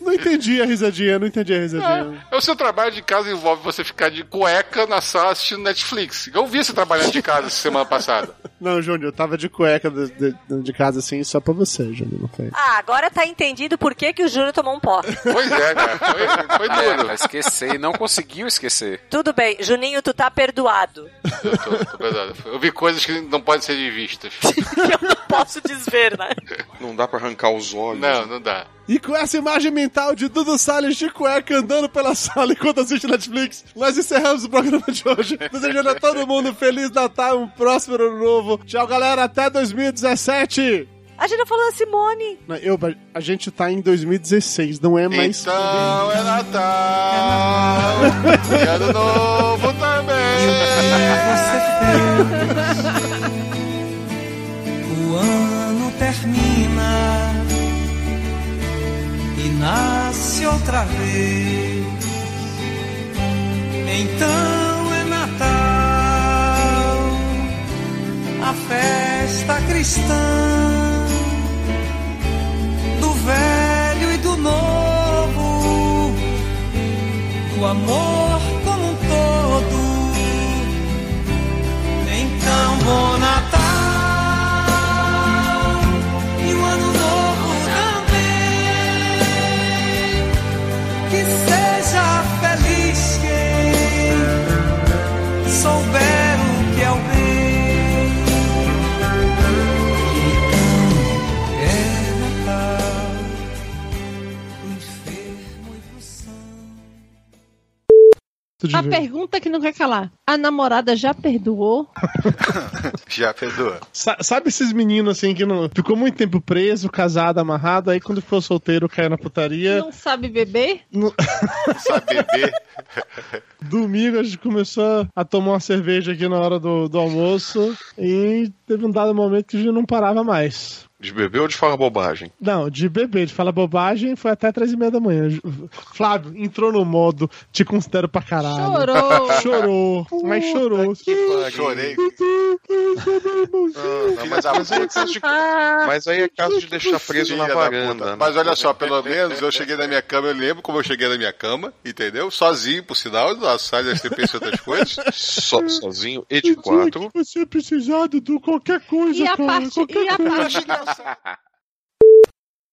[SPEAKER 3] Não entendi a risadinha, não entendi a risadinha.
[SPEAKER 7] É, o seu trabalho de casa envolve você ficar de cueca na sala assistindo Netflix. Eu vi você trabalhando de casa essa semana passada.
[SPEAKER 3] Não, Júnior, eu tava de cueca de, de- de casa assim, só pra você, Júnior, não foi?
[SPEAKER 8] Ah, agora tá entendido por que, que o Júlio tomou um *laughs* pó.
[SPEAKER 7] Pois é, cara. Foi, foi
[SPEAKER 9] É,
[SPEAKER 7] duro.
[SPEAKER 9] vai esquecer e não conseguiu esquecer.
[SPEAKER 8] Tudo bem, Juninho, tu tá perdoado.
[SPEAKER 7] Eu, tô- tô pesado. Eu vi coisas que não podem ser vistas.
[SPEAKER 8] Posso desver, né?
[SPEAKER 6] Não dá pra arrancar os olhos.
[SPEAKER 7] Não, não dá.
[SPEAKER 3] E com essa imagem mental de Dudu Salles de cueca andando pela sala enquanto assiste Netflix, nós encerramos o programa de hoje. Desejando a todo mundo um Feliz Natal, um próspero ano novo. Tchau, galera. Até 2017.
[SPEAKER 8] A gente tá falando da Simone.
[SPEAKER 3] Não, eu, a gente tá em 2016, não é mais.
[SPEAKER 7] Então é Natal. e ano novo também.
[SPEAKER 2] o ano termina e nasce outra vez. Então é Natal, a festa cristã do velho e do novo, do amor como um todo. Então, bom Natal e o ano novo também. Que seja feliz quem souber o que é o bem. Então, é Natal.
[SPEAKER 4] A pergunta que não quer calar. A namorada já perdoou?
[SPEAKER 7] Já perdoa.
[SPEAKER 3] Sa- sabe esses meninos assim que não ficou muito tempo preso, casado, amarrado, aí quando ficou solteiro caiu na putaria.
[SPEAKER 4] Não sabe beber?
[SPEAKER 3] No-
[SPEAKER 7] Sabe beber?
[SPEAKER 3] Domingo a gente começou a tomar uma cerveja aqui na hora do, do almoço e teve um dado momento que a gente não parava mais.
[SPEAKER 6] De beber ou de falar bobagem?
[SPEAKER 3] Não, de beber, de falar bobagem, foi até três e meia da manhã. Ju- Flávio, entrou no modo, te considero pra caralho.
[SPEAKER 7] Chorou.
[SPEAKER 3] Ah, Chorou, mas chorou.
[SPEAKER 7] Chorei.
[SPEAKER 6] Não, mas, mas aí é caso de,
[SPEAKER 4] Ah,
[SPEAKER 6] mas aí é caso de deixar preso na
[SPEAKER 7] Filha é da
[SPEAKER 6] varanda.
[SPEAKER 7] puta.
[SPEAKER 6] né?
[SPEAKER 7] Mas olha só, pelo menos eu cheguei na minha cama, eu lembro como eu cheguei na minha cama, entendeu? Sozinho, por sinal, na sala de STP e
[SPEAKER 3] *laughs*
[SPEAKER 7] outras coisas.
[SPEAKER 3] Tá
[SPEAKER 6] sozinho
[SPEAKER 7] e
[SPEAKER 3] Eu tinha que você é precisado de qualquer coisa,
[SPEAKER 4] E a
[SPEAKER 3] cara.
[SPEAKER 4] parte-
[SPEAKER 3] qualquer
[SPEAKER 4] e a
[SPEAKER 3] coisa.
[SPEAKER 4] parte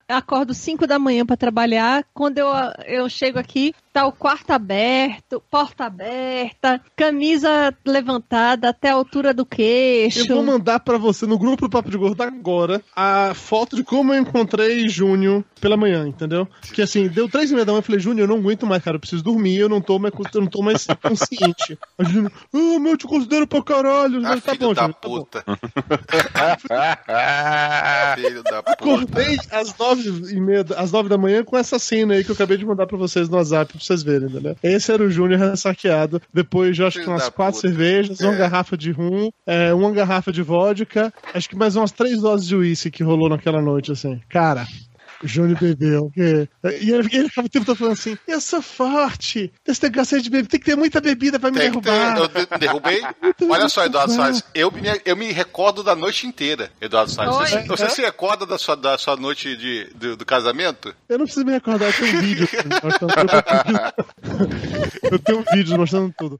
[SPEAKER 4] Eu acordo 5 da manhã pra trabalhar. Quando eu, eu chego aqui, tá o quarto aberto, porta aberta, camisa levantada até a altura do queixo.
[SPEAKER 3] Eu vou mandar pra você no grupo do Papo de Gordo agora a foto de como eu encontrei Júnior pela manhã, entendeu? Porque assim, deu três e meia da manhã, eu falei, Júnior, eu não aguento mais, cara, eu preciso dormir, eu não tô mais, eu não tô mais consciente. Aí o Júnior, ah, meu, eu te considero pra caralho. Eu
[SPEAKER 7] Ah,
[SPEAKER 3] falei, tá bom, Júnior, tá bom.
[SPEAKER 6] *laughs*
[SPEAKER 7] Filho da
[SPEAKER 3] Acordei às nove, e meia, às nove da manhã com essa cena aí que eu acabei de mandar pra vocês no WhatsApp, pra vocês verem, entendeu? Esse era o Júnior saqueado. Depois, eu acho que
[SPEAKER 7] Filho
[SPEAKER 3] umas
[SPEAKER 7] da
[SPEAKER 3] quatro cervejas, uma garrafa de rum, é, uma garrafa de vodka, acho que mais umas três doses de uísque que rolou naquela noite, assim. Cara. o Júnior bebeu. que- E ele, ele ficava o tempo todo falando assim: Eu sou forte, esse negócio aí de beber, tem que ter muita bebida pra me
[SPEAKER 7] Tem que ter-
[SPEAKER 3] derrubar.
[SPEAKER 7] eu de- derrubei. Olha só, Eduardo Salles, eu me, eu me recordo da noite inteira, Eduardo Salles. Você,
[SPEAKER 3] Oi.
[SPEAKER 7] se- você se recorda da sua, da sua noite de, do, do casamento?
[SPEAKER 3] Eu não preciso me acordar, eu tenho um vídeo mostrando
[SPEAKER 7] *laughs*
[SPEAKER 3] tudo. Eu tenho vídeos mostrando tudo.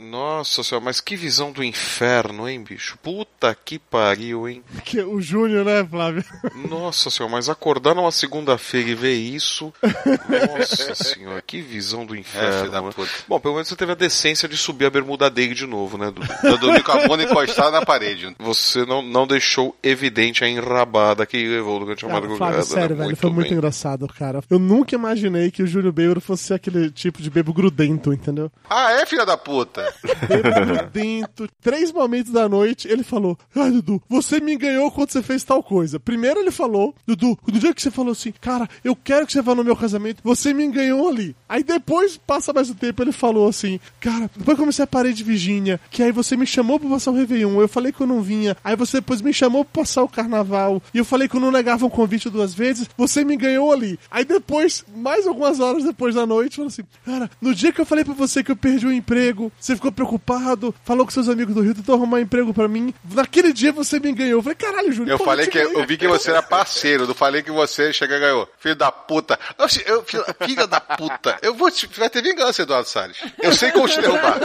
[SPEAKER 6] Nossa senhora, mas que visão do inferno, hein, bicho? Puta que pariu, hein?
[SPEAKER 3] Que o Júnior, né, Flávio?
[SPEAKER 6] Nossa senhora, mas acordar numa segunda-feira e ver isso.
[SPEAKER 7] *laughs*
[SPEAKER 6] Nossa senhora, que visão do
[SPEAKER 7] É, filho da
[SPEAKER 6] inferno. né? Bom, pelo menos você teve a decência de subir a bermuda dele de novo, né, Dudu?
[SPEAKER 7] Eu dormi com a bunda encostada na parede.
[SPEAKER 6] Você não, não deixou evidente a enrabada que levou durante a
[SPEAKER 3] Cara,
[SPEAKER 6] madrugada.
[SPEAKER 3] Flávio,
[SPEAKER 6] né?
[SPEAKER 3] sério, velho, foi muito engraçado, cara. Eu nunca imaginei que o Júnior Beiro fosse aquele tipo de bebo grudento, entendeu?
[SPEAKER 7] Ah, é, filha da puta?
[SPEAKER 6] *laughs*
[SPEAKER 3] Grudento. Três momentos da noite, ele falou: Ai, Dudu, você me enganou quando você fez tal coisa. Primeiro ele falou: Dudu, no dia que você falou assim, cara, eu quero que você vá no meu casamento, você me enganou ali. Aí depois, passa mais um tempo, ele falou assim: Cara, depois comecei a parei de Virgínia, que aí você me chamou pra passar o Réveillon, eu falei que eu não vinha, aí você depois me chamou pra passar o carnaval, e eu falei que eu não negava um convite duas vezes, você me ganhou ali. Aí depois, mais algumas horas depois da noite, falou assim: Cara, no dia que eu falei pra você que eu perdi o emprego, você ficou preocupado, falou com seus amigos do Rio, tentou arrumar emprego pra mim, naquele dia você me ganhou. Eu falei: Caralho, Júlio,
[SPEAKER 7] Eu
[SPEAKER 3] pô,
[SPEAKER 7] falei
[SPEAKER 3] te
[SPEAKER 7] que eu
[SPEAKER 3] ganhei."
[SPEAKER 7] vi que você era parceiro, não falei que você chega e ganhou. Filho da puta. Eu, eu- filho- filha da puta. Eu vou te, vai ter vingança, Eduardo Salles. Eu sei como te derrubar.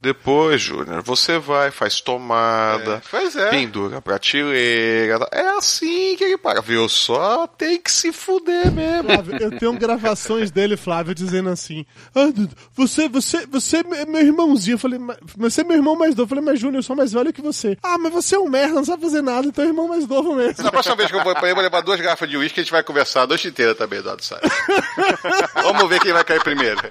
[SPEAKER 6] Depois, Júnior, você vai, faz tomada,
[SPEAKER 7] pois é.
[SPEAKER 6] pendura a prateleira. tá? É assim que ele paga, viu? Só tem que se fuder mesmo.
[SPEAKER 3] Flávio, eu tenho gravações dele, Flávio, dizendo assim: "Ah, Dudu, você, você, você é meu irmãozinho. Eu falei, "Mas você é meu irmão mais novo. Eu falei, mas Júnior, eu sou mais velho que você. Ah, mas você é um merda, não sabe fazer nada, então é irmão mais novo mesmo.
[SPEAKER 7] Na próxima vez que eu for pra ele, eu vou levar duas garrafas de uísque e a gente vai conversar a noite inteira também, Eduardo Salles. Vamos ver quem vai cair primeiro.